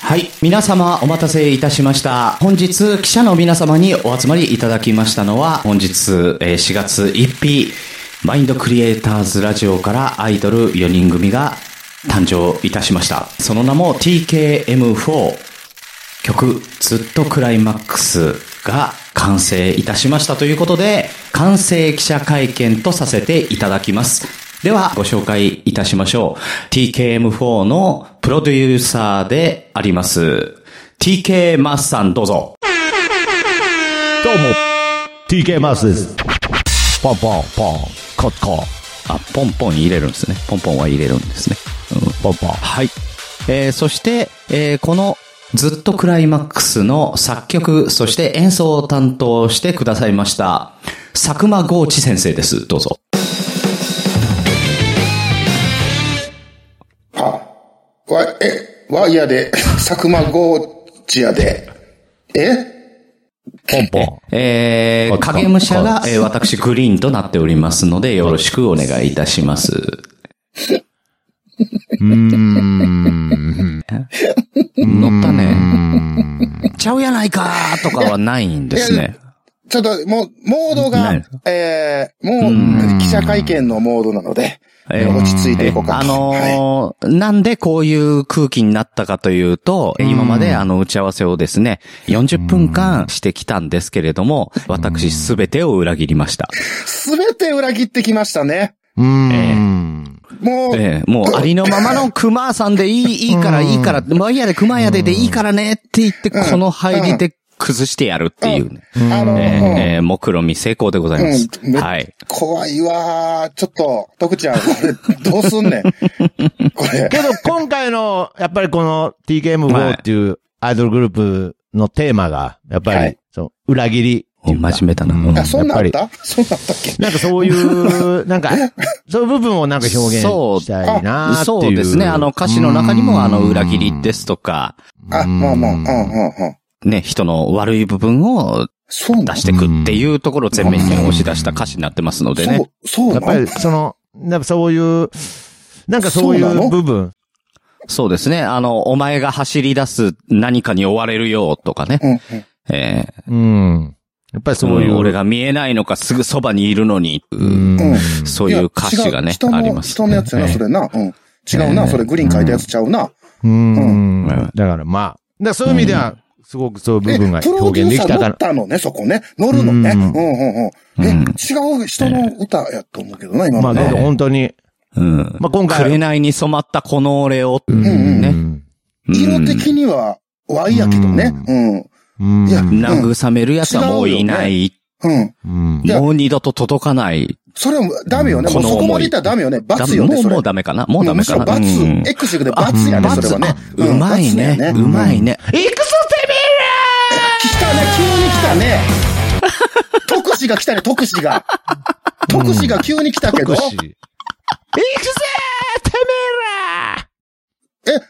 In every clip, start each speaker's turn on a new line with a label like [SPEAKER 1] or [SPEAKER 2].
[SPEAKER 1] はい。皆様お待たせいたしました。本日、記者の皆様にお集まりいただきましたのは、本日、えー4月1日、マインドクリエイターズラジオからアイドル4人組が誕生いたしました。その名も TKM4 曲、ずっとクライマックスが完成いたしましたということで、完成記者会見とさせていただきます。では、ご紹介いたしましょう。TKM4 のプロデューサーであります。TK マスさんどうぞ。
[SPEAKER 2] どうも、TK マウスです。ポンポンポン、コッコ、
[SPEAKER 1] あ、ポンポン入れるんですね。ポンポンは入れるんですね。うん
[SPEAKER 2] ポンポン。
[SPEAKER 1] はい。えーそして、えーこのずっとクライマックスの作曲、そして演奏を担当してくださいました、佐久間豪知先生です。どうぞ。
[SPEAKER 3] わ、え、ワイヤで、 佐久間ゴーチやで。え
[SPEAKER 2] ポンポン。
[SPEAKER 1] えー、
[SPEAKER 2] こっち
[SPEAKER 1] 影武者が
[SPEAKER 2] こ、っち
[SPEAKER 1] えー私グリーンとなっておりますので、よろしくお願いいたします。
[SPEAKER 2] うーん。
[SPEAKER 1] 乗ったね。ちゃうやないかーとかはないんですね。
[SPEAKER 3] ちょっと、もう、モード
[SPEAKER 1] な
[SPEAKER 3] が
[SPEAKER 1] いです、
[SPEAKER 3] えー、もう、記者会見のモードなので、
[SPEAKER 1] えー
[SPEAKER 3] 落ち着いていこうか。
[SPEAKER 1] あのーなんでこういう空気になったかというと、今まであの打ち合わせをですね、40分間してきたんですけれども、私すべてを裏切りました。
[SPEAKER 3] すべて裏切ってきましたね。
[SPEAKER 2] うーん。
[SPEAKER 3] もう、
[SPEAKER 1] ええもうありのままの熊さんでいい、いいから、いいから、もういいやで熊やででいいからねって言って、この入りで崩してやるっていうね。
[SPEAKER 3] あの
[SPEAKER 1] えええ
[SPEAKER 3] ー、
[SPEAKER 1] え目論見成功でございます。
[SPEAKER 3] うんめ
[SPEAKER 1] はい。
[SPEAKER 3] 怖いわー。ちょっと、徳ちゃん、これ、どうす んねん。これ。
[SPEAKER 2] けど、今回の、やっぱりこの
[SPEAKER 1] はい
[SPEAKER 2] TKM4 っていうアイドルグループのテーマが、やっぱり、
[SPEAKER 3] はい
[SPEAKER 2] その裏切りっ
[SPEAKER 1] 真
[SPEAKER 2] ていうか。
[SPEAKER 1] 面目だな。
[SPEAKER 2] うん
[SPEAKER 1] うん
[SPEAKER 3] あ、そんなんあっ
[SPEAKER 2] や
[SPEAKER 3] たそんなんあったっけ
[SPEAKER 2] なんかそういう、なんか、そういう部分をなんか表現したいなーっていう。
[SPEAKER 1] そうですね。あの歌詞の中にもあの裏切りですとか、
[SPEAKER 3] あ、まあまあ、うんうん
[SPEAKER 2] ん。
[SPEAKER 3] うん。
[SPEAKER 1] ね、人の悪い部分を
[SPEAKER 3] そうなん
[SPEAKER 1] 出してくっていうところを全面に押し出した歌詞になってますのでね。
[SPEAKER 3] そう、そう
[SPEAKER 2] やっぱ
[SPEAKER 3] なん
[SPEAKER 2] り、その、やっぱそういう、なんかそうい
[SPEAKER 3] そうなの
[SPEAKER 2] う部分。
[SPEAKER 1] そうですね。あの、お前が走り出す何かに追われるよとかね。
[SPEAKER 3] うんうん。
[SPEAKER 1] えー
[SPEAKER 2] うん。やっぱりそういう。
[SPEAKER 1] ん俺が見えないのかすぐそばにいるのに、
[SPEAKER 2] うん。
[SPEAKER 3] うん
[SPEAKER 1] そういう歌詞が
[SPEAKER 3] いや
[SPEAKER 1] ね
[SPEAKER 3] 人、の
[SPEAKER 1] あります、
[SPEAKER 3] 人のやつやな、それな。うん。違う
[SPEAKER 1] え
[SPEAKER 3] な、
[SPEAKER 1] え
[SPEAKER 3] それグリーン書いたやつちゃうな。
[SPEAKER 2] うん。
[SPEAKER 1] うん
[SPEAKER 2] だからまあ。だからそういう意味では、すごくそういう部
[SPEAKER 3] え、プ
[SPEAKER 2] 分が
[SPEAKER 3] ロデ
[SPEAKER 2] 表
[SPEAKER 3] ュ
[SPEAKER 2] 現で
[SPEAKER 3] ーサ
[SPEAKER 2] きた
[SPEAKER 3] ー乗
[SPEAKER 2] か
[SPEAKER 3] っ
[SPEAKER 2] ら。
[SPEAKER 3] たのね、そこね。乗るのね。
[SPEAKER 2] う
[SPEAKER 3] うんんうんうん。え、違う人の歌やと思うけどな、今
[SPEAKER 2] まあ、
[SPEAKER 3] の
[SPEAKER 2] けど
[SPEAKER 3] ね。
[SPEAKER 2] 本当に。
[SPEAKER 1] うん。
[SPEAKER 2] まあ今回。
[SPEAKER 1] 紅に染まったこの俺を。
[SPEAKER 2] うん
[SPEAKER 3] うん
[SPEAKER 1] ね。うん
[SPEAKER 3] 色的には Y やけどね。
[SPEAKER 2] うん。
[SPEAKER 3] いや
[SPEAKER 1] 慰めるやつはもういない。
[SPEAKER 3] うん。うん。
[SPEAKER 2] うん
[SPEAKER 3] いや
[SPEAKER 1] もう二度と届かない。
[SPEAKER 3] それはダメよね。もうそこまでいったらダメよね。罰よ
[SPEAKER 1] ダメ
[SPEAKER 3] ね、
[SPEAKER 1] もう
[SPEAKER 3] それ。
[SPEAKER 1] もうダメかなもうダメかな
[SPEAKER 3] むしろ
[SPEAKER 1] うん
[SPEAKER 3] 罰。X 軸で罰やね、
[SPEAKER 1] あ
[SPEAKER 3] それはね
[SPEAKER 1] 罰。あうまいね。うまい
[SPEAKER 3] ね。
[SPEAKER 1] ね。
[SPEAKER 2] いくつセビ
[SPEAKER 3] 来たね、急に来 たね。特使が来たね、特使が。特使が急に来たけど。
[SPEAKER 2] いくぜて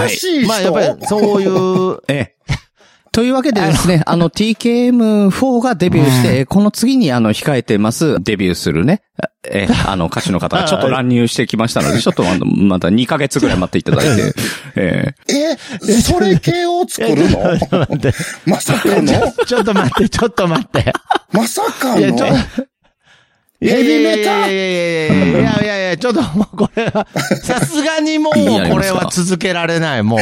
[SPEAKER 3] 新しい
[SPEAKER 2] めえら
[SPEAKER 3] 人、
[SPEAKER 2] まあやっぱり、そういう、
[SPEAKER 1] ええ。 というわけでですね、あの TKM4 がデビューして、この次にあの控えてます、デビューするね、ええ、あ の歌手の方がちょっと乱入してきましたので、ちょっとあのまた2ヶ月ぐらい待っていただ いて、え
[SPEAKER 3] え、それ系を作るの まさかの
[SPEAKER 2] ちょっと待って、ちょっと待って。
[SPEAKER 3] まさか
[SPEAKER 2] いや、ちょ
[SPEAKER 3] の、ヘビメタ
[SPEAKER 2] いやいやいやいやいやいやいや、ちょっともうこれは、さすがにもうこ
[SPEAKER 1] いいやりますか
[SPEAKER 2] れは続けられない、もう。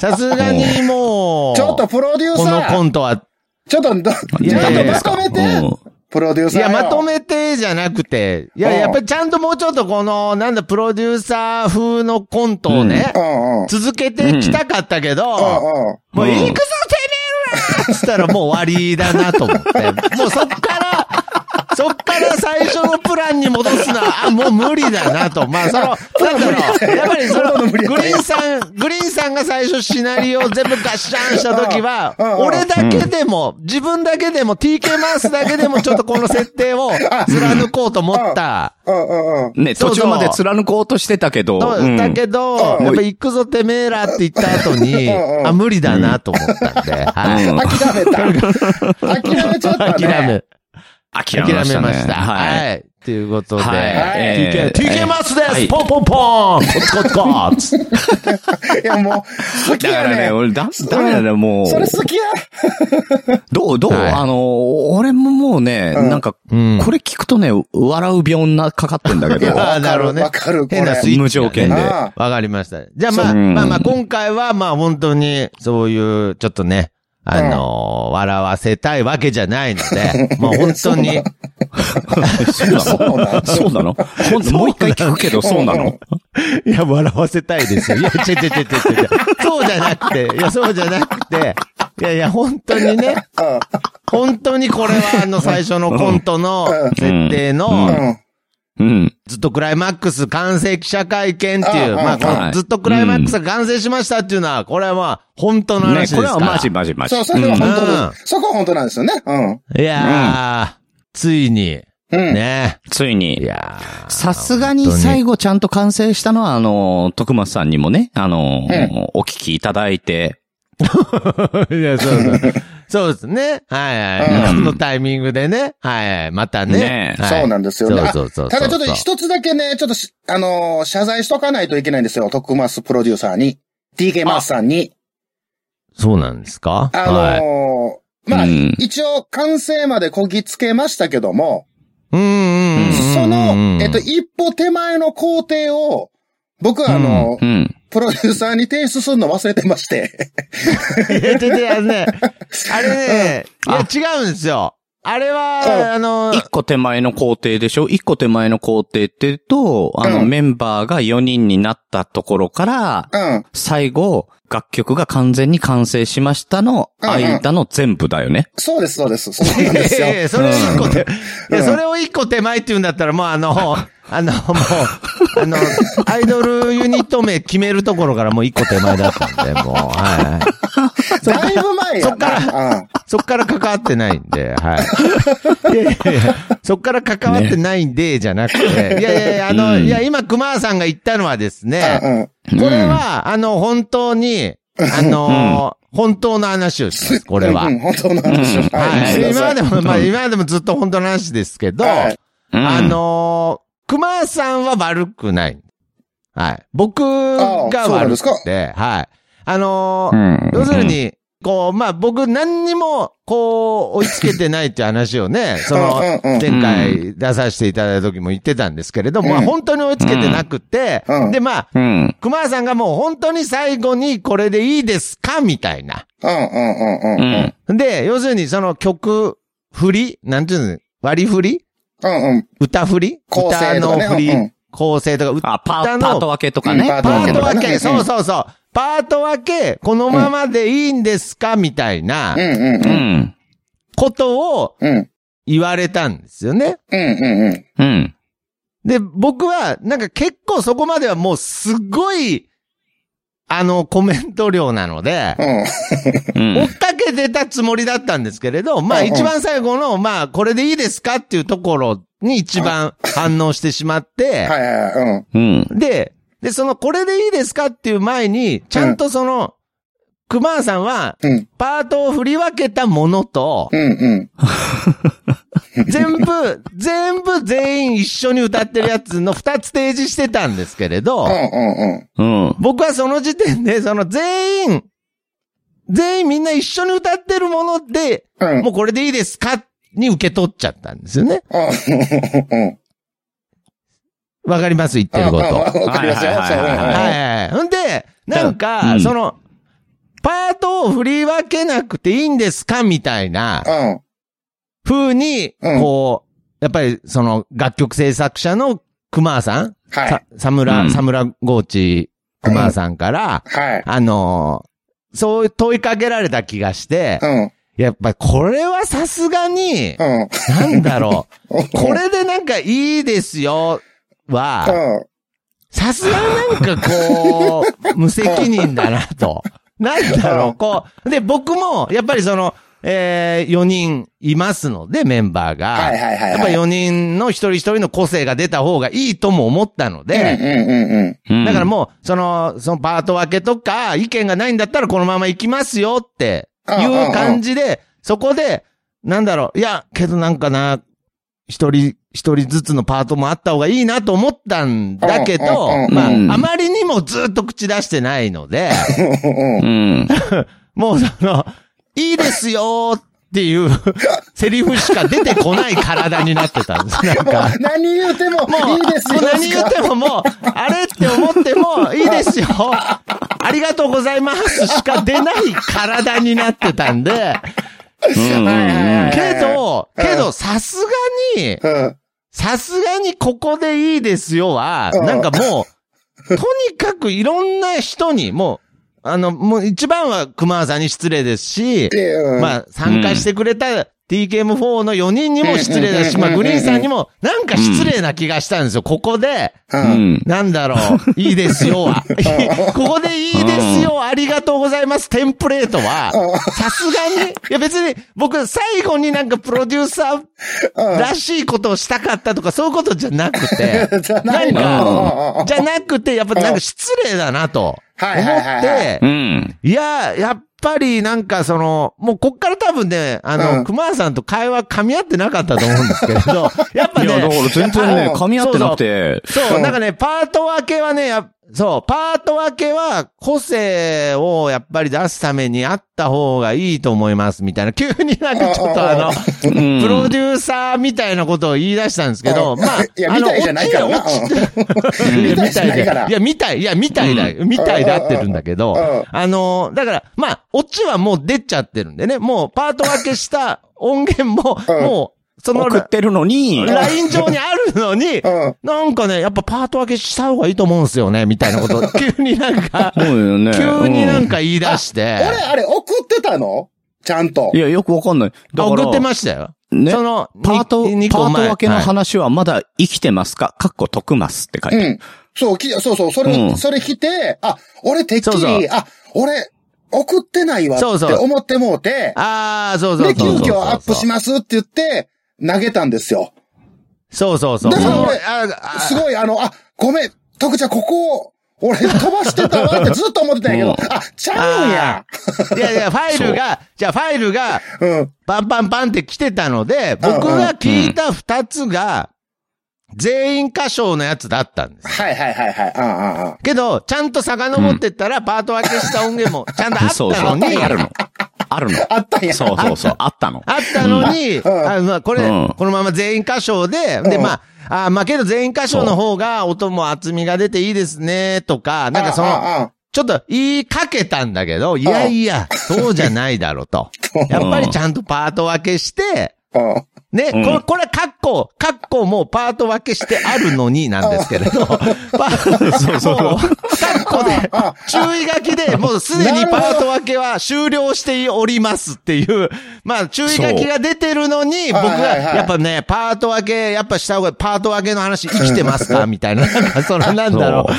[SPEAKER 2] さすがにもう、
[SPEAKER 3] ちょっとプロデュー
[SPEAKER 2] こ
[SPEAKER 3] サ
[SPEAKER 2] のコ
[SPEAKER 3] ー、
[SPEAKER 2] ントは、
[SPEAKER 3] ちょっとど、ち
[SPEAKER 1] え。
[SPEAKER 3] ょ
[SPEAKER 2] や
[SPEAKER 3] っと
[SPEAKER 2] いや
[SPEAKER 3] まとめて、
[SPEAKER 1] うん
[SPEAKER 3] プロデュー
[SPEAKER 2] い
[SPEAKER 3] サーよ。
[SPEAKER 2] や、まとめてじゃなくて、いや、
[SPEAKER 3] うん
[SPEAKER 2] やっぱりちゃんともうちょっとこの、なんだ、プロデューサー風のコントをね
[SPEAKER 3] う、んうん。
[SPEAKER 2] 続けてきたかったけど、
[SPEAKER 3] うんうん。
[SPEAKER 2] もう、
[SPEAKER 1] うん
[SPEAKER 2] いくぞ、てめえらっつったらもう終わりだなと思 って。もうそっから、そっから最初のプランに戻すのは、あ、もう無理だなと。まあ、その、なんだろう。やっぱりその、
[SPEAKER 3] そんなの
[SPEAKER 2] グ
[SPEAKER 3] 無理
[SPEAKER 2] リ
[SPEAKER 3] やった
[SPEAKER 2] ーンさん、グリーンさんが最初シナリオを全部ガッシャンした時は
[SPEAKER 3] うんうん、
[SPEAKER 2] 俺だけでも、自分だけでも、TK マウスだけでもちょっとこの設定を貫こうと思った。
[SPEAKER 3] うんうんうん。
[SPEAKER 1] ね、
[SPEAKER 2] そ
[SPEAKER 1] 途
[SPEAKER 2] うそう
[SPEAKER 1] 中まで貫こうとしてたけど、
[SPEAKER 2] の
[SPEAKER 1] うん
[SPEAKER 2] だけど、
[SPEAKER 3] うん
[SPEAKER 2] やっぱ行くぞてめえらって言った後に、
[SPEAKER 3] うんうん
[SPEAKER 2] あ、無理だなと思ったんで、はい。
[SPEAKER 1] うん
[SPEAKER 3] 諦めた。諦めちゃったね。
[SPEAKER 2] 諦め。
[SPEAKER 1] 諦
[SPEAKER 2] 諦
[SPEAKER 1] め
[SPEAKER 2] め
[SPEAKER 1] ま
[SPEAKER 2] ま
[SPEAKER 1] し
[SPEAKER 2] したた。
[SPEAKER 1] ね。い。
[SPEAKER 2] はい。ということで、
[SPEAKER 1] はいえ
[SPEAKER 2] TK、
[SPEAKER 1] ー
[SPEAKER 2] TK マスで
[SPEAKER 1] はい
[SPEAKER 2] すポンポンポンコツコツ コツ
[SPEAKER 3] いや、もう、好き
[SPEAKER 1] だか
[SPEAKER 3] や
[SPEAKER 1] らね、
[SPEAKER 3] ね。
[SPEAKER 1] 俺、だ、だからね、もう、
[SPEAKER 3] それ好きや。
[SPEAKER 1] どう、どう、
[SPEAKER 2] はい
[SPEAKER 1] あの、俺ももうね、
[SPEAKER 3] うん
[SPEAKER 1] なんか、
[SPEAKER 2] うん
[SPEAKER 1] これ聞くとね、笑う病なかかってんだけど、
[SPEAKER 2] あーなるほどね
[SPEAKER 3] わかる、これ。
[SPEAKER 2] 変なスイッチ。
[SPEAKER 1] 無条件で
[SPEAKER 2] わかりました。じゃあま
[SPEAKER 1] そ
[SPEAKER 2] あ、
[SPEAKER 1] う
[SPEAKER 2] まあまあ今回はまあ本当に、そういう、ちょっとね、あのー笑わせたいわけじゃないので、 もう本当に、
[SPEAKER 1] そうなのそうなの今度もう一回聞くけど、そうなの
[SPEAKER 2] いや、笑わせたいですよ。いや、ちょちょちょちょちょ。そうじゃなくて、いや、そうじゃなくて、いやいや、本当にね、
[SPEAKER 3] うん。
[SPEAKER 2] 本当にこれはあの最初のコントの
[SPEAKER 3] うん
[SPEAKER 2] 設定
[SPEAKER 1] う
[SPEAKER 2] の、
[SPEAKER 3] うん。
[SPEAKER 1] うん。
[SPEAKER 2] ずっとクライマックス完成記者会見っていう、
[SPEAKER 3] ああ
[SPEAKER 2] まあこ
[SPEAKER 1] は
[SPEAKER 2] の、
[SPEAKER 1] い
[SPEAKER 2] ずっとクライマックスが完成しましたっていうのは、これはまあ、本当の話
[SPEAKER 1] ね
[SPEAKER 2] で、す
[SPEAKER 1] こ
[SPEAKER 2] か
[SPEAKER 1] れ
[SPEAKER 2] ら。
[SPEAKER 1] はマジマジマジ。
[SPEAKER 3] そう、それは
[SPEAKER 1] うん
[SPEAKER 3] 本
[SPEAKER 2] うん
[SPEAKER 3] 当です。そこは本当なんですよね。
[SPEAKER 2] いやー、ついに、
[SPEAKER 3] うん。うん。
[SPEAKER 2] ね。
[SPEAKER 1] つい
[SPEAKER 2] い
[SPEAKER 1] に。
[SPEAKER 2] やー
[SPEAKER 1] さすがに最後ちゃんと完成したのは、あの、徳松さんにもね、あの、
[SPEAKER 3] うん
[SPEAKER 1] お聞きいただいて、
[SPEAKER 2] いや、そうそう。そうですね。はいはい。
[SPEAKER 1] うん
[SPEAKER 2] このタイミングでね。はいはい。またね
[SPEAKER 1] ね。え
[SPEAKER 2] はい
[SPEAKER 3] そうなんですよね。あ
[SPEAKER 2] そうそうそうそう
[SPEAKER 3] ただちょっと一つだけね、ちょっとし、あのー謝罪しとかないといけないんですよ。徳マスプロデューサーに。DK マスさんに。
[SPEAKER 2] そうなんですか
[SPEAKER 3] あの
[SPEAKER 2] はい。
[SPEAKER 3] ーまあ、
[SPEAKER 1] うん
[SPEAKER 3] 一応完成までこぎつけましたけども、
[SPEAKER 2] うんうんうんうん。
[SPEAKER 3] そ の、えっと、
[SPEAKER 2] い
[SPEAKER 3] 一歩手前の工程を、僕はあのー
[SPEAKER 1] うん。
[SPEAKER 3] プロデューサーに提出するの忘れてまして。
[SPEAKER 2] や、ちょっと、あのね、あれね、
[SPEAKER 1] うん
[SPEAKER 2] いや、違うんですよ。あれ
[SPEAKER 3] うん
[SPEAKER 2] は、あの、
[SPEAKER 1] 一個手前の工程でしょ一個手前の工程って言うと、あの、
[SPEAKER 3] うん
[SPEAKER 1] メンバーが4人になったところから、
[SPEAKER 3] うん。
[SPEAKER 1] 最後、楽曲が完全に完成しましたの間の全部だよね。
[SPEAKER 3] そうです、そうです。そうなん ですよ。
[SPEAKER 2] ええ、それを一個手、い
[SPEAKER 3] うん
[SPEAKER 2] や、それを一個手前って言うんだったら、もう あの、あの、もう、あの、アイドルユニット名決めるところからもう一個手前だったんで、もう、はいはい。
[SPEAKER 3] だいぶ前やな。うん
[SPEAKER 2] そっから関わってないんで、はい。いやいやいや、そっから関わってないんで、じゃなくて、いやいやいや、あの、
[SPEAKER 1] うん
[SPEAKER 2] いや、今、熊さんが言ったのはですね、
[SPEAKER 3] うん。
[SPEAKER 2] これは、あの、本当に、あの、本当の話をします、これは
[SPEAKER 3] うん、。本当の話を。
[SPEAKER 1] うん
[SPEAKER 2] は
[SPEAKER 1] ご
[SPEAKER 2] い。
[SPEAKER 1] めん
[SPEAKER 2] 今までも、まあ、
[SPEAKER 1] うん
[SPEAKER 2] 今までもずっと本当の話ですけど、
[SPEAKER 3] はい
[SPEAKER 1] うん、
[SPEAKER 2] あのー、熊さんは悪くない。はい。僕
[SPEAKER 3] ああ
[SPEAKER 2] が
[SPEAKER 3] そうなんで
[SPEAKER 2] 悪
[SPEAKER 3] すか
[SPEAKER 2] くて、はい。あの
[SPEAKER 1] う
[SPEAKER 2] ー、
[SPEAKER 1] ん、
[SPEAKER 2] 要するに、こう、まあ、僕何にも、こう、追いつけてないっていう話をね、その、
[SPEAKER 3] うんうんうん
[SPEAKER 2] 前回出させていただいた時も言ってたんですけれども、まあ
[SPEAKER 3] うん
[SPEAKER 2] 本当に追いつけてなくて、
[SPEAKER 3] うん
[SPEAKER 2] で、まあ、
[SPEAKER 1] うん、うん。
[SPEAKER 2] 熊さんがもう本当に最後にこれでいいですかみたいな。
[SPEAKER 3] うんうんうんうん。
[SPEAKER 1] う
[SPEAKER 3] うん
[SPEAKER 1] ん。
[SPEAKER 2] で、要するにその曲、振りなんていうの割り振り
[SPEAKER 3] うんうん。
[SPEAKER 2] 歌振り
[SPEAKER 3] 構成とかね
[SPEAKER 2] 歌の振り、
[SPEAKER 3] うんうん
[SPEAKER 2] 構成とか、
[SPEAKER 1] あ、パ
[SPEAKER 2] 歌
[SPEAKER 1] ー
[SPEAKER 2] の
[SPEAKER 1] パート分けとかね。
[SPEAKER 3] うんパー
[SPEAKER 2] パート
[SPEAKER 3] とか
[SPEAKER 2] 分
[SPEAKER 3] ね
[SPEAKER 2] け、そうそうそう。パート分け、このままでいいんですかみたいな
[SPEAKER 3] うんうん
[SPEAKER 1] う
[SPEAKER 3] うん。
[SPEAKER 1] ん。
[SPEAKER 2] ことを
[SPEAKER 3] うん
[SPEAKER 2] 言われたんですよね。
[SPEAKER 3] うんうんうん。
[SPEAKER 1] うん。
[SPEAKER 2] で、僕は、なんか結構そこまではもうすごい、あの、コメント量なので、
[SPEAKER 3] うん。
[SPEAKER 1] うん
[SPEAKER 2] 追っかけてたつもりだったんですけれど、まあ
[SPEAKER 3] うんうん
[SPEAKER 2] 一番最後の、まあこれでいいですかっていうところに一番反応してしまって、
[SPEAKER 3] はいはいはい。うん。
[SPEAKER 1] うん。
[SPEAKER 2] で、で、そのこれでいいですかっていう前に、ちゃんとその、クマさんは
[SPEAKER 3] うん、
[SPEAKER 2] パートを振り分けたものと、
[SPEAKER 3] うんうん。
[SPEAKER 2] 全部、全部全員一緒に歌ってるやつの二つ提示してたんですけれど
[SPEAKER 3] うん、うんうん。
[SPEAKER 1] うん。
[SPEAKER 2] 僕はその時点で、その全員、全員みんな一緒に歌ってるもので、
[SPEAKER 3] うん。
[SPEAKER 2] もうこれでいいですかに受け取っちゃったんですよね。
[SPEAKER 3] うん。うん。
[SPEAKER 2] わかります言ってること。は
[SPEAKER 3] わかりますよ。
[SPEAKER 1] はいはいはい
[SPEAKER 2] い
[SPEAKER 1] は
[SPEAKER 2] はい。ほんで、なん
[SPEAKER 1] う
[SPEAKER 2] か、
[SPEAKER 1] ん
[SPEAKER 2] その、パートを振り分けなくていいんですかみたいな
[SPEAKER 3] そう、うん。
[SPEAKER 2] 風に、
[SPEAKER 3] うん
[SPEAKER 2] こう、やっぱりその楽曲制作者の熊さん、
[SPEAKER 3] は
[SPEAKER 2] さサム
[SPEAKER 1] う
[SPEAKER 2] ラ、
[SPEAKER 1] ん
[SPEAKER 2] サムラゴーチ熊さんから、
[SPEAKER 3] い。はい。
[SPEAKER 2] あのーそう問いかけられた気がして
[SPEAKER 3] う、ん。
[SPEAKER 2] やっぱこれはさすがに、
[SPEAKER 3] うん。
[SPEAKER 2] なんだろう。
[SPEAKER 3] うん
[SPEAKER 2] これでなんかいいですよは、
[SPEAKER 3] うん。
[SPEAKER 2] さすがになんかこう、無責任だな と。なんだろう、こう。で、僕も、やっぱりその、えー、4人いますので、メンバーが。
[SPEAKER 3] はいはいはい。
[SPEAKER 2] やっぱ4人の一人一人の個性が出た方がいいとも思ったので、
[SPEAKER 3] うんうんうんうん。
[SPEAKER 1] うん。
[SPEAKER 2] だからもう、その、そのパート分けとか、意見がないんだったらこのまま行きますよっていう感じで、そこで、なんだろう、いや、けどなんかな、一人、一人ずつのパートもあった方がいいなと思ったんだけど
[SPEAKER 3] うんうんうん、
[SPEAKER 2] まあ、
[SPEAKER 1] うん
[SPEAKER 2] あまりにもずっと口出してないの で、
[SPEAKER 3] うんうん
[SPEAKER 1] うん。
[SPEAKER 2] もうその、いいですよーっていうセリフしか出てこない体になってたんです。なん
[SPEAKER 3] も
[SPEAKER 2] か。
[SPEAKER 3] う何言うてもいいです
[SPEAKER 2] も
[SPEAKER 3] よ。
[SPEAKER 2] う何言ってももう、あれって思っても、いいです よ。ありがとうございますしか出ない体になってたんで、
[SPEAKER 1] うん
[SPEAKER 3] はいはいはい
[SPEAKER 2] けど、
[SPEAKER 3] うん
[SPEAKER 2] けど、さすがに、
[SPEAKER 3] うん
[SPEAKER 2] さすがにここでいいですよは、
[SPEAKER 3] うん
[SPEAKER 2] なんかもう、とにかくいろんな人に、もう、あの、もう一番は熊さんに失礼ですし、
[SPEAKER 3] でうん
[SPEAKER 2] まあ、参加してくれた TKM4 の4人にも失礼だし、
[SPEAKER 3] うん
[SPEAKER 2] まあ、
[SPEAKER 3] うん
[SPEAKER 2] グリーンさんにも、なんか失礼な気がしたんですよ。ここで、
[SPEAKER 3] う
[SPEAKER 1] うんん。
[SPEAKER 2] なんだろう、いいですよ は。ここでいいですよ、ありがとうございます、テンプレートは、さすがに、いや別に僕最後になんかプロデューサーらしいことをしたかったとかそういうことじゃなくて、
[SPEAKER 3] じゃないの。
[SPEAKER 2] なん
[SPEAKER 3] うんうんうん
[SPEAKER 2] じゃなくて、やっぱなんか失礼だなと思っ
[SPEAKER 3] はいはいはいは
[SPEAKER 2] て
[SPEAKER 1] う、ん。
[SPEAKER 2] いや、やっぱりなんかその、もうこっから多分ね、あ
[SPEAKER 3] う
[SPEAKER 2] の、
[SPEAKER 3] ん
[SPEAKER 2] 熊さんと会話噛み合ってなかったと思うんですけれ ど、やっぱ
[SPEAKER 1] い
[SPEAKER 2] ね
[SPEAKER 1] や、だ、から全然ね、
[SPEAKER 3] あ
[SPEAKER 1] 噛み合ってなくて。
[SPEAKER 2] そうう、
[SPEAKER 3] ん
[SPEAKER 2] なんかね、パート分けはね、やそう、パート分けは、個性をやっぱり出すためにあった方がいいと思います、みたいな。急になんかちょっとあの、
[SPEAKER 1] プ
[SPEAKER 2] プロデューサーみたいなことを言い出したんですけど、
[SPEAKER 3] うん
[SPEAKER 2] まあ、
[SPEAKER 3] いや
[SPEAKER 2] あの
[SPEAKER 3] みたいじゃないからな
[SPEAKER 2] 落ち
[SPEAKER 1] うん
[SPEAKER 2] いや、みた
[SPEAKER 3] みたいじゃ
[SPEAKER 2] い
[SPEAKER 3] ない
[SPEAKER 2] だ。
[SPEAKER 3] から
[SPEAKER 2] いや、みたい、いや、みたいだ、みたいだってるんだけど、
[SPEAKER 3] うん
[SPEAKER 2] あのー、だから、まあ、オチはもう出ちゃってるんでね、もうパート分けした音源も、
[SPEAKER 3] うん
[SPEAKER 2] もう、その
[SPEAKER 1] 送ってるのに、
[SPEAKER 2] ライン上にあるのに、
[SPEAKER 3] うん
[SPEAKER 2] なんかね、やっぱパート分けした方がいいと思うんですよね、みたいなこと、急になんか、
[SPEAKER 1] そうよね。
[SPEAKER 2] 急になん
[SPEAKER 1] か。
[SPEAKER 2] か言い出して、
[SPEAKER 3] 俺、あれ、送ってたのちゃんと
[SPEAKER 1] い。や、よくわかんない。だから、
[SPEAKER 2] 送ってましたよ。
[SPEAKER 1] ね
[SPEAKER 2] その、
[SPEAKER 1] パート、パ
[SPEAKER 2] に
[SPEAKER 1] ー
[SPEAKER 2] 二個
[SPEAKER 1] ト
[SPEAKER 2] 前
[SPEAKER 1] 分けの
[SPEAKER 2] はい
[SPEAKER 1] 話はまだ生きてますかかっこ得ますって書いうてある。
[SPEAKER 3] ん。そう、きそうそう、それ
[SPEAKER 1] うん
[SPEAKER 3] も、それ来て、あ、俺てっき
[SPEAKER 2] そうそう
[SPEAKER 3] り、あ、俺、送ってないわ
[SPEAKER 2] そう
[SPEAKER 3] っ
[SPEAKER 2] そう
[SPEAKER 3] て思ってもうて、
[SPEAKER 2] ああ、そうそう
[SPEAKER 3] で、
[SPEAKER 2] そう
[SPEAKER 3] 急
[SPEAKER 2] そう。
[SPEAKER 3] 遽アップしますって言って、投げたんですよ。
[SPEAKER 2] そうそうそう。
[SPEAKER 3] だから俺
[SPEAKER 2] そのああ
[SPEAKER 3] すごい、あの、あ、ごめん、徳ちゃん、ここを、俺飛ばしてたわって ずっと思ってたんやけ
[SPEAKER 1] う
[SPEAKER 3] ど、あ、ちゃうんや。
[SPEAKER 2] いやいや、ファイルが、じゃあファイルが、
[SPEAKER 3] うん。
[SPEAKER 2] パンパンパンって来てたので、
[SPEAKER 3] うんうん
[SPEAKER 2] 僕が聞いた二つが、全員歌唱のやつだったんです。
[SPEAKER 3] はいはいはいはい。うんうんうん。
[SPEAKER 2] けど、ちゃんと遡ってったら、パート分けした音源もちゃんとあった
[SPEAKER 1] そうそう。
[SPEAKER 2] のに、
[SPEAKER 1] あるの。 あるの。
[SPEAKER 3] あったんや。
[SPEAKER 1] そうそうそう。あったの。
[SPEAKER 2] あったのに、
[SPEAKER 3] ん
[SPEAKER 2] あの、これ、
[SPEAKER 1] うん
[SPEAKER 2] このまま全員歌唱で、で、
[SPEAKER 3] うん
[SPEAKER 2] まあ、あまあけど全員歌唱の方が音も厚みが出ていいですね、とか、なんかその、
[SPEAKER 3] の、
[SPEAKER 2] ちょっと言いかけたんだけど、いやいや、そうじゃないだろう と。やっぱりちゃんとパート分けして、
[SPEAKER 3] うんうん。
[SPEAKER 2] ね、
[SPEAKER 1] うん
[SPEAKER 2] これ、これ、カッコ、カッコもパート分けしてあるのになんですけ れど、パート、そうそう。カッコで、注意書きで、もうすでにパート分けは終了しておりますっていう、まあ、注意書きが出てるのに、僕
[SPEAKER 3] はい
[SPEAKER 2] が、
[SPEAKER 3] はいはい
[SPEAKER 2] やっぱね、パート分け、やっぱした方が、パート分けの話生きてます かみたいな、なんか、その、なんだろう。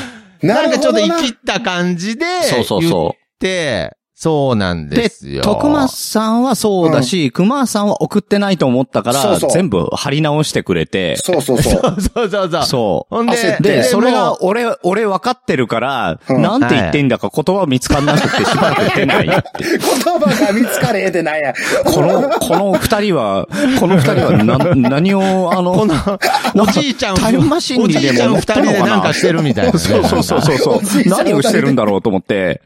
[SPEAKER 3] そう
[SPEAKER 2] なんかちょっと
[SPEAKER 3] なるほどな
[SPEAKER 2] 生きった感じで、
[SPEAKER 1] そうそう
[SPEAKER 2] 言っ
[SPEAKER 1] そ
[SPEAKER 2] て、そうなん
[SPEAKER 1] う。で
[SPEAKER 2] ですよ。、
[SPEAKER 1] 徳松さんはそうだし、熊さんは送ってないと思ったか
[SPEAKER 3] そ
[SPEAKER 1] ら、
[SPEAKER 3] うそう
[SPEAKER 1] 全部貼り直してくれて、
[SPEAKER 3] そうそうそう。
[SPEAKER 2] そうそうそう。
[SPEAKER 1] そう。
[SPEAKER 2] ほん
[SPEAKER 3] 焦っ
[SPEAKER 2] で、
[SPEAKER 3] て
[SPEAKER 1] で、それ
[SPEAKER 2] もう
[SPEAKER 1] が、俺、俺分かってるから、
[SPEAKER 3] うん
[SPEAKER 1] なんて言ってんだか言葉見つかんなくてしばらく出ないっていう。
[SPEAKER 3] 言葉が見つかれへんってなんや。
[SPEAKER 1] この、この二人は、この二人はな、何を、あの、
[SPEAKER 2] この、おじいちゃん、
[SPEAKER 1] タイムマシン
[SPEAKER 2] お
[SPEAKER 1] に
[SPEAKER 2] じい
[SPEAKER 1] で
[SPEAKER 2] ちゃん
[SPEAKER 1] も乗
[SPEAKER 2] 二
[SPEAKER 1] った
[SPEAKER 2] 人
[SPEAKER 1] の
[SPEAKER 2] で
[SPEAKER 1] か
[SPEAKER 2] なん
[SPEAKER 1] な
[SPEAKER 2] かしてるみたいな、ね。
[SPEAKER 1] そう そうそうそうそう
[SPEAKER 3] お じい。ちゃん
[SPEAKER 1] 何をしてるんだろうと思 って。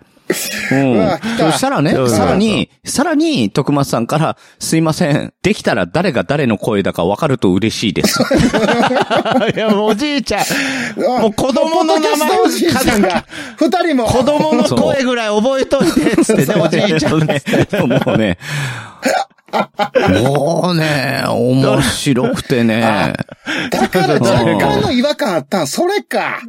[SPEAKER 1] うん。
[SPEAKER 3] うわ来た
[SPEAKER 1] そしたらね、
[SPEAKER 2] そうそうそう
[SPEAKER 1] さらに、さらに、徳松さんから、すいません、できたら誰が誰の声だか分かると嬉しい です。
[SPEAKER 2] なんかいや、もうおじいちゃ、
[SPEAKER 3] うんん
[SPEAKER 2] もう子供の名前
[SPEAKER 3] ポッドキャストおじいちゃ んが、二人も。
[SPEAKER 2] 子供の声ぐらい覚えといて、つってね、おじいちゃんっつって。
[SPEAKER 1] もうね、もうね、面白くて ね。
[SPEAKER 3] だから若干の違和感あったん、それか。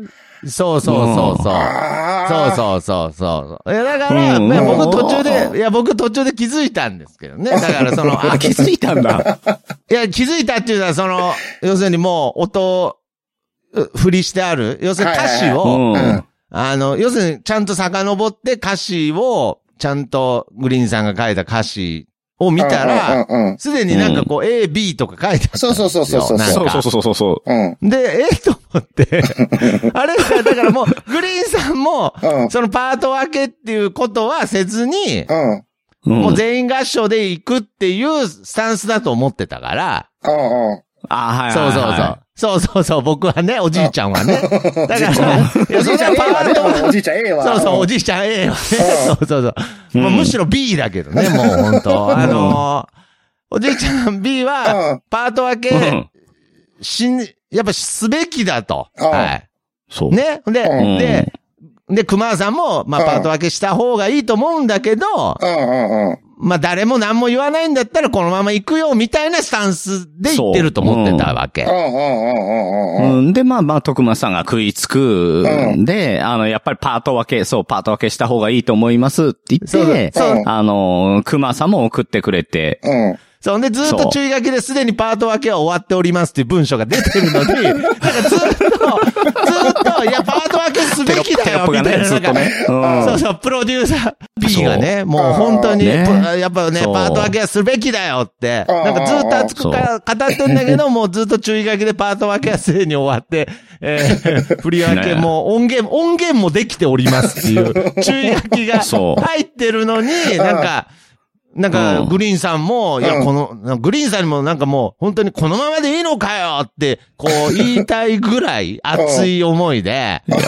[SPEAKER 2] そうそうそうそう。
[SPEAKER 3] あ
[SPEAKER 2] そう
[SPEAKER 3] う。
[SPEAKER 2] そうそうそう。いや、だから、
[SPEAKER 1] うん
[SPEAKER 2] いや
[SPEAKER 1] うん
[SPEAKER 2] 僕途中で、いや、僕途中で気づいたんですけどね。だから、 その、あ
[SPEAKER 1] あ、気づいたんだ。
[SPEAKER 2] いや、気づいたっていうのは、そ の、要するにもう、音、う振りしてある。要するに歌詞
[SPEAKER 1] う
[SPEAKER 2] を、
[SPEAKER 1] ん。
[SPEAKER 3] うん
[SPEAKER 2] あの、要するに、ちゃんと遡って歌詞を、ちゃんとグリーンさんが書いた歌詞を見たら、
[SPEAKER 3] うんうんうん
[SPEAKER 2] すでになんかこう、A、B とか書いてあった。
[SPEAKER 3] そうそうそうそうそう
[SPEAKER 2] なんか
[SPEAKER 1] そうそうそうそうそう。
[SPEAKER 3] うん。
[SPEAKER 2] で、えーと思っ て。あれだからもう、グリーンさんも
[SPEAKER 3] う、ん
[SPEAKER 2] そのパート分けっていうことはせずに、
[SPEAKER 3] うん。うん
[SPEAKER 1] うん
[SPEAKER 2] もう全員合唱で行くっていうスタンスだと思ってたから、
[SPEAKER 3] うん。
[SPEAKER 1] あ、はい。
[SPEAKER 2] そうそうそう。そうそうそう、僕はね、おじいちゃんはね。だから、いや、
[SPEAKER 3] おじ
[SPEAKER 2] そん
[SPEAKER 3] いちゃ
[SPEAKER 2] な
[SPEAKER 3] んえ
[SPEAKER 2] パ
[SPEAKER 3] えわ
[SPEAKER 2] ワー
[SPEAKER 3] ね。
[SPEAKER 2] と、
[SPEAKER 3] おじいちゃんええわ。
[SPEAKER 2] そうそう、お
[SPEAKER 3] じ
[SPEAKER 2] じいちゃん A はね、そうそうそう。まあむしろ B だけどね、もう本当あのーおじいちゃん B
[SPEAKER 3] う
[SPEAKER 2] は
[SPEAKER 3] ん、
[SPEAKER 2] パート分
[SPEAKER 1] う
[SPEAKER 2] け、
[SPEAKER 1] ん。
[SPEAKER 2] しん、やっぱすべきだと。
[SPEAKER 3] うん
[SPEAKER 2] は
[SPEAKER 1] そう。
[SPEAKER 2] い。ね。で、
[SPEAKER 3] うん
[SPEAKER 2] で、で、熊田さんも、まあ、
[SPEAKER 3] うん
[SPEAKER 2] パート分けした方がいいと思うんだけど、
[SPEAKER 3] うんうんうん。
[SPEAKER 2] まあ、誰も何も言わないんだったら、このまま行くよ、みたいなスタンスで言ってると思ってたわけ。
[SPEAKER 3] うんうんうんうんうん。
[SPEAKER 1] うん、で、まあまあ、徳間さんが食いつくんで、あの、やっぱりパート分け、そう、パート分けした方がいいと思いますって言
[SPEAKER 2] そう
[SPEAKER 1] って、
[SPEAKER 3] そうそう
[SPEAKER 1] あの、熊さんも送ってくれて、
[SPEAKER 3] うん。
[SPEAKER 2] そんで、ずっと注意書きですでにパート分けは終わっておりますっていう文章が出てるのに、なんかずっと、ずっと、いや、パート分けすべきだよ、みたいな。
[SPEAKER 1] ずっとね。うん
[SPEAKER 2] そうそう、プロデューサー B がね、もう本当に、
[SPEAKER 1] ね
[SPEAKER 2] プロやっぱね、
[SPEAKER 1] そう
[SPEAKER 2] パート分けはすべきだよって、
[SPEAKER 3] うん
[SPEAKER 2] なんかずっと熱くか語ってんだ けど、もうずっと注意書きでパート分けはすでに終わって、え ー、振り分けも音源、音源もできておりますっ ていう、注意書きが
[SPEAKER 1] そう
[SPEAKER 2] 入ってるのに、なんか、なんか、
[SPEAKER 1] うん
[SPEAKER 2] グリーンさんも、いや、
[SPEAKER 3] うん
[SPEAKER 2] この、グリーンさんにもなんかもう、本当にこのままでいいのかよって、こう言いたいぐらい熱い思いで、
[SPEAKER 1] ね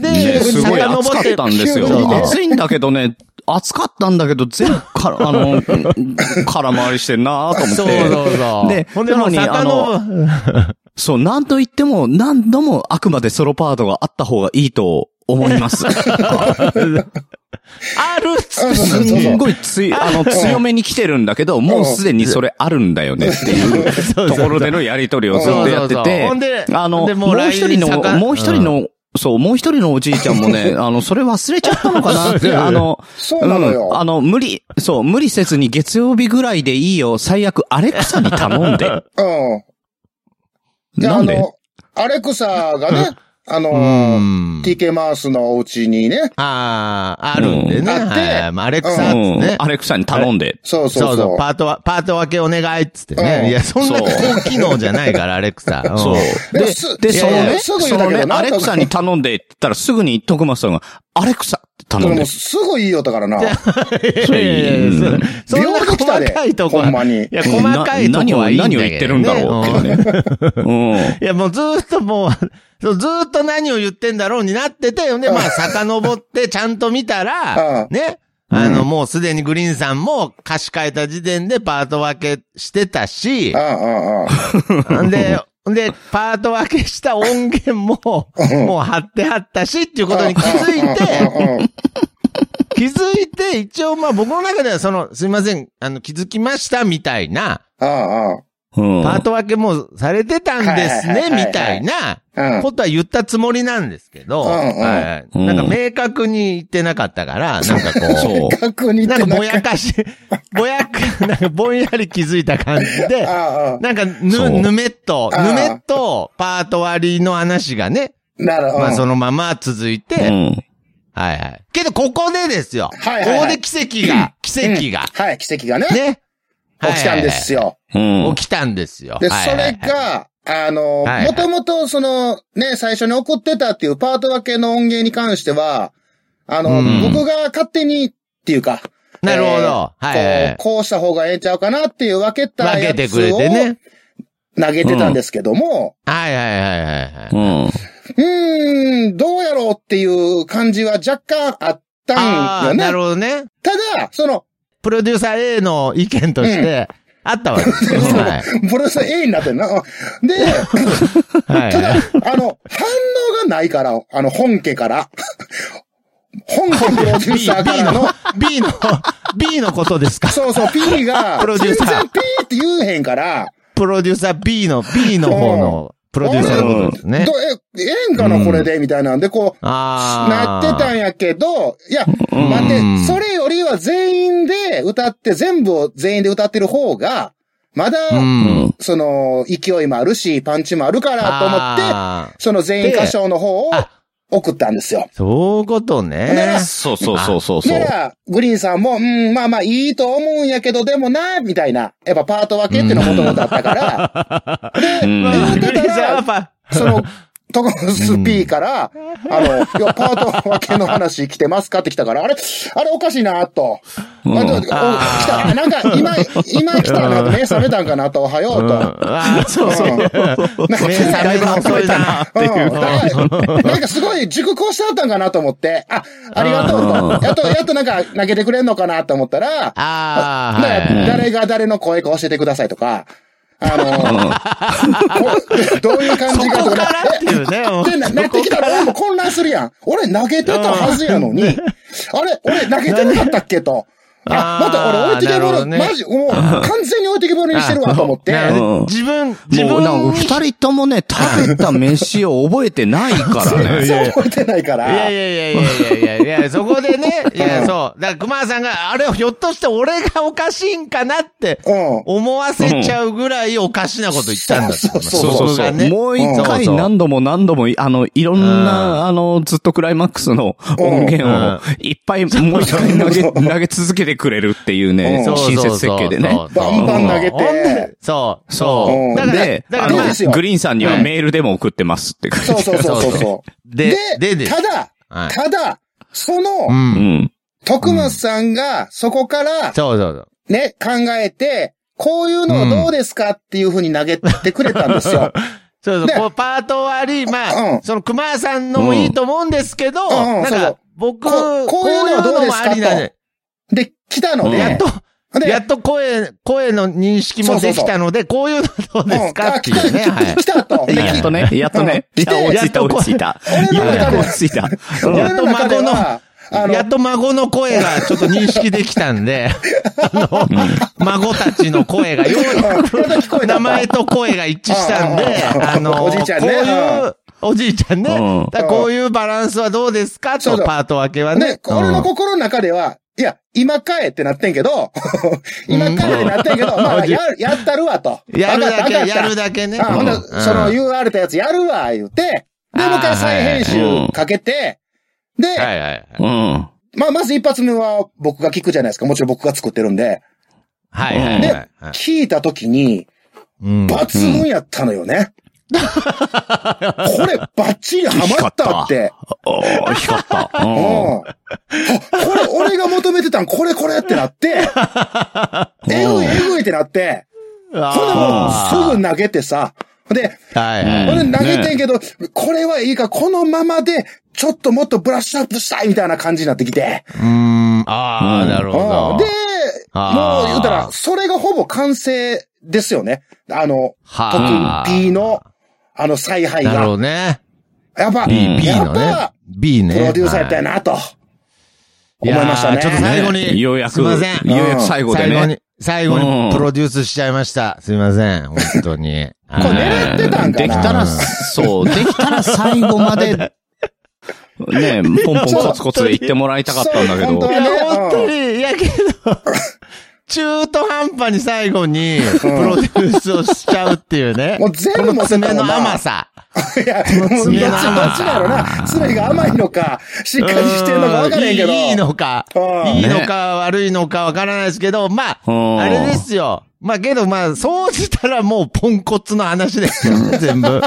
[SPEAKER 2] で、
[SPEAKER 1] すごい暑
[SPEAKER 2] 遡
[SPEAKER 1] か
[SPEAKER 2] っ
[SPEAKER 1] ってたんですよ
[SPEAKER 3] 急に。ね
[SPEAKER 1] 暑いんだけどね、暑かったんだけど、全から、あの、空回りしてんなと思って。
[SPEAKER 2] そうそうそう。
[SPEAKER 1] で
[SPEAKER 2] ほんで、
[SPEAKER 1] なの
[SPEAKER 2] もう
[SPEAKER 1] に
[SPEAKER 2] 遡る、
[SPEAKER 1] そう、なんと言っても、何度もあくまでソロパートがあった方がいいと思います。
[SPEAKER 2] あるっつ
[SPEAKER 3] うん
[SPEAKER 1] す
[SPEAKER 3] そうそうそ
[SPEAKER 1] ん
[SPEAKER 3] う
[SPEAKER 1] ごいつい、あの、強めに来てるんだけど、もうすでにそれあるんだよねっていうところでのやりとりをずっとやって
[SPEAKER 2] そうそうそうほんで
[SPEAKER 1] て、あの、
[SPEAKER 2] でもう
[SPEAKER 1] もう一人
[SPEAKER 2] LINE
[SPEAKER 1] の、
[SPEAKER 2] 盛ん
[SPEAKER 1] もう一人の、そう、もう一人のおじいちゃんもね、あの、それ忘れちゃったのかなって、あの、
[SPEAKER 3] そうなのよ
[SPEAKER 1] うんあの、無理、そう、無理せずに月曜日ぐらいでいいよ、最悪アレクサに頼んで。
[SPEAKER 3] うん。で、
[SPEAKER 1] な
[SPEAKER 3] あ
[SPEAKER 1] んで
[SPEAKER 3] の、アレクサがね、あの
[SPEAKER 2] う
[SPEAKER 3] ー、
[SPEAKER 2] ん。
[SPEAKER 3] TK マウスのお家にね、
[SPEAKER 2] ああ、あるんでね。
[SPEAKER 3] うん
[SPEAKER 2] はいまあアレク
[SPEAKER 1] う
[SPEAKER 2] サっつって
[SPEAKER 1] ん
[SPEAKER 2] ね。
[SPEAKER 1] アレクサに頼んで。
[SPEAKER 3] そうそ
[SPEAKER 2] そうう
[SPEAKER 3] そ
[SPEAKER 2] そうう、。パートは、パート分けお願いっつって
[SPEAKER 3] うん
[SPEAKER 2] ね。いや、そんな
[SPEAKER 1] そう
[SPEAKER 2] 高機能じゃないから、アレクサ。うん
[SPEAKER 1] そう。
[SPEAKER 3] で
[SPEAKER 1] で、
[SPEAKER 3] す
[SPEAKER 1] で、
[SPEAKER 3] い
[SPEAKER 1] そ
[SPEAKER 3] や
[SPEAKER 1] の
[SPEAKER 3] いや
[SPEAKER 1] ね、
[SPEAKER 3] す
[SPEAKER 1] そ
[SPEAKER 3] ぐ言うだ
[SPEAKER 1] の
[SPEAKER 3] けど
[SPEAKER 1] ね、
[SPEAKER 3] なんか
[SPEAKER 1] アレクサに頼んでって言ったらすぐに徳松さんが、アレクサって
[SPEAKER 3] そ
[SPEAKER 1] 頼ん
[SPEAKER 3] れも
[SPEAKER 1] で
[SPEAKER 3] う。すぐいいよだからな。
[SPEAKER 2] いやいやい
[SPEAKER 1] う
[SPEAKER 2] や
[SPEAKER 1] ん
[SPEAKER 2] そそんな細かいとこは。
[SPEAKER 3] ほんまに
[SPEAKER 2] いや、細かいと
[SPEAKER 1] な
[SPEAKER 2] こ
[SPEAKER 1] 何を、
[SPEAKER 2] はいいんだけ
[SPEAKER 1] 何
[SPEAKER 2] ど
[SPEAKER 1] を
[SPEAKER 2] ね
[SPEAKER 1] 言ってるんだろうっていうね。うん。
[SPEAKER 2] いや、もうずーっともう そう、ずーっと何を言ってんだろうになってて、で、まあ、遡ってちゃんと見た
[SPEAKER 3] うん
[SPEAKER 2] ら、ね、あの、もうすでにグリーンさんも歌詞変えた時点でパート分けしてたし
[SPEAKER 3] う、んうんうん。
[SPEAKER 2] んで、で、パート分けした音源も、もう貼って貼ったしっていうことに気づいて、
[SPEAKER 3] いて、
[SPEAKER 2] 気づいて、一応まあ僕の中ではその、すいません、あの、気づきましたみたいな、
[SPEAKER 3] うんうん。
[SPEAKER 1] うん。
[SPEAKER 2] パート分けもされてたんです
[SPEAKER 3] はい
[SPEAKER 2] ね、
[SPEAKER 3] はいはいはい
[SPEAKER 2] みたいな
[SPEAKER 3] うん
[SPEAKER 2] ことは言ったつもりなんですけど、
[SPEAKER 3] うんうん
[SPEAKER 2] はいなんか明確に言ってなかったから、なんかこ
[SPEAKER 1] そう
[SPEAKER 2] う、
[SPEAKER 3] 確認
[SPEAKER 2] なんかぼやかし、ぼやか、なんかぼんやり気づいた感じで、
[SPEAKER 3] ああ、
[SPEAKER 2] なんか
[SPEAKER 1] そ
[SPEAKER 2] ぬ、
[SPEAKER 1] う
[SPEAKER 2] ぬめっと、
[SPEAKER 3] うん
[SPEAKER 2] ぬめっとパート割りの話がね、
[SPEAKER 3] なるほど。
[SPEAKER 2] まあそのまま続いて、
[SPEAKER 1] うん。
[SPEAKER 2] はいはい。けどここでですよ、
[SPEAKER 3] はいはいはい
[SPEAKER 2] ここで奇跡が、奇
[SPEAKER 3] うん
[SPEAKER 2] 跡が、
[SPEAKER 3] はい、奇跡がね、
[SPEAKER 2] ね、
[SPEAKER 3] 起きたんです
[SPEAKER 2] よ。
[SPEAKER 3] よ。
[SPEAKER 1] うん。
[SPEAKER 2] 起きたんですよ。
[SPEAKER 3] で、
[SPEAKER 2] はい
[SPEAKER 3] そ
[SPEAKER 2] はいはい
[SPEAKER 3] れが、あの、
[SPEAKER 2] はい
[SPEAKER 3] もともとその、ね、最初に送ってたっていうパート分けの音源に関しては、あの、
[SPEAKER 2] うん
[SPEAKER 3] 僕が勝手にっていうか、
[SPEAKER 2] なるほ
[SPEAKER 3] えー
[SPEAKER 2] ど。はいはい。
[SPEAKER 3] こう、こうした方がええんちゃうかなっていう分けた
[SPEAKER 2] 分
[SPEAKER 3] や
[SPEAKER 2] け
[SPEAKER 3] つ
[SPEAKER 2] て
[SPEAKER 3] を
[SPEAKER 2] くれてね。
[SPEAKER 3] 投げてたんですけども、
[SPEAKER 2] はいはいはいはいはい。
[SPEAKER 1] うん。
[SPEAKER 3] うーん、どうやろうっていう感じは若干あったん
[SPEAKER 2] あ
[SPEAKER 3] よ
[SPEAKER 2] あ、
[SPEAKER 3] ね
[SPEAKER 2] な。るほどね。
[SPEAKER 3] ただ、その、
[SPEAKER 2] プロデューサー A の意見として、あったわけですよ。はい。
[SPEAKER 3] プロレスの A になってるな。うんで、
[SPEAKER 2] はい
[SPEAKER 3] ただ、
[SPEAKER 2] は
[SPEAKER 3] あ
[SPEAKER 2] い。
[SPEAKER 3] の、反応がないから、あの、本家から。本家プロデュー
[SPEAKER 2] B,
[SPEAKER 3] サーからの、
[SPEAKER 2] B の、B のことですか
[SPEAKER 3] そうそう、P が、
[SPEAKER 2] プロデューサー
[SPEAKER 3] 全然 P って言うへんから、
[SPEAKER 2] プロデューサー B の、B の方のプロデューサーのことですね
[SPEAKER 3] ど。え、ええんかな、これで、みたいなんで、こう、な
[SPEAKER 2] あ
[SPEAKER 3] っ
[SPEAKER 2] あ。
[SPEAKER 3] てたんやけど、いや、待って
[SPEAKER 2] うん、
[SPEAKER 3] それよりは全員で歌って、全部を全員で歌ってる方が、まだ、
[SPEAKER 2] うん。
[SPEAKER 3] その、勢いもあるし、パンチもあるからと思って、
[SPEAKER 2] あー
[SPEAKER 3] その全員歌唱の方を
[SPEAKER 2] であ
[SPEAKER 3] 送ったんですよ。
[SPEAKER 2] そういうことね。
[SPEAKER 1] そうそうそうそうそ
[SPEAKER 3] だ
[SPEAKER 1] う
[SPEAKER 3] か。ら、グリーンさんも、うん、まあまあいいと思うんやけど、でもな、みたいな。やっぱパート分けっていうのもともとあったから、
[SPEAKER 1] うん
[SPEAKER 2] まあ
[SPEAKER 3] 言う
[SPEAKER 2] グリ
[SPEAKER 3] て
[SPEAKER 2] ー
[SPEAKER 3] た
[SPEAKER 2] ンさん
[SPEAKER 3] ら
[SPEAKER 2] は、パ
[SPEAKER 3] その、トコス P から、あの、いやパート分けの話来てますかって来たから、あれ、あれおかしいな、と。
[SPEAKER 1] うん
[SPEAKER 3] あ、でお来た。あなんか、今、今来たなと、目覚めたんかなと、おはようと。
[SPEAKER 2] ああ、そうそう。
[SPEAKER 3] うん
[SPEAKER 2] 目覚めるの遅いな、っていう
[SPEAKER 3] うんなんかなんかすごい熟考してあったんかなと思って、あ、ありがとうと。やっと、やっとなんか投げてくれんのかなと思ったら、
[SPEAKER 2] ああ、
[SPEAKER 3] なん
[SPEAKER 2] は
[SPEAKER 3] か
[SPEAKER 2] い。
[SPEAKER 3] 誰が誰の声か教えてくださいとか、あの、こうどういう感じか
[SPEAKER 2] そ
[SPEAKER 3] と
[SPEAKER 2] こか
[SPEAKER 3] か、
[SPEAKER 2] らっていうね。
[SPEAKER 3] えで、ななってきたら俺も混乱するやん。俺投げてたはずやのに、あれ俺投げてなかったっけと。あ、また俺置いてけぼ
[SPEAKER 2] あーなるほ
[SPEAKER 3] り、
[SPEAKER 2] どね
[SPEAKER 3] マジ、もう完全に置いてけぼりにしてるわと思って。
[SPEAKER 2] なるほど
[SPEAKER 1] うん
[SPEAKER 2] 自分、自
[SPEAKER 1] もう、なん
[SPEAKER 2] 分
[SPEAKER 1] か、
[SPEAKER 2] に
[SPEAKER 1] 二人ともね、食べた飯を覚えてないからね。
[SPEAKER 3] 全然覚えてないから。
[SPEAKER 2] いやいやいやいやいやいやいや、そこでね、いや、そう。だから、熊さんが、あれ、ひょっとして俺がおかしいんかなって、
[SPEAKER 3] うん
[SPEAKER 2] 思わせちゃうぐらいおかしなこと言ったんだ
[SPEAKER 3] そうそうそう
[SPEAKER 2] 僕がね
[SPEAKER 1] もう一回
[SPEAKER 2] そうそう
[SPEAKER 1] 何度も何度も、あの、いろん
[SPEAKER 2] うん
[SPEAKER 1] な、あの、ずっとクライマックスの音源をいっぱいもう一回投げ、投げ続けてくれるっていうね、
[SPEAKER 3] うん
[SPEAKER 1] 親切設計でね。
[SPEAKER 3] バンバン投げて。
[SPEAKER 2] そう、
[SPEAKER 3] う
[SPEAKER 2] そ
[SPEAKER 3] ん
[SPEAKER 2] う。だから、
[SPEAKER 1] で
[SPEAKER 2] だ、か
[SPEAKER 1] あ
[SPEAKER 2] らまあ
[SPEAKER 3] そうですよ
[SPEAKER 1] の、グリーンさんにはメールでも送ってますって感じ。
[SPEAKER 3] そうそうそうそうそう。
[SPEAKER 2] で、で、で、
[SPEAKER 3] ただ、
[SPEAKER 2] はい
[SPEAKER 3] ただ、そうの、
[SPEAKER 2] ん。
[SPEAKER 1] ん。
[SPEAKER 3] 徳松さんが、そこから、
[SPEAKER 2] そうそうそう。
[SPEAKER 3] ね、考えて、こういうのどうですかっていうふうに投げてくれたんですよ。
[SPEAKER 2] そう
[SPEAKER 3] で
[SPEAKER 2] そう、こうパートはあり、ま
[SPEAKER 3] う
[SPEAKER 2] あ
[SPEAKER 3] ん、
[SPEAKER 2] その熊さんのもいいと思うんですけど、
[SPEAKER 3] んうん
[SPEAKER 2] なん
[SPEAKER 3] そうそ
[SPEAKER 2] か
[SPEAKER 3] う、
[SPEAKER 2] 僕、
[SPEAKER 3] こうこういうのどうですか
[SPEAKER 2] こいのもありなんで
[SPEAKER 3] で、来たので、
[SPEAKER 2] やっと、
[SPEAKER 3] で
[SPEAKER 2] やっと声、声の認識もできたので、こういうのどうですかっていうね。
[SPEAKER 3] うん
[SPEAKER 2] はい
[SPEAKER 3] あ来た来たと。で
[SPEAKER 1] やっとね、やっとね。い
[SPEAKER 3] うん
[SPEAKER 1] や、追いついた、
[SPEAKER 2] や
[SPEAKER 1] 追
[SPEAKER 2] っと
[SPEAKER 1] いついた。
[SPEAKER 3] 俺の
[SPEAKER 1] ようや
[SPEAKER 3] 中
[SPEAKER 1] く
[SPEAKER 3] で
[SPEAKER 1] 追いついた。うん
[SPEAKER 3] 俺の中では、あの、
[SPEAKER 2] やっと孫の声がちょっと認識できたん で、あの、孫たちの声がよ
[SPEAKER 3] うんやっと聞こ
[SPEAKER 2] うや
[SPEAKER 3] え
[SPEAKER 2] く
[SPEAKER 3] た
[SPEAKER 2] 名前と声が一致したんで、
[SPEAKER 3] うん
[SPEAKER 2] あの、
[SPEAKER 3] おじいちゃんね
[SPEAKER 2] こういう、おじいちゃん
[SPEAKER 1] う
[SPEAKER 2] ね
[SPEAKER 1] ん、
[SPEAKER 2] だからこういうバランスはどうですか
[SPEAKER 3] そう
[SPEAKER 2] と、
[SPEAKER 3] そう
[SPEAKER 2] パート分けはね
[SPEAKER 3] ね、。俺の心の中では、いや、今かえってなってんけ ど、今かえってなってんけど、まあ、や、やったるわと。
[SPEAKER 2] うんやるだけ、
[SPEAKER 3] わかった
[SPEAKER 2] やるだけね。
[SPEAKER 3] あ、ほんで、その言われたやつやるわ、言うて、で、もう一回再編集かけて、で、
[SPEAKER 2] はいはいはい。
[SPEAKER 1] うん。
[SPEAKER 3] まあ、まず一発目は僕が聞くじゃないですか。もちろん僕が作ってるんで。
[SPEAKER 2] はいはいはいはい。
[SPEAKER 3] 聞いたときに、
[SPEAKER 2] うん
[SPEAKER 3] 抜群やったのよ ね。これ、バッチリハマったって。
[SPEAKER 1] おー、光った。う
[SPEAKER 3] うん。
[SPEAKER 1] ん。
[SPEAKER 3] あこれ、俺が求めてたん、これこれってなって、えぐいえぐいってなって、ほんでもうすぐ投げてさ、で、
[SPEAKER 2] はいはい。
[SPEAKER 3] ほんで投げてんけど、これはいいか、このままで、ちょっともっとブラッシュアップしたいみたいな感じになってきて。
[SPEAKER 2] うーん、ああ、なるほ
[SPEAKER 3] うん
[SPEAKER 2] ど。
[SPEAKER 3] で、
[SPEAKER 2] あー
[SPEAKER 3] もう言うたら、それがほぼ完成ですよね。あの、
[SPEAKER 2] はあ
[SPEAKER 3] 特に B の、あの、采配
[SPEAKER 2] なるほど
[SPEAKER 3] が。
[SPEAKER 2] ね。
[SPEAKER 3] やっぱ、
[SPEAKER 1] B
[SPEAKER 2] B
[SPEAKER 3] や
[SPEAKER 2] の
[SPEAKER 3] っ
[SPEAKER 2] ね
[SPEAKER 3] ぱ、。
[SPEAKER 2] B ね。
[SPEAKER 3] プロデューサーやった
[SPEAKER 2] は
[SPEAKER 3] よ
[SPEAKER 2] い
[SPEAKER 3] な、と。思
[SPEAKER 2] やー
[SPEAKER 3] いましたね。
[SPEAKER 2] ちょっと最後
[SPEAKER 1] ね
[SPEAKER 2] に。
[SPEAKER 1] ようやく、
[SPEAKER 2] すいません。
[SPEAKER 1] ようやく最後で
[SPEAKER 2] 最後
[SPEAKER 1] ね。
[SPEAKER 2] に、最後
[SPEAKER 1] うん
[SPEAKER 2] にプロデュースしちゃいました。すいません。本当に。
[SPEAKER 3] これ狙ってたんかな
[SPEAKER 1] できたら、そう、できたら最後 まで、ね、ポンポンコツコツで言ってもらいたかったんだけ
[SPEAKER 3] そう
[SPEAKER 1] ど
[SPEAKER 3] 本当。
[SPEAKER 2] い
[SPEAKER 3] は
[SPEAKER 2] や、本当
[SPEAKER 3] う
[SPEAKER 2] に、いやけ ど、中途半端に最後に、プロデュースをしちゃうっていうね。
[SPEAKER 3] もう全部持ってた
[SPEAKER 2] 爪の
[SPEAKER 3] もんな
[SPEAKER 2] 甘さ。
[SPEAKER 3] いや、もうどっち、どっち
[SPEAKER 2] 爪の甘さ
[SPEAKER 3] だろ うな。爪が甘いのか、しっかりしてんのか分からへんけど。
[SPEAKER 2] ういいいのか
[SPEAKER 3] うん、
[SPEAKER 2] いいのか悪いのか分からないですけど、ま
[SPEAKER 1] うん
[SPEAKER 2] あ、あれですよ。まあけど、まあ、そうしたらもうポンコツの話ですよ、全部。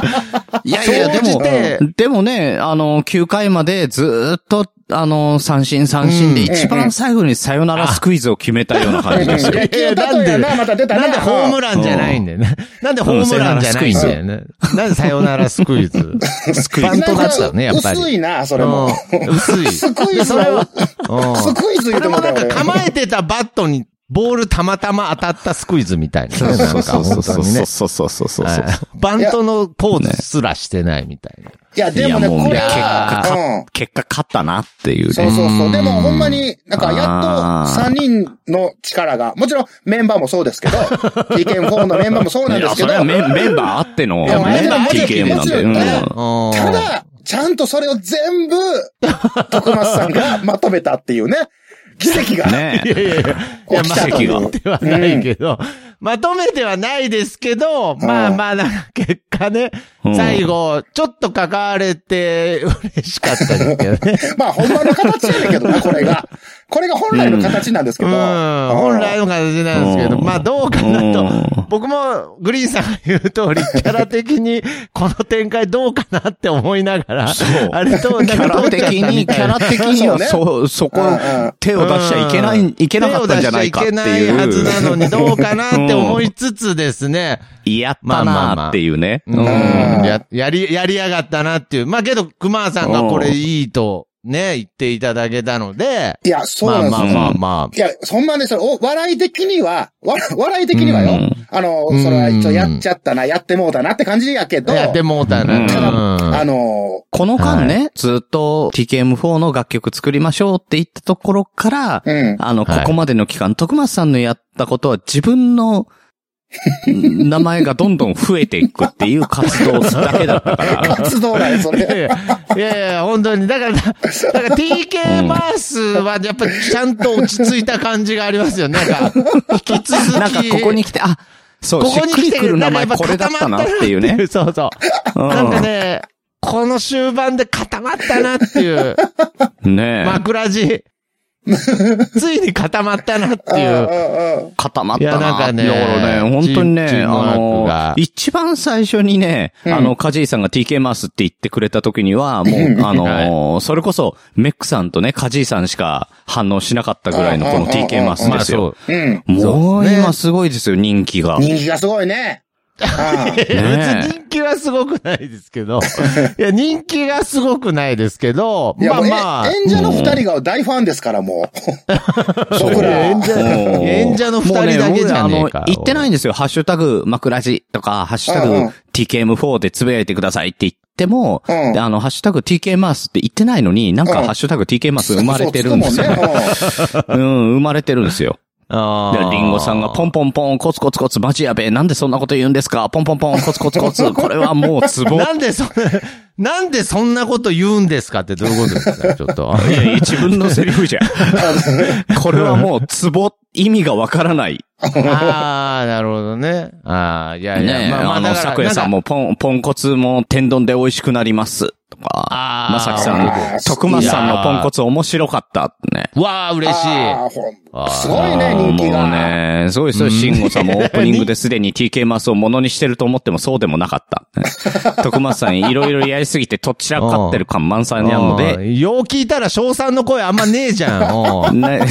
[SPEAKER 1] いやいや、で
[SPEAKER 2] 総じて
[SPEAKER 1] も、でもね、あの、9回までずーっと、あの、三振三振で
[SPEAKER 3] うん
[SPEAKER 1] 一番最後にサヨナラスクイズを決めたような感じですよ。
[SPEAKER 3] 野球例えやな、また出たな。
[SPEAKER 2] なんでホーム
[SPEAKER 3] ラ
[SPEAKER 2] ランじゃないんだよね。なんでホームランじゃないんだよね。なんでさよならスクイズ。スクイズ。バントだったよね、やっぱり。
[SPEAKER 3] 薄いな、それも。
[SPEAKER 2] うん薄い。
[SPEAKER 3] スクイズ
[SPEAKER 2] それは
[SPEAKER 3] は、、スクイズ
[SPEAKER 2] そ
[SPEAKER 3] 言
[SPEAKER 2] う
[SPEAKER 3] て
[SPEAKER 2] れ
[SPEAKER 3] も
[SPEAKER 2] も
[SPEAKER 3] ら
[SPEAKER 2] な
[SPEAKER 3] っ
[SPEAKER 2] ん
[SPEAKER 3] た
[SPEAKER 2] か
[SPEAKER 3] よ
[SPEAKER 2] 構えてたバットに、ボールたまたま当たったスクイズみたいな。なんか本当にね。
[SPEAKER 1] そうそうそうそうそう。
[SPEAKER 2] バントのポーズすらしてないみたいな。
[SPEAKER 3] いや、で
[SPEAKER 1] いや
[SPEAKER 3] もね、
[SPEAKER 1] もう
[SPEAKER 3] こ
[SPEAKER 1] ね
[SPEAKER 3] れ
[SPEAKER 1] 結果
[SPEAKER 3] は、うん
[SPEAKER 1] か、結果勝ったなっていう
[SPEAKER 3] そう
[SPEAKER 1] ね。
[SPEAKER 3] そうそう。でもほんまに、なんかや
[SPEAKER 1] あ
[SPEAKER 3] っ
[SPEAKER 1] ー
[SPEAKER 3] と3人の力が、もちろんメンバーもそうで すけど、TKM4 のメンバーもそうなん
[SPEAKER 1] い
[SPEAKER 3] で
[SPEAKER 1] や、
[SPEAKER 3] すけ
[SPEAKER 1] そ
[SPEAKER 3] ど、
[SPEAKER 1] れは
[SPEAKER 3] た
[SPEAKER 1] メンメンバーあっての、
[SPEAKER 3] いや
[SPEAKER 1] メンバー
[SPEAKER 2] もちろん
[SPEAKER 1] TKM なんで。
[SPEAKER 3] もちろんね
[SPEAKER 1] うん
[SPEAKER 3] だ、ちゃんとそれを全部、徳松さんがまとめたっていうね、奇跡が。
[SPEAKER 1] ね
[SPEAKER 2] いやいやい や、いやまと
[SPEAKER 1] 奇跡が
[SPEAKER 2] めてはないけど、まとめてはないですけど、まあまあ、なんか結果ね、
[SPEAKER 1] うん
[SPEAKER 2] 最後、ちょっと関われて嬉しかったですけどね。
[SPEAKER 3] まあ、ほんまの形やねんけどな、これが。これが本本来の形なんですけ
[SPEAKER 2] う
[SPEAKER 3] ど、
[SPEAKER 2] ん。本来の形なんですけど、
[SPEAKER 1] うん
[SPEAKER 2] まあどうかな
[SPEAKER 1] う
[SPEAKER 2] と
[SPEAKER 1] ん。
[SPEAKER 2] 僕もグリーンさんが言う通り、キャラ的に この展開どうかなって思いながら、あれと、
[SPEAKER 1] キャラ的に、キャラ的には、そ、そこ
[SPEAKER 3] うんうん、
[SPEAKER 1] 手を出しちゃいけない、いけなかったんじゃないかってい
[SPEAKER 2] 手を出しちゃいけないはずなの
[SPEAKER 1] う。
[SPEAKER 2] に、どうかなって思いつつですね。
[SPEAKER 1] やったなーっていうね。
[SPEAKER 2] うん、
[SPEAKER 3] うん
[SPEAKER 2] や、やり、やりやがったなっていう。まあけど、熊さんがこれいいと、ね、言っていただけたので、
[SPEAKER 3] いや、そう
[SPEAKER 2] ま
[SPEAKER 3] な
[SPEAKER 2] あ
[SPEAKER 3] んです
[SPEAKER 2] まあ
[SPEAKER 3] よ。
[SPEAKER 2] まあま
[SPEAKER 3] いや、そんなね、それ、お、笑い的には、 わ、笑い的には
[SPEAKER 1] う
[SPEAKER 3] よ
[SPEAKER 1] ん。
[SPEAKER 3] あの、
[SPEAKER 2] うん
[SPEAKER 3] それは、ちょ、やっちゃったな、やってもうだなって感じやけ
[SPEAKER 2] あ。
[SPEAKER 3] ど、
[SPEAKER 2] やってもうたな。
[SPEAKER 1] うん
[SPEAKER 3] ただ、あ
[SPEAKER 2] うん
[SPEAKER 3] の、
[SPEAKER 1] この間ね、ずっと TKM4 の楽曲作りましょうって言ったところから、
[SPEAKER 3] うん。
[SPEAKER 1] あの、こ
[SPEAKER 2] はい
[SPEAKER 1] こまでの期間、徳松さんのやったことは自分 の名前がどんどん増えていくっていう活動だけだったから。
[SPEAKER 3] 活動だよ、そ
[SPEAKER 2] いやい
[SPEAKER 3] れ。
[SPEAKER 2] やいやいや、本当に。だから、だから TK バースはやっぱりちゃんと落ち着いた感じがありますよね。なんか、引き 続き。
[SPEAKER 1] なんかここに来て、あ、そう、
[SPEAKER 2] こ
[SPEAKER 1] しっ
[SPEAKER 2] こに
[SPEAKER 1] く
[SPEAKER 2] 来
[SPEAKER 1] り
[SPEAKER 2] て
[SPEAKER 1] くる名前これだったなっていうね。。
[SPEAKER 2] なんかやっぱ固まったな そうそう。なんかね、この終盤で固まったなって いう、
[SPEAKER 1] うんねえ。
[SPEAKER 2] 枕地。ついに固まったなってい
[SPEAKER 3] うん
[SPEAKER 2] う。
[SPEAKER 3] うんうん
[SPEAKER 1] 固まったな。
[SPEAKER 2] いやなんかね
[SPEAKER 1] だからね、本当にね、
[SPEAKER 2] チームワ
[SPEAKER 1] あ
[SPEAKER 2] ークが
[SPEAKER 1] の、一番最初にね、
[SPEAKER 3] うん
[SPEAKER 1] あの、カジイさんが TK マスって言ってくれた時には、もう、あの、それこそ、メックさんとね、カジイさんしか反応しなかったぐらいのこの TK マスですよ。
[SPEAKER 2] う。
[SPEAKER 3] うん。
[SPEAKER 1] もう
[SPEAKER 2] ね
[SPEAKER 1] 今すごいですよ、人気が。
[SPEAKER 3] 人気がすご いね。あ
[SPEAKER 2] 別
[SPEAKER 1] ね
[SPEAKER 2] に人気はすごくないですけど。いや、人気がすごくないですけど、
[SPEAKER 3] いや、
[SPEAKER 2] まあ
[SPEAKER 3] もう、え
[SPEAKER 2] まあ。
[SPEAKER 3] 演者の二人が大ファンですか ら、もう。僕ら。
[SPEAKER 2] 演者
[SPEAKER 1] もう
[SPEAKER 2] 演者の二人だけじゃねえか
[SPEAKER 1] もう俺あの言ってないんですよ。ハッシュタグ、枕地とか、ハッシュタ
[SPEAKER 3] うんうん
[SPEAKER 1] グ、TKM4 でつぶやいてくださいって言っても、
[SPEAKER 3] うん
[SPEAKER 1] であの、ハッシュタグ TK マースって言ってないのに、なん
[SPEAKER 3] う
[SPEAKER 1] か
[SPEAKER 3] ん
[SPEAKER 1] ハッシュタグ TK マース生まれてるんですよ。
[SPEAKER 3] そうつくもんね
[SPEAKER 1] うん、生まれてるんですよ。
[SPEAKER 2] あ
[SPEAKER 1] で、
[SPEAKER 2] ー
[SPEAKER 1] リンゴさんがポンポンポン、コツコツコツ、マジやべえ、なんでそんなこと言うんですかポンポンポン、コツコツコツ、これはもうツボ。
[SPEAKER 2] なんでそんな、なんでそんなこと言うんですかってどういうことですかちょっ と。
[SPEAKER 1] いやいや自分のセリフじゃん。これはもうツボ、意味がわからない。
[SPEAKER 2] ああ、なるほどね。ああ、いやいや、
[SPEAKER 1] ねえ、
[SPEAKER 2] まあまあ、
[SPEAKER 1] あの、
[SPEAKER 2] だから
[SPEAKER 1] 桜井さん。もポン、ポンコツも天丼で美味しくなります。とか
[SPEAKER 2] あ、ー
[SPEAKER 1] まさきさ
[SPEAKER 3] あ
[SPEAKER 1] ん、
[SPEAKER 3] ー
[SPEAKER 1] 徳松さんのポンコツ面白かったってね。
[SPEAKER 2] なんかわあ、嬉しい。
[SPEAKER 3] あーほん
[SPEAKER 2] あー
[SPEAKER 3] すごいね、
[SPEAKER 1] あー
[SPEAKER 3] 人気
[SPEAKER 1] もう
[SPEAKER 3] が。
[SPEAKER 1] ね、そうですよ。慎吾さ んもオープニングですでに TK マスをものにしてると思ってもそうでもなかった。 徳松さんいろいろやりすぎてとっちらかってる感満載なの で、
[SPEAKER 2] うんよう聞いたら、翔さんの声あんまねえじ ゃん。うんよ
[SPEAKER 1] ね、
[SPEAKER 2] う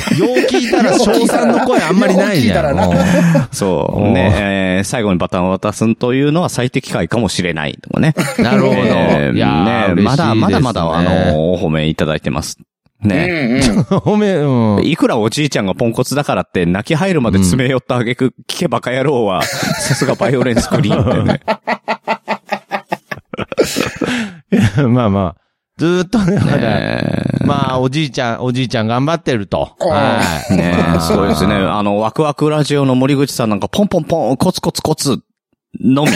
[SPEAKER 2] 聞いたら、翔さんの声あんまりないじゃん。
[SPEAKER 3] よう聞い
[SPEAKER 1] そう、ね、えー最後にバトンを渡すというのは最適解かもしれないとかね。
[SPEAKER 2] うんなるほど。
[SPEAKER 1] えー
[SPEAKER 2] いやー
[SPEAKER 1] ね、まだまだまだ、あ、
[SPEAKER 2] 嬉しいですね
[SPEAKER 1] の、お褒めいただいてます。
[SPEAKER 3] う
[SPEAKER 1] ね。
[SPEAKER 3] んうん。
[SPEAKER 2] 褒め、うん。
[SPEAKER 1] いくらおじいちゃんがポンコツだからって泣き入るまで詰め寄った挙句、聞けバカ野郎は、さすがバイオレンスクリーンだ よね。
[SPEAKER 2] まあまあ。ずーっとね、まだ
[SPEAKER 1] ね
[SPEAKER 2] まあ、おじいちゃん、おじいちゃん頑張ってると。
[SPEAKER 3] うん
[SPEAKER 2] はい。
[SPEAKER 1] ねえすごいですね。あの、ワクワクラジオの森口さんなんかポンポンポン、コツコツコツ、のみ。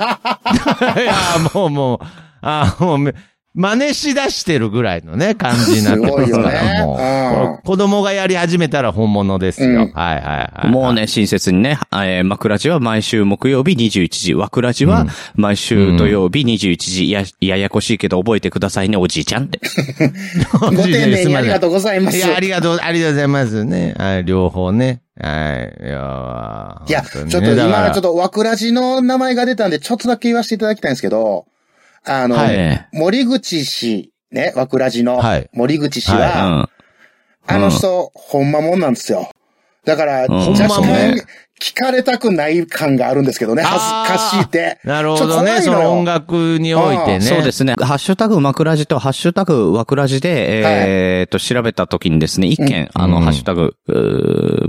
[SPEAKER 2] いや、もうもう、あもうめ、真似しだしてるぐらいのね、感じになってますか
[SPEAKER 3] すごい
[SPEAKER 2] ら、
[SPEAKER 3] よね
[SPEAKER 2] もう
[SPEAKER 3] うん
[SPEAKER 2] これ。子供がやり始めたら本物ですよ。
[SPEAKER 3] うん
[SPEAKER 2] はいはいはい。
[SPEAKER 1] もうね、親切にね、えー、マクラジは毎週木曜日21時、ワクラジは毎週土曜日21時、や、ややこしいけど覚えてくださいね、おじいちゃんって。
[SPEAKER 2] ご
[SPEAKER 3] ご丁寧にありがとうございます。
[SPEAKER 2] いや、ありがとう、ありがとうございますね。はい、両方ね。はい、いや
[SPEAKER 3] いや、ちょっと今、ちょっ
[SPEAKER 2] と。
[SPEAKER 3] と、わくらじの名前が出たんで、ちょっとだけ言わせていただきたいんですけど、あの、
[SPEAKER 2] はい
[SPEAKER 3] 森口氏、ね、わくらじの
[SPEAKER 2] はい
[SPEAKER 3] 森口氏は、
[SPEAKER 2] は
[SPEAKER 1] うん。
[SPEAKER 3] あの人、ほんまもんなんですよ。だから、
[SPEAKER 1] ん
[SPEAKER 3] 若
[SPEAKER 2] ほんまもん
[SPEAKER 3] 干、聞かれたくない感があるんですけどね、恥ずかしいって。
[SPEAKER 2] なる
[SPEAKER 3] ち
[SPEAKER 2] ほ
[SPEAKER 3] ょっと
[SPEAKER 2] ど
[SPEAKER 3] 怖
[SPEAKER 2] ね。
[SPEAKER 3] い
[SPEAKER 2] そ
[SPEAKER 3] の
[SPEAKER 2] の
[SPEAKER 3] よ
[SPEAKER 2] 音楽においてね。
[SPEAKER 1] そうですね。ハッシュタグマクラジとハッシュタグワクラジで、えーっと、調べたときにですね、一件、あの、
[SPEAKER 2] うん
[SPEAKER 1] ハッシュタグ、う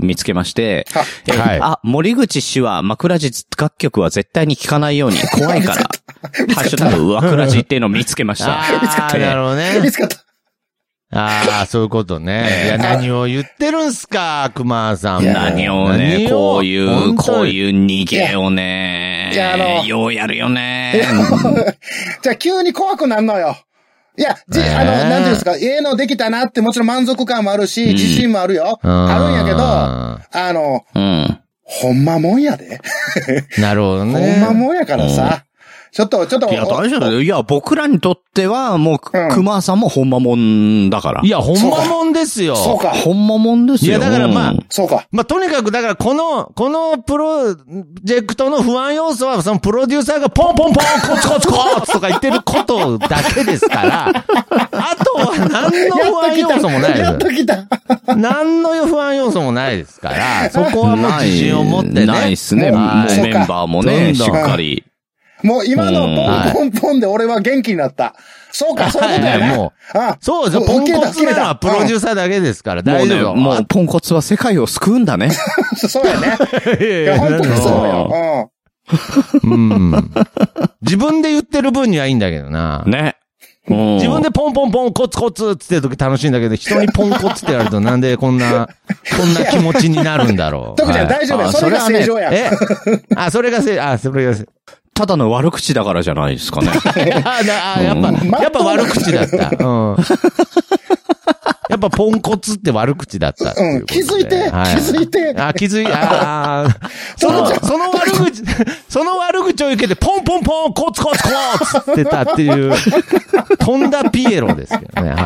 [SPEAKER 1] ー見つけまして、
[SPEAKER 3] は
[SPEAKER 1] えー
[SPEAKER 2] はい
[SPEAKER 1] あ、森口氏はマクラジ楽曲は絶対に聴かないように、怖いから、ハッシュタグワクラジっていうのを見つけました。
[SPEAKER 2] ああ、なるほどね
[SPEAKER 3] 見。つかった。
[SPEAKER 2] ああ、そういうことね。いや、何を言ってるんすか、熊さんも。
[SPEAKER 1] 何をね、
[SPEAKER 2] 何を
[SPEAKER 1] こういう、
[SPEAKER 2] 本当に
[SPEAKER 1] こういう逃げをね、
[SPEAKER 3] いやいやあの
[SPEAKER 1] ようやるよね。
[SPEAKER 3] じゃあ、急に怖くなんのよ。いや、じ、
[SPEAKER 2] ねえ
[SPEAKER 3] あの、なんていうんですか、ええのできたなって、もちろん満足感もあるし、自信もあるよ。あるんやけど、あの、
[SPEAKER 1] うん。
[SPEAKER 3] ほんまもんやで。
[SPEAKER 2] なるほど
[SPEAKER 3] ほ
[SPEAKER 2] ね。
[SPEAKER 3] んまもんやからさ。ちょっと、ちょっと、
[SPEAKER 1] いや、大丈
[SPEAKER 3] お
[SPEAKER 1] 夫いや、僕らにとっては、もう、
[SPEAKER 3] うん
[SPEAKER 1] 熊さんもほんまもんだから。
[SPEAKER 2] い、や、ほんまもんですよ。
[SPEAKER 3] そうか、
[SPEAKER 1] ほんまもんですよ。
[SPEAKER 2] いやだからまあ
[SPEAKER 1] うん
[SPEAKER 3] そうか。
[SPEAKER 2] まあ、とにかく、だから、この、このプロジェクトの不安要素は、そのプロデューサーがポンポンポン、コツコツコツとか言ってることだけですから、あとは何の不安要素もない
[SPEAKER 3] やっと
[SPEAKER 2] で
[SPEAKER 3] 来た。
[SPEAKER 2] す。何の不安要素もないですから、そこはもう自信を持ってね。
[SPEAKER 1] ないっすね。もう
[SPEAKER 2] はい
[SPEAKER 3] そう
[SPEAKER 1] メン
[SPEAKER 3] か
[SPEAKER 1] バーもね、し
[SPEAKER 2] ど
[SPEAKER 1] っ
[SPEAKER 2] んどん
[SPEAKER 1] かり。
[SPEAKER 3] もう今の
[SPEAKER 1] うん
[SPEAKER 3] ポンポンポンで俺は元気になった。そうか、そういうことや
[SPEAKER 2] はいはい
[SPEAKER 3] な。
[SPEAKER 2] も
[SPEAKER 3] あ
[SPEAKER 2] そうですよ。ポンコツなのはプロデューサーだけですから、
[SPEAKER 1] もう
[SPEAKER 2] 大
[SPEAKER 1] ね、
[SPEAKER 2] 丈夫。
[SPEAKER 1] もう、ポンコツは世界を救うんだね。
[SPEAKER 3] ー。そうやね。
[SPEAKER 2] いやい
[SPEAKER 3] い
[SPEAKER 2] や
[SPEAKER 3] や、本当にそう
[SPEAKER 1] なんだ
[SPEAKER 3] よ。
[SPEAKER 2] うん。自分で言ってる分にはいいんだけどな。
[SPEAKER 1] ね。うん
[SPEAKER 2] 自分でポンポンポンコツコツって言ってる時楽しいんだけど、人にポンコツってやるとなんでこん な、こんな気持ちになるんだろ
[SPEAKER 3] うん。
[SPEAKER 2] う。
[SPEAKER 3] 徳ちゃん
[SPEAKER 2] はい
[SPEAKER 3] 大丈夫や。
[SPEAKER 1] あ
[SPEAKER 3] それが
[SPEAKER 1] それはね
[SPEAKER 3] 正常や。
[SPEAKER 2] えあ、それがせ、あ、それが せ。
[SPEAKER 1] ただの悪口だからじゃないですかね。
[SPEAKER 2] あ、なあやっぱ、やっぱ悪口だった。うん。やっぱポンコツって悪口だったっていうことで。
[SPEAKER 3] うん気づいて
[SPEAKER 2] は
[SPEAKER 3] 気づいて
[SPEAKER 2] あ、気づい、ああ、 その、その悪口、その悪口を受けて、ポンポンポン、コツコツコツって言ってたって いう、とんだピエロですけどね、はい。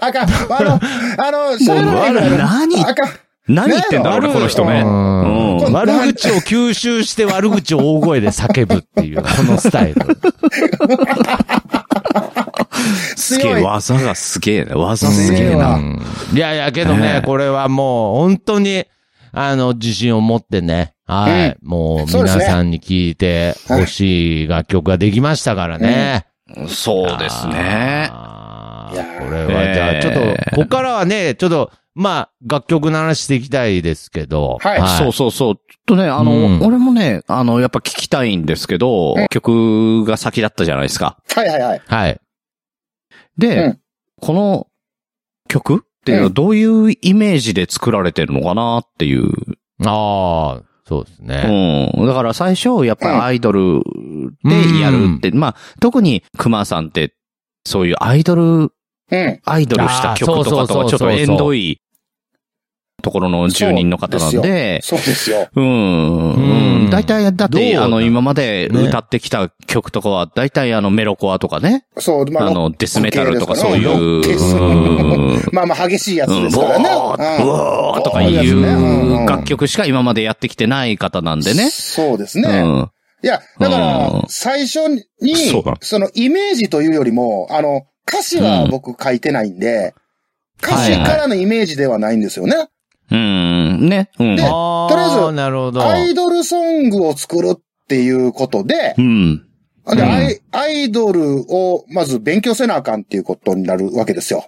[SPEAKER 3] あかん。あの、あの、喋らない
[SPEAKER 1] も
[SPEAKER 3] から
[SPEAKER 1] う何
[SPEAKER 3] あかん。
[SPEAKER 1] 何言ってんだ
[SPEAKER 3] ね
[SPEAKER 1] 俺、この人ね。
[SPEAKER 3] う
[SPEAKER 1] うん
[SPEAKER 3] ん
[SPEAKER 2] 悪口を吸収して悪口を大声で叫ぶっていう、このスタイル。
[SPEAKER 1] すげえ、技がすげえな。技すげえ
[SPEAKER 3] 強い
[SPEAKER 1] な
[SPEAKER 3] わ。
[SPEAKER 2] うんいやいや、けど
[SPEAKER 1] ね
[SPEAKER 2] ね
[SPEAKER 1] え、
[SPEAKER 2] これはもう本当に、あの、自信を持ってね、はい、もう
[SPEAKER 3] そうです
[SPEAKER 2] 皆
[SPEAKER 3] ね
[SPEAKER 2] さんに聞いてほしい楽曲ができましたからね。
[SPEAKER 1] そうですね。
[SPEAKER 2] あ
[SPEAKER 3] いやー
[SPEAKER 2] ーこれはじゃ
[SPEAKER 1] え
[SPEAKER 2] あ、
[SPEAKER 1] え
[SPEAKER 2] ちょっと、ここからはね、ちょっと、まあ、楽曲の話していきたいですけど。
[SPEAKER 3] はい
[SPEAKER 1] そうそうそう。ちょっとね、あの、
[SPEAKER 2] うん
[SPEAKER 1] 俺もね、あの、やっぱ聞きたいんですけど、
[SPEAKER 3] うん
[SPEAKER 1] 曲が先だったじゃないですか。
[SPEAKER 3] はいはいはい。
[SPEAKER 2] はい。
[SPEAKER 1] で、
[SPEAKER 3] うん
[SPEAKER 1] この曲っていうの
[SPEAKER 3] う
[SPEAKER 1] は
[SPEAKER 3] ん
[SPEAKER 1] どういうイメージで作られてるのかなっていう。
[SPEAKER 2] ああ、そうですね。
[SPEAKER 1] うん。だから最初、やっぱりアイドルでやるって、まあ、特に熊さんって、そういうアイドル、
[SPEAKER 3] うん。
[SPEAKER 1] アイドルした曲とかとはちょっと縁遠いところの住人の方なんで、
[SPEAKER 3] そうですよ。
[SPEAKER 1] うん
[SPEAKER 2] うん
[SPEAKER 1] うん。大体、だっ
[SPEAKER 2] どう
[SPEAKER 1] て、
[SPEAKER 2] な
[SPEAKER 1] あ
[SPEAKER 2] ん
[SPEAKER 1] の、今まで
[SPEAKER 2] ね
[SPEAKER 1] 歌ってきた曲とかは、大体、あの、メロコアとかね。
[SPEAKER 3] そう、ま
[SPEAKER 1] あ
[SPEAKER 3] あ、
[SPEAKER 1] の、デスメタルとかそういう。
[SPEAKER 3] ロックです
[SPEAKER 1] うん。
[SPEAKER 3] まあまあ激しいやつ
[SPEAKER 1] うん、
[SPEAKER 3] で
[SPEAKER 1] う
[SPEAKER 3] すからね。
[SPEAKER 1] おー、
[SPEAKER 3] うん
[SPEAKER 1] うおーとか
[SPEAKER 3] そうで
[SPEAKER 1] い
[SPEAKER 3] すねうんう
[SPEAKER 1] うん楽曲しか今までやってきてない方なんでね。
[SPEAKER 3] そうです
[SPEAKER 1] う
[SPEAKER 3] ね。
[SPEAKER 1] ん。
[SPEAKER 3] いや、だか
[SPEAKER 1] うん
[SPEAKER 3] ら、最初に
[SPEAKER 1] そうだ、
[SPEAKER 3] そのイメージというよりも、あの、歌詞は僕書いてないんで、歌詞からのイメージではないんですよね。
[SPEAKER 1] うん。ね。うん
[SPEAKER 3] で。とりあえず
[SPEAKER 2] なるほど。
[SPEAKER 3] アイドルソングを作るっていうことで、
[SPEAKER 1] うん。
[SPEAKER 3] で
[SPEAKER 1] うん
[SPEAKER 3] アイアイドルをまず勉強せなあかんっていうことになるわけですよ。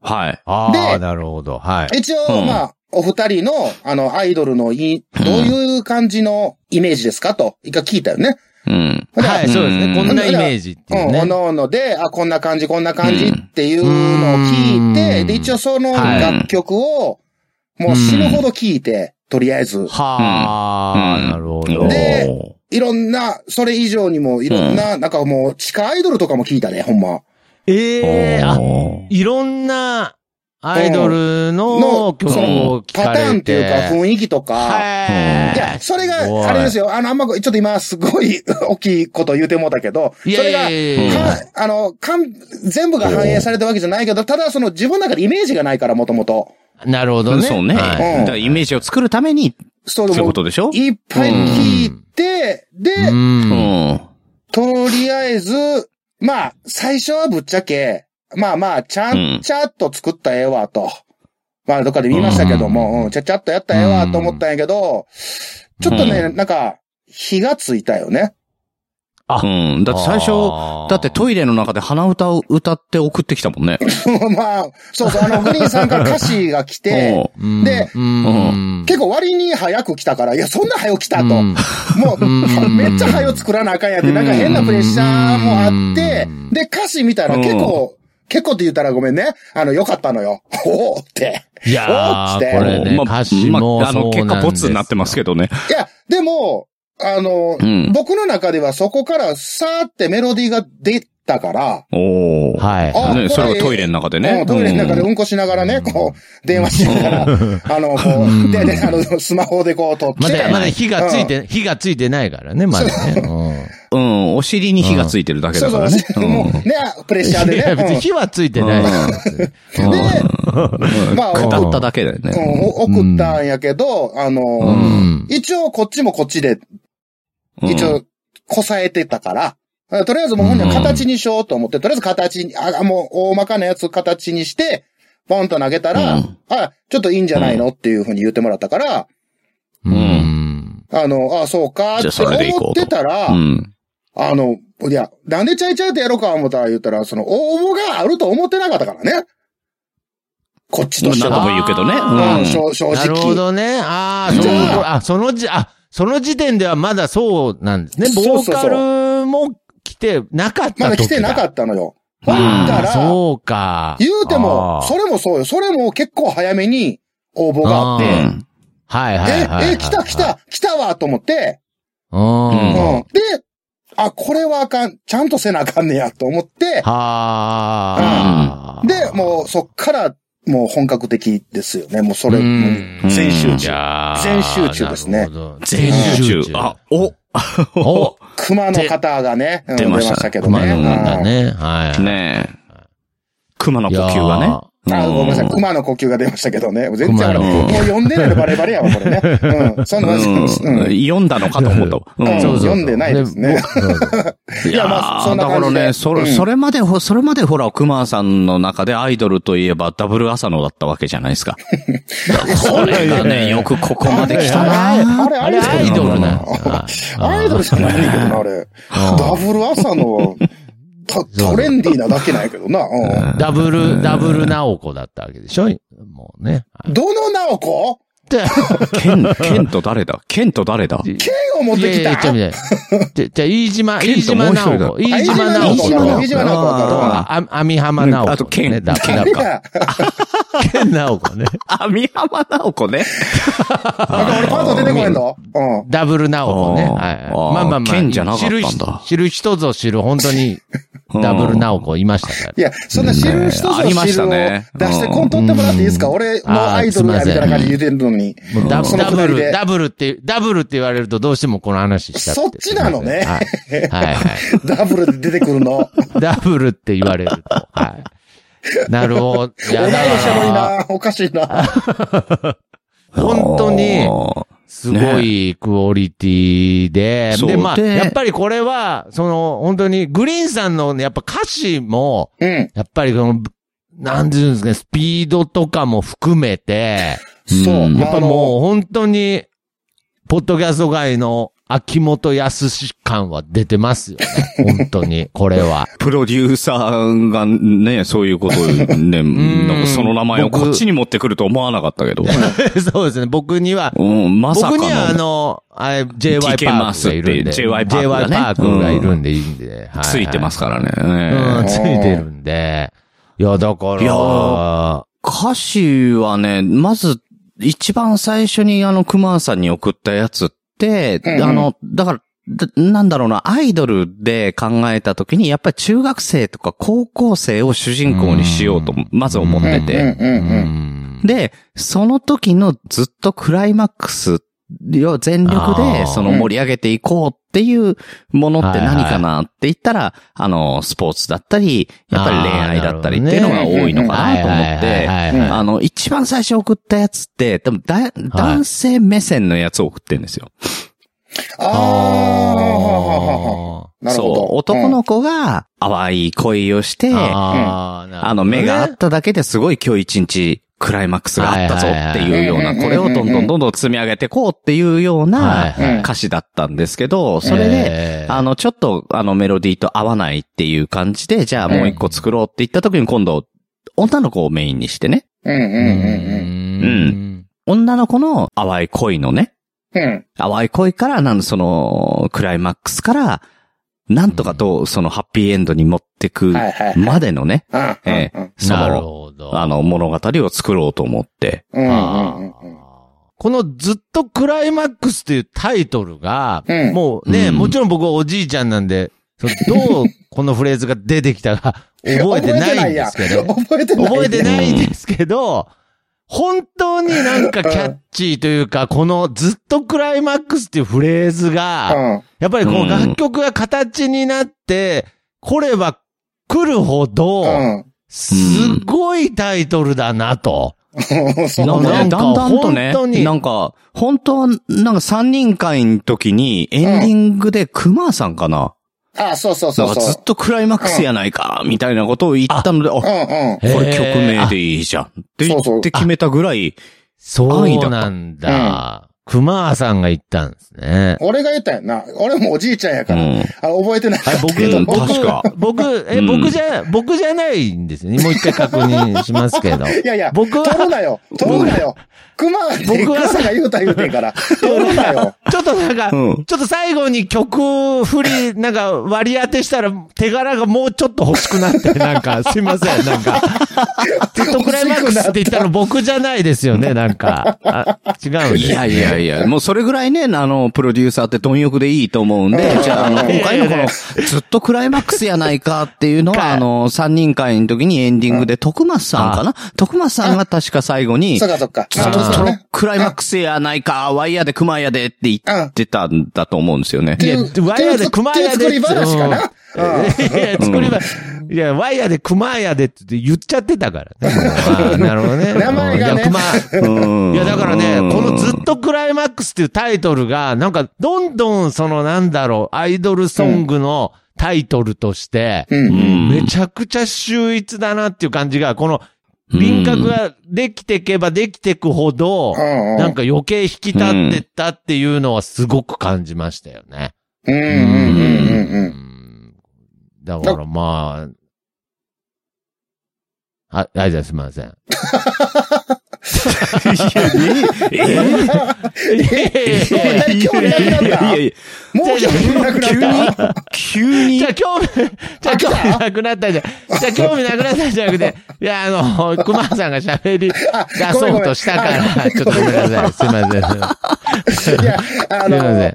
[SPEAKER 1] はい。
[SPEAKER 2] ああ、
[SPEAKER 3] で
[SPEAKER 2] なるほど。はい。
[SPEAKER 3] 一
[SPEAKER 1] う
[SPEAKER 3] 応、
[SPEAKER 1] ん
[SPEAKER 3] まあ、お二人の、あの、アイドルのい、どういう感じのイメージですかと、一回聞いたよね。
[SPEAKER 1] うん。
[SPEAKER 2] はい、そうです
[SPEAKER 1] うん
[SPEAKER 2] ね。こんなイメージって
[SPEAKER 3] う、
[SPEAKER 2] いうんね。
[SPEAKER 3] おのおので、あ、こんな感じ、こんな感じ
[SPEAKER 1] うん
[SPEAKER 3] っていうのを聞いて、
[SPEAKER 2] うん
[SPEAKER 3] で、一応その
[SPEAKER 2] はい
[SPEAKER 3] 楽曲を、もう死ぬほど聞いて、とりあえず、
[SPEAKER 2] はあ、
[SPEAKER 1] うん
[SPEAKER 2] なるほ
[SPEAKER 1] お
[SPEAKER 2] ど。
[SPEAKER 3] で
[SPEAKER 1] ー
[SPEAKER 3] いろんな、それ以上にもいろんな、なんかもう、地下アイドルとかも聞いたね、ほんま。
[SPEAKER 2] ええあ、
[SPEAKER 1] おー
[SPEAKER 2] いろんなアイドルの曲
[SPEAKER 3] そ
[SPEAKER 2] を
[SPEAKER 3] の、
[SPEAKER 2] 聞か
[SPEAKER 3] パターン
[SPEAKER 2] れ
[SPEAKER 3] っていうか、
[SPEAKER 2] て。
[SPEAKER 3] 雰囲気とか。
[SPEAKER 2] はい
[SPEAKER 3] いや、それが、あれですよ、あの、あんま、ちょっと今、すごい大きいこと言うてもうたけど、そ
[SPEAKER 2] いやい
[SPEAKER 3] れが
[SPEAKER 2] や、いやいや
[SPEAKER 3] かあの、かん、全部が反映されたわけじゃないけど、ただその自分の中でイメージがないから、もともと。
[SPEAKER 2] なるほどね。
[SPEAKER 1] そうね。だ
[SPEAKER 2] はい
[SPEAKER 1] からイメージを作るために、
[SPEAKER 3] そう
[SPEAKER 1] そういう
[SPEAKER 3] も
[SPEAKER 1] ことでしょ
[SPEAKER 3] いっぱい聞いて、
[SPEAKER 2] う。
[SPEAKER 3] で、
[SPEAKER 1] うんん。
[SPEAKER 3] とりあえず、まあ、最初はぶっちゃけ、まあまあ、ちゃ
[SPEAKER 1] うん
[SPEAKER 3] んちゃっと作ったらええわと。まあ、どっかで言いましたけど
[SPEAKER 2] うん
[SPEAKER 3] も、うん、ちゃっちゃっとやったらええわと思ったんやけど、ちょっと
[SPEAKER 1] う
[SPEAKER 3] ね、なんか、火がついたよね。
[SPEAKER 1] うん。だって最初、
[SPEAKER 2] あー
[SPEAKER 1] だってトイレの中で鼻歌を歌って送ってきたもんね。
[SPEAKER 3] まあ、そうそう、あの、グリーンさんから歌詞が来て、
[SPEAKER 1] お
[SPEAKER 2] うん
[SPEAKER 3] で
[SPEAKER 2] うん
[SPEAKER 3] 結構割に早く来たから、いや、そんな早く来たと。
[SPEAKER 2] うん
[SPEAKER 3] もう、
[SPEAKER 2] うん
[SPEAKER 3] めっちゃ 早作らなあかんやって、なんか変なプレッシャーもあって
[SPEAKER 2] うん、
[SPEAKER 3] で、歌詞見たら結構、結構って言ったらごめんね。あの、良かったのよ。 おおって。
[SPEAKER 2] いや
[SPEAKER 3] おーっつっ
[SPEAKER 2] ー、
[SPEAKER 3] て
[SPEAKER 2] これね、
[SPEAKER 1] ま
[SPEAKER 2] 歌詞も
[SPEAKER 1] まあ、あの、
[SPEAKER 2] そう
[SPEAKER 1] 結
[SPEAKER 2] な
[SPEAKER 1] 果
[SPEAKER 2] んで
[SPEAKER 1] ボツになってますけどね。
[SPEAKER 3] いや、でも、あの
[SPEAKER 1] う、ん
[SPEAKER 3] 僕の中ではそこからさーってメロディーが出ったから、
[SPEAKER 1] おー。
[SPEAKER 2] はい
[SPEAKER 1] ね
[SPEAKER 3] あこれ
[SPEAKER 1] それはトイレの中でね
[SPEAKER 3] うんトイレの中でうんこしながらね、こう、電話しながら、 あの、こう、で、で、あの、スマホでこう、撮って。
[SPEAKER 2] まだ、まだ火がついて、火がついてないからね、まだね。う
[SPEAKER 1] うん、お尻に火がついてるだけ
[SPEAKER 3] そ
[SPEAKER 1] だ
[SPEAKER 3] う
[SPEAKER 1] から
[SPEAKER 3] そう
[SPEAKER 1] ね。
[SPEAKER 3] そう、もうね、プレッ
[SPEAKER 2] ん。い
[SPEAKER 3] シャーで
[SPEAKER 2] や、別に
[SPEAKER 3] ね。
[SPEAKER 2] 火はついてない。
[SPEAKER 3] うんで、まあ、
[SPEAKER 2] 片
[SPEAKER 1] 語
[SPEAKER 3] 送
[SPEAKER 1] っ
[SPEAKER 3] った
[SPEAKER 1] だけだよ
[SPEAKER 3] う
[SPEAKER 1] ね。
[SPEAKER 3] んお送ったんやけど、あ
[SPEAKER 2] う
[SPEAKER 3] の、
[SPEAKER 2] ん。
[SPEAKER 3] 一応こっちもこっちで、
[SPEAKER 1] うん
[SPEAKER 3] 一応、こさえてたから、とりあえずもうほんには形にしようと思って、とりあえず形に、あ、もう大まかなやつ形にして、ポンと投げたら、
[SPEAKER 1] うん
[SPEAKER 3] あ、ちょっといいんじゃないのっていうふうに言ってもらったから、
[SPEAKER 2] うん。
[SPEAKER 3] あの、あ、そうか、
[SPEAKER 1] じ
[SPEAKER 3] って
[SPEAKER 1] ゃあそれでいこ
[SPEAKER 3] 思
[SPEAKER 1] う
[SPEAKER 3] っ
[SPEAKER 1] と
[SPEAKER 3] てたら、
[SPEAKER 1] うん。
[SPEAKER 3] あの、いや、なんでちゃいちゃいとやろうか思ったら言ったら、その応募があると思ってなかったからね。こっちとして
[SPEAKER 1] 何度
[SPEAKER 3] は。
[SPEAKER 1] も言うけどね。
[SPEAKER 3] うん、
[SPEAKER 1] うん。
[SPEAKER 3] 正正
[SPEAKER 2] なるほ
[SPEAKER 3] 直。
[SPEAKER 2] どね。ああ、そう
[SPEAKER 3] じゃ
[SPEAKER 2] あ、そのじ、あ、その時点ではまだそうなんですね。
[SPEAKER 3] そ
[SPEAKER 2] ボ
[SPEAKER 3] う
[SPEAKER 2] ー
[SPEAKER 3] そう
[SPEAKER 2] カ
[SPEAKER 3] そう
[SPEAKER 2] ルも来てなかった時
[SPEAKER 3] まだ来てなか
[SPEAKER 2] っ
[SPEAKER 3] ったのよ。ほ
[SPEAKER 2] た
[SPEAKER 3] んだ
[SPEAKER 2] ああ、
[SPEAKER 3] ら、
[SPEAKER 2] そうか。
[SPEAKER 3] 言うても
[SPEAKER 2] あ、ー
[SPEAKER 3] それもそうよ。それも結構早めに応募があっ
[SPEAKER 1] う
[SPEAKER 3] て、
[SPEAKER 1] ん
[SPEAKER 2] はいはいはいはいはい。
[SPEAKER 3] え、え、来た来た、来たわと思って、
[SPEAKER 2] う。
[SPEAKER 3] うんん
[SPEAKER 1] ん。
[SPEAKER 3] で、あ、これはあかん、ちゃんとせなあかんねやと思って、
[SPEAKER 2] はあ。
[SPEAKER 3] で、もうそっから、もう本格的ですよね。もうそれ、
[SPEAKER 2] うん
[SPEAKER 3] もう全集中。全
[SPEAKER 2] 全
[SPEAKER 3] 集中ですね。
[SPEAKER 1] 全集中。あ、お
[SPEAKER 2] お、
[SPEAKER 3] 熊の方がね、うん
[SPEAKER 1] 出
[SPEAKER 3] 出
[SPEAKER 1] ま
[SPEAKER 3] ま
[SPEAKER 1] した
[SPEAKER 3] したけどね。
[SPEAKER 2] 熊野なんだ
[SPEAKER 3] うん
[SPEAKER 2] ね。はい。。
[SPEAKER 1] ねえ。熊の呼吸が
[SPEAKER 2] い
[SPEAKER 1] ね
[SPEAKER 2] や。
[SPEAKER 3] あごめんなさい。
[SPEAKER 1] うん
[SPEAKER 3] 熊の呼吸が出ましたけどね。全然
[SPEAKER 2] 熊
[SPEAKER 3] あ
[SPEAKER 2] の
[SPEAKER 3] れ、もう読んでないのバレバレやわ、これね。うん。そんな、うん。うん
[SPEAKER 1] 読んだのかと思ったわ。
[SPEAKER 3] うん
[SPEAKER 2] そうそうそう
[SPEAKER 3] 読んでないですね。
[SPEAKER 2] で僕そうそう
[SPEAKER 1] い
[SPEAKER 3] い
[SPEAKER 1] や、
[SPEAKER 3] やま
[SPEAKER 1] ま
[SPEAKER 3] あ
[SPEAKER 1] あ、
[SPEAKER 3] そんな
[SPEAKER 1] だか
[SPEAKER 3] 感
[SPEAKER 1] ら
[SPEAKER 3] じで
[SPEAKER 1] ね、それ、
[SPEAKER 3] うん
[SPEAKER 1] それまでほ、それまでほら、熊さんの中でアイドルといえばダブル朝野だったわけじゃないですか。これがね、よくここまで来たな
[SPEAKER 3] あれ、
[SPEAKER 2] あれアイドルな
[SPEAKER 3] な
[SPEAKER 2] のか
[SPEAKER 3] の。アイドルじゃないねんけどな、あれ。ダブル朝の、トトレンディーなだけなんやけどな。うん
[SPEAKER 2] ダブル、ダブルナオコだったわけでしょもうね。
[SPEAKER 3] どのなおこ
[SPEAKER 2] で、
[SPEAKER 1] ケン、ケンと誰だケンと誰だ
[SPEAKER 3] 剣を持っ
[SPEAKER 2] いや
[SPEAKER 3] てき
[SPEAKER 2] いや、
[SPEAKER 3] た
[SPEAKER 2] ちょ、みたいな。じゃ、じゃ、飯島、
[SPEAKER 1] ケ
[SPEAKER 2] 飯
[SPEAKER 1] ントもう一
[SPEAKER 2] 島
[SPEAKER 1] 人だ
[SPEAKER 2] 直子。飯
[SPEAKER 3] あ
[SPEAKER 2] 島直子
[SPEAKER 3] 飯島直子
[SPEAKER 1] 飯島
[SPEAKER 3] 飯島直子だ
[SPEAKER 1] あ
[SPEAKER 2] あ、あ網浜直子。
[SPEAKER 1] あとケン
[SPEAKER 2] ね、だ、
[SPEAKER 1] ケン
[SPEAKER 2] だ
[SPEAKER 3] い
[SPEAKER 2] か。
[SPEAKER 3] や
[SPEAKER 2] ケン直子ね。
[SPEAKER 1] あ、宮浜直子ね。
[SPEAKER 3] なんか俺パッと出てこへんのうん。
[SPEAKER 2] ダブルナオコね。
[SPEAKER 1] あー
[SPEAKER 2] はいはい。
[SPEAKER 1] あー
[SPEAKER 2] まあまあまあ。
[SPEAKER 1] 剣じゃなかったんだ
[SPEAKER 2] 知る知る人ぞ知る、本当に、
[SPEAKER 1] うん
[SPEAKER 2] ダブルナオコいましたから。
[SPEAKER 3] いや、そんな知る人ぞ
[SPEAKER 1] ねありま
[SPEAKER 3] 知
[SPEAKER 1] した
[SPEAKER 3] るを出
[SPEAKER 1] ね
[SPEAKER 3] してコントってもらっていいですか俺のアイドルやみたいな感じで言ってるのに。
[SPEAKER 2] もうダブ
[SPEAKER 3] その
[SPEAKER 2] ダ
[SPEAKER 3] く
[SPEAKER 2] ブ
[SPEAKER 3] だり
[SPEAKER 2] ル、
[SPEAKER 3] で。
[SPEAKER 2] ダブルって、ダブルって言われるとどうしてもこの話しちゃって。
[SPEAKER 3] そっちなのね
[SPEAKER 2] はい。はいはい。
[SPEAKER 3] ダブルで出てくるの。
[SPEAKER 2] ダブルって言われると。はい。なるほど。い
[SPEAKER 3] お
[SPEAKER 2] や、
[SPEAKER 3] 前
[SPEAKER 2] だ
[SPEAKER 3] のしゃ
[SPEAKER 2] か
[SPEAKER 3] べり
[SPEAKER 2] ら、
[SPEAKER 3] な。おかしいな。
[SPEAKER 2] 本当に
[SPEAKER 1] あー
[SPEAKER 2] すごいクオリティで、
[SPEAKER 1] そう
[SPEAKER 2] で、まあ、
[SPEAKER 1] で
[SPEAKER 2] やっぱりこれは、その、本当に、グリーンさんのね、やっぱ歌詞も、
[SPEAKER 3] うん。
[SPEAKER 2] やっぱりこの、なんていうんですかね、スピードとかも含めて、
[SPEAKER 3] そう。
[SPEAKER 1] うん
[SPEAKER 2] やっぱもう
[SPEAKER 3] う。
[SPEAKER 2] 本当に、ポッドキャスト界の秋元康感は出てますよ ね。本当に、これは。
[SPEAKER 1] プロデューサーがね、そういうことをね、なんかその名前を
[SPEAKER 2] 僕
[SPEAKER 1] こっちに持ってくると思わなかったけど。
[SPEAKER 2] そうですね、僕には、
[SPEAKER 1] うん、まさかの。
[SPEAKER 2] 僕にはあの、あれ、JY パ
[SPEAKER 1] TK
[SPEAKER 2] ークがいるんで。
[SPEAKER 1] マスっていう JY パークがね
[SPEAKER 2] JY パークがいるんでいいんで。はい
[SPEAKER 1] ついてますからね。
[SPEAKER 2] うん、
[SPEAKER 1] ね
[SPEAKER 2] ついてるんで。いや、だから。
[SPEAKER 1] いやー歌詞はね、まず、一番最初にあの、熊さんに送ったやつって、
[SPEAKER 3] うんうん
[SPEAKER 1] あの、だから、だなんだろうな、アイドルで考えたときに、やっぱり中学生とか高校生を主人公にしようと、
[SPEAKER 2] うん
[SPEAKER 1] まず思って
[SPEAKER 3] うん
[SPEAKER 1] て。
[SPEAKER 3] う
[SPEAKER 2] うん
[SPEAKER 3] う
[SPEAKER 2] ん。
[SPEAKER 3] ん。
[SPEAKER 1] で、その時のずっとクライマックスを全力
[SPEAKER 2] あー
[SPEAKER 1] で、その盛り上げていこうっていうものって何かなって言ったら、あの、スポーツだったり、やっぱり恋愛だったりっていうのが多いのかなと思って、
[SPEAKER 2] はいはいはいはい
[SPEAKER 1] あの、一番最初送ったやつって、多分だ、男性目線のやつを送ってんですよ。
[SPEAKER 3] あーはははは。なる
[SPEAKER 1] そ
[SPEAKER 3] ほど。
[SPEAKER 1] う。男の子が淡い恋をして、あ
[SPEAKER 2] あーなるほ
[SPEAKER 1] の、
[SPEAKER 2] どね
[SPEAKER 1] 目があっただけですごい今日一日クライマックスがあったぞっていうよう
[SPEAKER 3] は
[SPEAKER 1] な、
[SPEAKER 3] いはいはい
[SPEAKER 1] これをどんどんどんどん積み上げてこうっていうよう
[SPEAKER 2] はい
[SPEAKER 1] な
[SPEAKER 2] はい
[SPEAKER 3] うん
[SPEAKER 1] 歌詞だったんですけど、それで、
[SPEAKER 2] えー
[SPEAKER 1] あの、ちょっと、あの、メロディーと合わないっていう感じで、じゃあもう一個作ろうって言った時に今度、女の子をメインにしてね、
[SPEAKER 3] うんうん
[SPEAKER 2] う
[SPEAKER 3] うん
[SPEAKER 2] ん。
[SPEAKER 1] 女の子の淡い恋のね、
[SPEAKER 3] うん。うん。
[SPEAKER 1] 淡い恋から、なんその、クライマックスから、なんとかと、その、ハッピーエンドに持ってく
[SPEAKER 3] はいはいはい
[SPEAKER 1] までのね、
[SPEAKER 3] あうん
[SPEAKER 1] え
[SPEAKER 3] うん
[SPEAKER 1] そ
[SPEAKER 2] なる
[SPEAKER 1] の、
[SPEAKER 2] ほど。
[SPEAKER 1] あの、物語を作ろうと思って。
[SPEAKER 3] うんうんうんうんうん。
[SPEAKER 2] あーこのずっとクライマックスというタイトルが、
[SPEAKER 3] うん
[SPEAKER 2] もうね、
[SPEAKER 1] うん
[SPEAKER 2] もちろん僕はおじいちゃんなんで、そのどうこのフレーズが出てきたか 覚えてないんですけど、
[SPEAKER 3] 覚えてないや
[SPEAKER 2] 覚
[SPEAKER 3] ん
[SPEAKER 2] え
[SPEAKER 3] 覚えて
[SPEAKER 2] て
[SPEAKER 3] ない。
[SPEAKER 2] ないですけど、本当になんかキャッチーというか、このずっとクライマックスっていうフレーズが、
[SPEAKER 3] うん。
[SPEAKER 2] やっぱりこ
[SPEAKER 1] う
[SPEAKER 2] うん楽曲が形になって、来れば来るほど、
[SPEAKER 3] う
[SPEAKER 2] すごいタイトルだなと。
[SPEAKER 3] ん。そう
[SPEAKER 1] なんかね、
[SPEAKER 2] な
[SPEAKER 3] ね。
[SPEAKER 2] んか
[SPEAKER 1] だんだんとね
[SPEAKER 2] 本当、に
[SPEAKER 1] なんか、本当は、なんか三人会の時に、エンディングでクマさんかな、
[SPEAKER 3] あ、そうそう
[SPEAKER 1] な
[SPEAKER 3] そ
[SPEAKER 1] ん
[SPEAKER 3] う
[SPEAKER 1] か
[SPEAKER 3] そ
[SPEAKER 1] ず
[SPEAKER 3] う
[SPEAKER 1] っ。とクライマックスやないか、みたいなことを言ったので、あ、
[SPEAKER 3] うんうん。
[SPEAKER 1] これ
[SPEAKER 2] へー
[SPEAKER 1] 曲名でいいじゃん。って言
[SPEAKER 3] そうそう
[SPEAKER 1] って決めたぐらい、
[SPEAKER 2] そうなんだ。熊さんが言ったんですね。
[SPEAKER 3] 俺が言ったんやんな。俺もおじいちゃんや
[SPEAKER 1] う
[SPEAKER 3] から。
[SPEAKER 1] ん。
[SPEAKER 3] あ、覚えてない。
[SPEAKER 2] はい、僕
[SPEAKER 1] うん、
[SPEAKER 2] 僕
[SPEAKER 1] 確か、
[SPEAKER 2] 僕、え、
[SPEAKER 1] うん
[SPEAKER 2] 僕じゃ、僕じゃないんですよね。もう一回確認しま すけど。
[SPEAKER 3] いやいや、
[SPEAKER 2] 僕は
[SPEAKER 3] 取るなよ。取るなよ。熊、
[SPEAKER 2] 僕
[SPEAKER 3] 僕
[SPEAKER 2] は
[SPEAKER 3] はさんが言うた言うてんから。取る なよ。
[SPEAKER 2] ちょっとなんか、
[SPEAKER 1] うん
[SPEAKER 2] ちょっと最後に曲振り、なんか割り当てしたら手柄がもうちょっと欲しくなって、なんか、すいません、な んか。ずっとクライマックスって言ったの僕じゃないですよね、なんか。あ違うんです
[SPEAKER 1] いやいやいや、もうそれぐらいね、あの、プロデューサーって貪欲でいいと思うんで、じゃあ、あの、今回のこ
[SPEAKER 2] いやいやい
[SPEAKER 1] の、ずっとクライマックスやないかっていうの
[SPEAKER 2] か
[SPEAKER 1] は、あの、三人会の時にエンディングで、徳松さんかな徳松さんが確か最後に、
[SPEAKER 3] そ
[SPEAKER 1] ず
[SPEAKER 3] っかそっか。
[SPEAKER 1] っ
[SPEAKER 3] あ
[SPEAKER 1] と
[SPEAKER 3] そう
[SPEAKER 1] トロ
[SPEAKER 3] ね
[SPEAKER 1] クライマックスやないか、ワイヤーで熊やでって言ってたんだと思うんですよね。
[SPEAKER 2] いや、
[SPEAKER 3] 手
[SPEAKER 2] ワイヤーで熊谷で。
[SPEAKER 3] 手作り話かな
[SPEAKER 2] うんいや、作り話。いや、ワイヤーで熊谷でって言っちゃってた からね。あーなるほどね。
[SPEAKER 3] 名前がね
[SPEAKER 2] うんいや熊
[SPEAKER 1] うん
[SPEAKER 2] いや、だからね、
[SPEAKER 1] うん
[SPEAKER 2] このずっとクライマックスっていうタイトルが、なんか、どんどんそのなんだろう、アイドルソングのタイトルとして、
[SPEAKER 3] うん。
[SPEAKER 1] うん
[SPEAKER 2] めちゃくちゃ秀逸だなっていう感じが、この、輪郭ができていけばできてくほど、
[SPEAKER 3] うんうん
[SPEAKER 2] なんか余計引き立ってったっていうのはすごく感じましたよね。
[SPEAKER 3] うんうんうんうんうん。
[SPEAKER 2] だからまあ、は、あいじゃあすみません。
[SPEAKER 1] ええ
[SPEAKER 3] え何興味なくなった
[SPEAKER 1] いやいや
[SPEAKER 3] もう興味なく
[SPEAKER 1] 急
[SPEAKER 3] なっ
[SPEAKER 1] に
[SPEAKER 3] た。、
[SPEAKER 1] 急に
[SPEAKER 2] じゃあ興味、じゃあ興味なくなったじゃん。じゃあ興味なくなったんじゃなくて、いや、あの、熊さんが喋り出そうとしたから、ちょっとごめんなさい。すいません。
[SPEAKER 3] いや、あ
[SPEAKER 2] すいませ
[SPEAKER 3] の
[SPEAKER 2] ん、。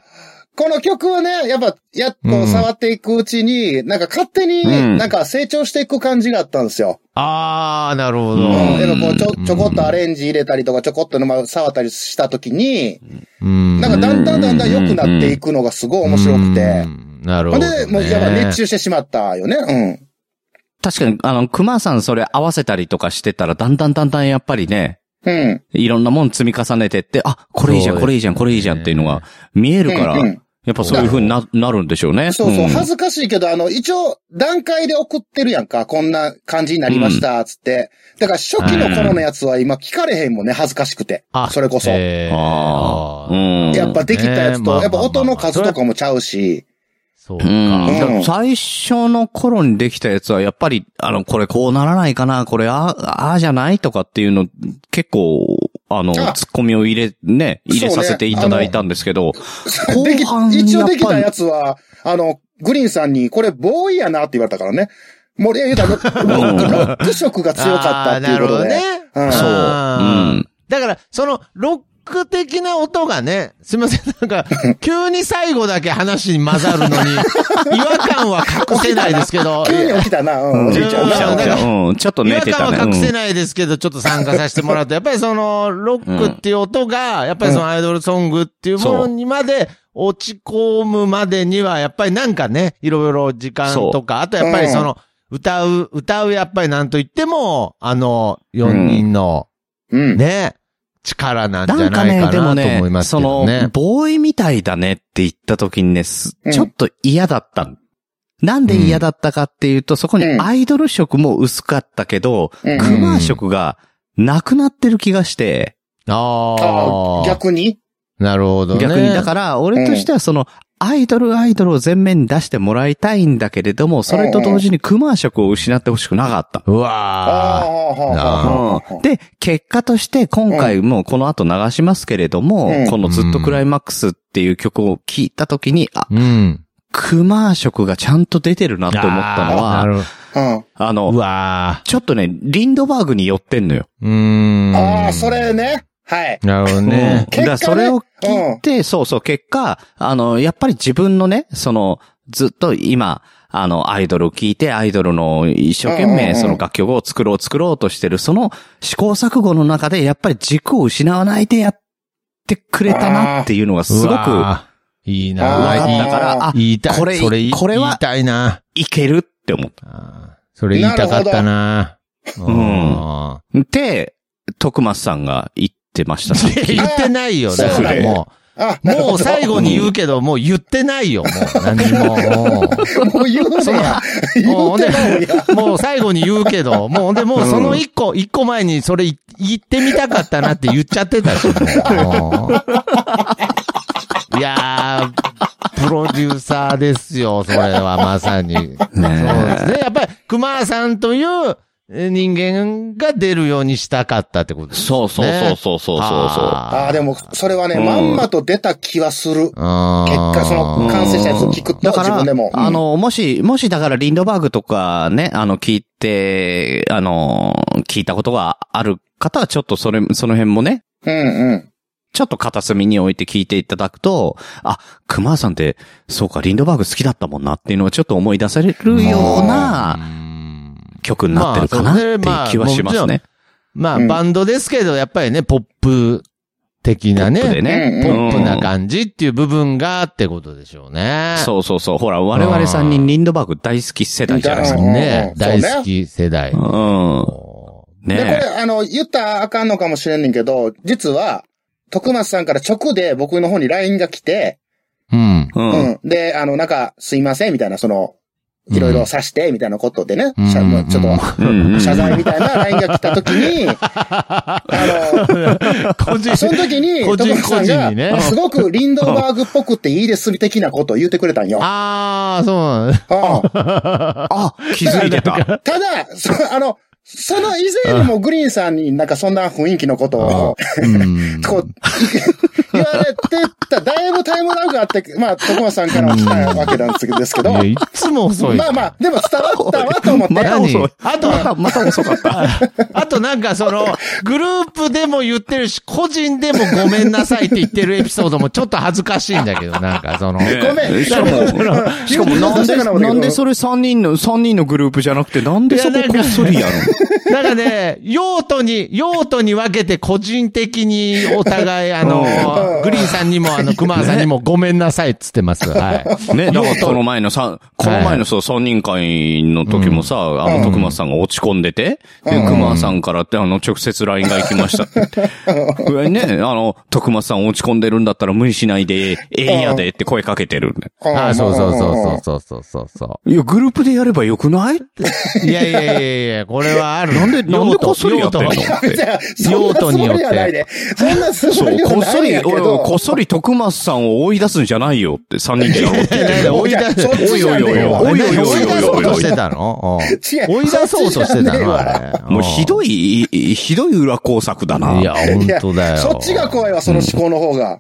[SPEAKER 3] この曲をね、やっぱ、やっ
[SPEAKER 2] うん
[SPEAKER 3] と触っていくうちに、なんか勝手に
[SPEAKER 1] うん
[SPEAKER 3] なんか成長していく感じがあったんですよ。
[SPEAKER 2] あー、なるほど。
[SPEAKER 3] うんん。やっぱこうちょ、ちょこっとアレンジ入れたりとか、ちょこっとのま触ったりしたときに、
[SPEAKER 2] うん。
[SPEAKER 3] なんかだんだんだんだん良くなっていくのがすごい面白くて
[SPEAKER 2] う。ん。なるほ
[SPEAKER 3] ほん
[SPEAKER 2] ど、
[SPEAKER 3] で、
[SPEAKER 2] ね。
[SPEAKER 3] もうやっぱ熱中してしまったよね。うん。
[SPEAKER 1] 確かに、あの、熊さんそれ合わせたりとかしてたら、だんだんだんだんやっぱりね、
[SPEAKER 3] うん。
[SPEAKER 1] いろんなもん積み重ねてって、あ、これいいじゃん、
[SPEAKER 2] そうですね
[SPEAKER 1] これいいじゃん、これいいじゃんっていうのが見えるから、
[SPEAKER 3] うんう
[SPEAKER 1] やっ
[SPEAKER 3] ん
[SPEAKER 1] ぱそういう風にな、なるんでしょうね。
[SPEAKER 3] そうそう、
[SPEAKER 1] ん
[SPEAKER 3] 恥ずかしいけど、あの、一応、段階で送ってるやんか、こんな感じになりました、つって。だから、初期の頃のやつは今聞かれへんもんね、恥ずかしくて。それこそ。や
[SPEAKER 2] えー
[SPEAKER 1] ああ。う
[SPEAKER 2] ー
[SPEAKER 1] ん。
[SPEAKER 3] っぱできたやつ
[SPEAKER 2] ねまあ
[SPEAKER 3] と、
[SPEAKER 2] まあ
[SPEAKER 3] やっぱ
[SPEAKER 2] まあ
[SPEAKER 3] 音の数とかもちゃうし。
[SPEAKER 2] そう
[SPEAKER 1] う
[SPEAKER 2] か。
[SPEAKER 1] ん。だか
[SPEAKER 3] う
[SPEAKER 1] ら
[SPEAKER 3] ん
[SPEAKER 1] 最初の頃にできたやつは、やっぱり、あの、これこうならないかな、これああ、ああじゃないとかっていうの、結構、あの、ツ
[SPEAKER 3] あ
[SPEAKER 1] ッコミを入れ、ね、入れさせていただいたんですけど、後
[SPEAKER 3] でき
[SPEAKER 1] 半、
[SPEAKER 3] 一
[SPEAKER 1] や
[SPEAKER 3] 応
[SPEAKER 1] っ
[SPEAKER 3] でき
[SPEAKER 1] ぱ
[SPEAKER 3] た
[SPEAKER 1] り
[SPEAKER 3] や、つは、あの、グリーンさんに、これ、ボーイやなって言われたからね。もう、いや、言うたら、ロックロック色が強かったっていうこと
[SPEAKER 2] あー
[SPEAKER 3] で。
[SPEAKER 2] なるほどね。
[SPEAKER 3] うん
[SPEAKER 1] そう
[SPEAKER 2] あー
[SPEAKER 1] うん
[SPEAKER 2] だから、その、ロック的な音がね、すみません、なんか、急に最後だけ話に混ざるのに、 違和感は隠せないですけど、
[SPEAKER 3] 急に起きたな、うん、
[SPEAKER 1] う
[SPEAKER 3] お
[SPEAKER 1] ん、
[SPEAKER 3] じ
[SPEAKER 1] 起
[SPEAKER 3] い
[SPEAKER 1] き
[SPEAKER 3] ち
[SPEAKER 1] ちゃ
[SPEAKER 3] ゃ
[SPEAKER 1] うん起きちゃう
[SPEAKER 3] な。
[SPEAKER 1] 起きちゃううん、ちょっと
[SPEAKER 2] 違
[SPEAKER 1] 寝
[SPEAKER 2] 和
[SPEAKER 1] て
[SPEAKER 2] 感
[SPEAKER 1] たね。
[SPEAKER 2] は隠
[SPEAKER 1] うん
[SPEAKER 2] せないですけど、ちょっと参加させてもらう と、やっぱりその、ロックっていう音が、やっぱりそのアイドルソングっていうものにまで、落ち込むまでには、やっぱりなんかね、いろいろ時間とか、あとやっぱりその、歌う、歌うやっぱりなんと言っても、あの、4人の、
[SPEAKER 3] うん。
[SPEAKER 2] ね、力なんじ
[SPEAKER 1] な
[SPEAKER 2] ゃ
[SPEAKER 1] んか
[SPEAKER 2] な
[SPEAKER 1] ね、
[SPEAKER 2] い
[SPEAKER 1] でも
[SPEAKER 2] かなと思い
[SPEAKER 1] ね、
[SPEAKER 2] ます
[SPEAKER 1] そ
[SPEAKER 2] けど
[SPEAKER 1] の
[SPEAKER 2] ね、。
[SPEAKER 1] ボーイみたいだねって言った時にね、す
[SPEAKER 3] うん
[SPEAKER 1] ちょっと嫌だった。なんで嫌だったかっていうと、そこに
[SPEAKER 3] うん
[SPEAKER 1] アイドル色も薄かったけど、
[SPEAKER 3] うん
[SPEAKER 1] クマ色がなくなってる気がして、
[SPEAKER 2] あ
[SPEAKER 3] あ
[SPEAKER 2] あ。
[SPEAKER 3] ー逆に
[SPEAKER 2] なるほどね。
[SPEAKER 1] 逆に、だから、俺としてはその、アイドルアイドルを前面に出してもらいたいんだけれども、それと同時にクマ色を失ってほしくなかった。
[SPEAKER 2] う
[SPEAKER 3] あ
[SPEAKER 2] わあ。
[SPEAKER 3] あー、はあはあはあ
[SPEAKER 1] うんで、結果として今回もうこの後流しますけれども、
[SPEAKER 3] うん
[SPEAKER 1] このずっとクライマックスっていう曲を聴いた時に、あ、
[SPEAKER 2] うん。
[SPEAKER 1] クマ色がちゃんと出てるなって思ったの
[SPEAKER 2] あーな
[SPEAKER 1] は、
[SPEAKER 2] るほ
[SPEAKER 3] うん。
[SPEAKER 1] あ
[SPEAKER 2] どう
[SPEAKER 1] の、
[SPEAKER 2] わあ。
[SPEAKER 1] ちょっとね、リンドバーグに寄ってんのよ。
[SPEAKER 2] うーん。
[SPEAKER 3] ああ、それね。はい。
[SPEAKER 2] なるほどね
[SPEAKER 1] うん。だから
[SPEAKER 3] 結果
[SPEAKER 1] そ
[SPEAKER 3] ね
[SPEAKER 1] れを聞いて、そうそう、結果、あの、やっぱり自分のね、その、ずっと今、あの、アイドルを聴いて、アイドルの一生懸
[SPEAKER 3] うんうんう
[SPEAKER 1] 命
[SPEAKER 3] ん
[SPEAKER 1] その楽曲を作ろう作ろうとしてる、その試行錯誤の中で、やっぱり軸を失わないでやってくれたなっていうのがすごく
[SPEAKER 2] う
[SPEAKER 1] 分
[SPEAKER 2] わーいい
[SPEAKER 3] あ
[SPEAKER 2] な
[SPEAKER 3] ー
[SPEAKER 2] いい
[SPEAKER 1] かったから、あ、
[SPEAKER 2] 言いたい。
[SPEAKER 1] これ
[SPEAKER 2] それい、
[SPEAKER 1] これは
[SPEAKER 2] 言いたいな。
[SPEAKER 1] いけるって思っ
[SPEAKER 2] あーそれ言いたかったな。
[SPEAKER 1] ほど
[SPEAKER 2] うん
[SPEAKER 1] た。で、徳松さんが言ってました、
[SPEAKER 2] いや
[SPEAKER 1] 最近
[SPEAKER 2] 言ってないよ、だからも
[SPEAKER 3] あ、
[SPEAKER 2] う。
[SPEAKER 3] なるほど
[SPEAKER 2] もう最後に言うけど、もう言ってないよ、もう。何 も。
[SPEAKER 3] もう言うねや。言
[SPEAKER 2] も
[SPEAKER 3] う
[SPEAKER 2] うね
[SPEAKER 3] てないんや。
[SPEAKER 2] もう最後に言うけど、もうほんでもうその一個、一個前にそれい言ってみたかったなって言っちゃってたし、もういやー、プロデューサーですよ、それはまさに。そうですね。やっぱり、熊さんというえー人間が出るようにしたかったってことですね。
[SPEAKER 1] そうそうそうそうそうそうそう。
[SPEAKER 3] ああ、でも、それはね、
[SPEAKER 1] うん
[SPEAKER 3] まんまと出た気はする。結
[SPEAKER 2] 結
[SPEAKER 3] 果、その、完成したやつを聞くと、
[SPEAKER 1] だか
[SPEAKER 3] 自
[SPEAKER 1] ら、
[SPEAKER 3] 分でも。
[SPEAKER 1] あの、もし、もしだからリンドバーグとかね、あの、聞いて、あの、聞いたことがある方は、ちょっとそれ、その辺もね、
[SPEAKER 3] うんうん。
[SPEAKER 1] ちょっと片隅に置いて聞いていただくと、あ、熊さんって、そうか、リンドバーグ好きだったもんなっていうのをちょっと思い出されるような曲になってるかなっていう気はしますね。
[SPEAKER 2] まあ、
[SPEAKER 3] うん
[SPEAKER 2] バンドですけど、やっぱりね、ポップ的なね、
[SPEAKER 1] ポップでね
[SPEAKER 2] ポ
[SPEAKER 3] うん
[SPEAKER 2] ップな感じっていう部分がってことでしょうね。
[SPEAKER 1] そうそうそう。ほら、我々三人リンドバーグ大好き世代じゃないですか。
[SPEAKER 2] ね
[SPEAKER 3] う。ん
[SPEAKER 2] 大
[SPEAKER 3] そう
[SPEAKER 2] 好
[SPEAKER 3] ね
[SPEAKER 2] き世代。
[SPEAKER 1] うん。
[SPEAKER 2] も
[SPEAKER 1] ね
[SPEAKER 3] で、こ
[SPEAKER 1] え
[SPEAKER 3] れ、あの、言ったらあかんのかもしれんねんけど、実は、徳松さんから直で僕の方に LINE が来て、
[SPEAKER 2] う うん。
[SPEAKER 1] う。
[SPEAKER 3] うんん。で、あの、なんか、すいません、みたいな、その、
[SPEAKER 2] うん
[SPEAKER 3] いろいろ刺して、みたいなことでね、
[SPEAKER 2] うん
[SPEAKER 3] しゃもうちょっ
[SPEAKER 1] うんうんうん
[SPEAKER 3] と、謝罪みたいな LINE が来た時に、あ
[SPEAKER 2] 個人
[SPEAKER 3] の、その時に、
[SPEAKER 2] 個
[SPEAKER 3] 徳
[SPEAKER 2] 人
[SPEAKER 3] 松さん
[SPEAKER 2] 個人にね
[SPEAKER 3] が、すごくリンドバーグっぽくていいです、的なことを言ってくれたんよ。
[SPEAKER 2] ああ、そうなんだ。
[SPEAKER 3] うん
[SPEAKER 1] あ、気づいてた。
[SPEAKER 3] ただ、そあの、その以前にもグリーンさんになんかそんな雰囲気のことを、
[SPEAKER 2] うん。
[SPEAKER 3] こう、 言われてた、だいぶタイムラグあって、まあ、徳間さんからは来たわけなんですけどですけど、
[SPEAKER 2] い
[SPEAKER 3] ま
[SPEAKER 2] や、いつも遅い。
[SPEAKER 3] あまあ、でも伝わったわと 思って、
[SPEAKER 1] また遅い。
[SPEAKER 2] 何
[SPEAKER 1] あと、また、また遅かった。
[SPEAKER 2] あとなんかその、グループでも言ってるし、個人でもごめんなさいって言ってるエピソードもちょっと恥ずかしいんだけど、なんか その。
[SPEAKER 3] ごめん。
[SPEAKER 1] しかも、しかもなんで、なんでそ
[SPEAKER 3] れ
[SPEAKER 1] れ3人の、三人のグループじゃなくて、なんでそここっそりやる
[SPEAKER 2] なんかね、用途に、用途に分けて個人的にお互い、あ
[SPEAKER 3] う
[SPEAKER 2] の、
[SPEAKER 3] ん
[SPEAKER 2] グリーンさんにも、あの、熊田さんにもごめんなさいっつってます。はい。
[SPEAKER 1] のね、だからこの前のさ、この前のそう、三人会の時もさ、あの、徳松さんが落ち込んでて、で、
[SPEAKER 3] うん
[SPEAKER 1] 熊さんからって、あの、直接 LINE が行きましたって言って。こ れね、あの、徳松さん落ち込んでるんだったら無理しないで、ええんやでって声かけてるんで。
[SPEAKER 2] あーそうそうそうそうそうそうそ。
[SPEAKER 1] いや、グループでやればよくないう
[SPEAKER 2] いやいやいやいや、これはある。
[SPEAKER 1] なんで、なんでこっそりやってんの
[SPEAKER 2] 用途
[SPEAKER 1] って。
[SPEAKER 3] 用途によって。そんなつもりはないで。そんなつ
[SPEAKER 1] そ
[SPEAKER 3] も
[SPEAKER 1] う、
[SPEAKER 3] りは
[SPEAKER 1] こっ
[SPEAKER 3] な
[SPEAKER 1] そ
[SPEAKER 3] いん
[SPEAKER 1] り、
[SPEAKER 3] や
[SPEAKER 1] お
[SPEAKER 3] け
[SPEAKER 1] い
[SPEAKER 3] ど。
[SPEAKER 1] おいこっそり徳松さんを追い出すんじゃないよって、三人でやろうって。
[SPEAKER 2] 追い出す。
[SPEAKER 3] いや
[SPEAKER 1] おいおいおいおい
[SPEAKER 2] 追い出そうとしてたのうん
[SPEAKER 3] 違う
[SPEAKER 2] 追い出そうとしてたのあれ。
[SPEAKER 1] もうひど
[SPEAKER 2] い。
[SPEAKER 1] い、ひどい裏工作だな。
[SPEAKER 2] いや、本
[SPEAKER 3] いや
[SPEAKER 2] 当だよ。
[SPEAKER 3] そっちが怖いわ、その思考の 方が。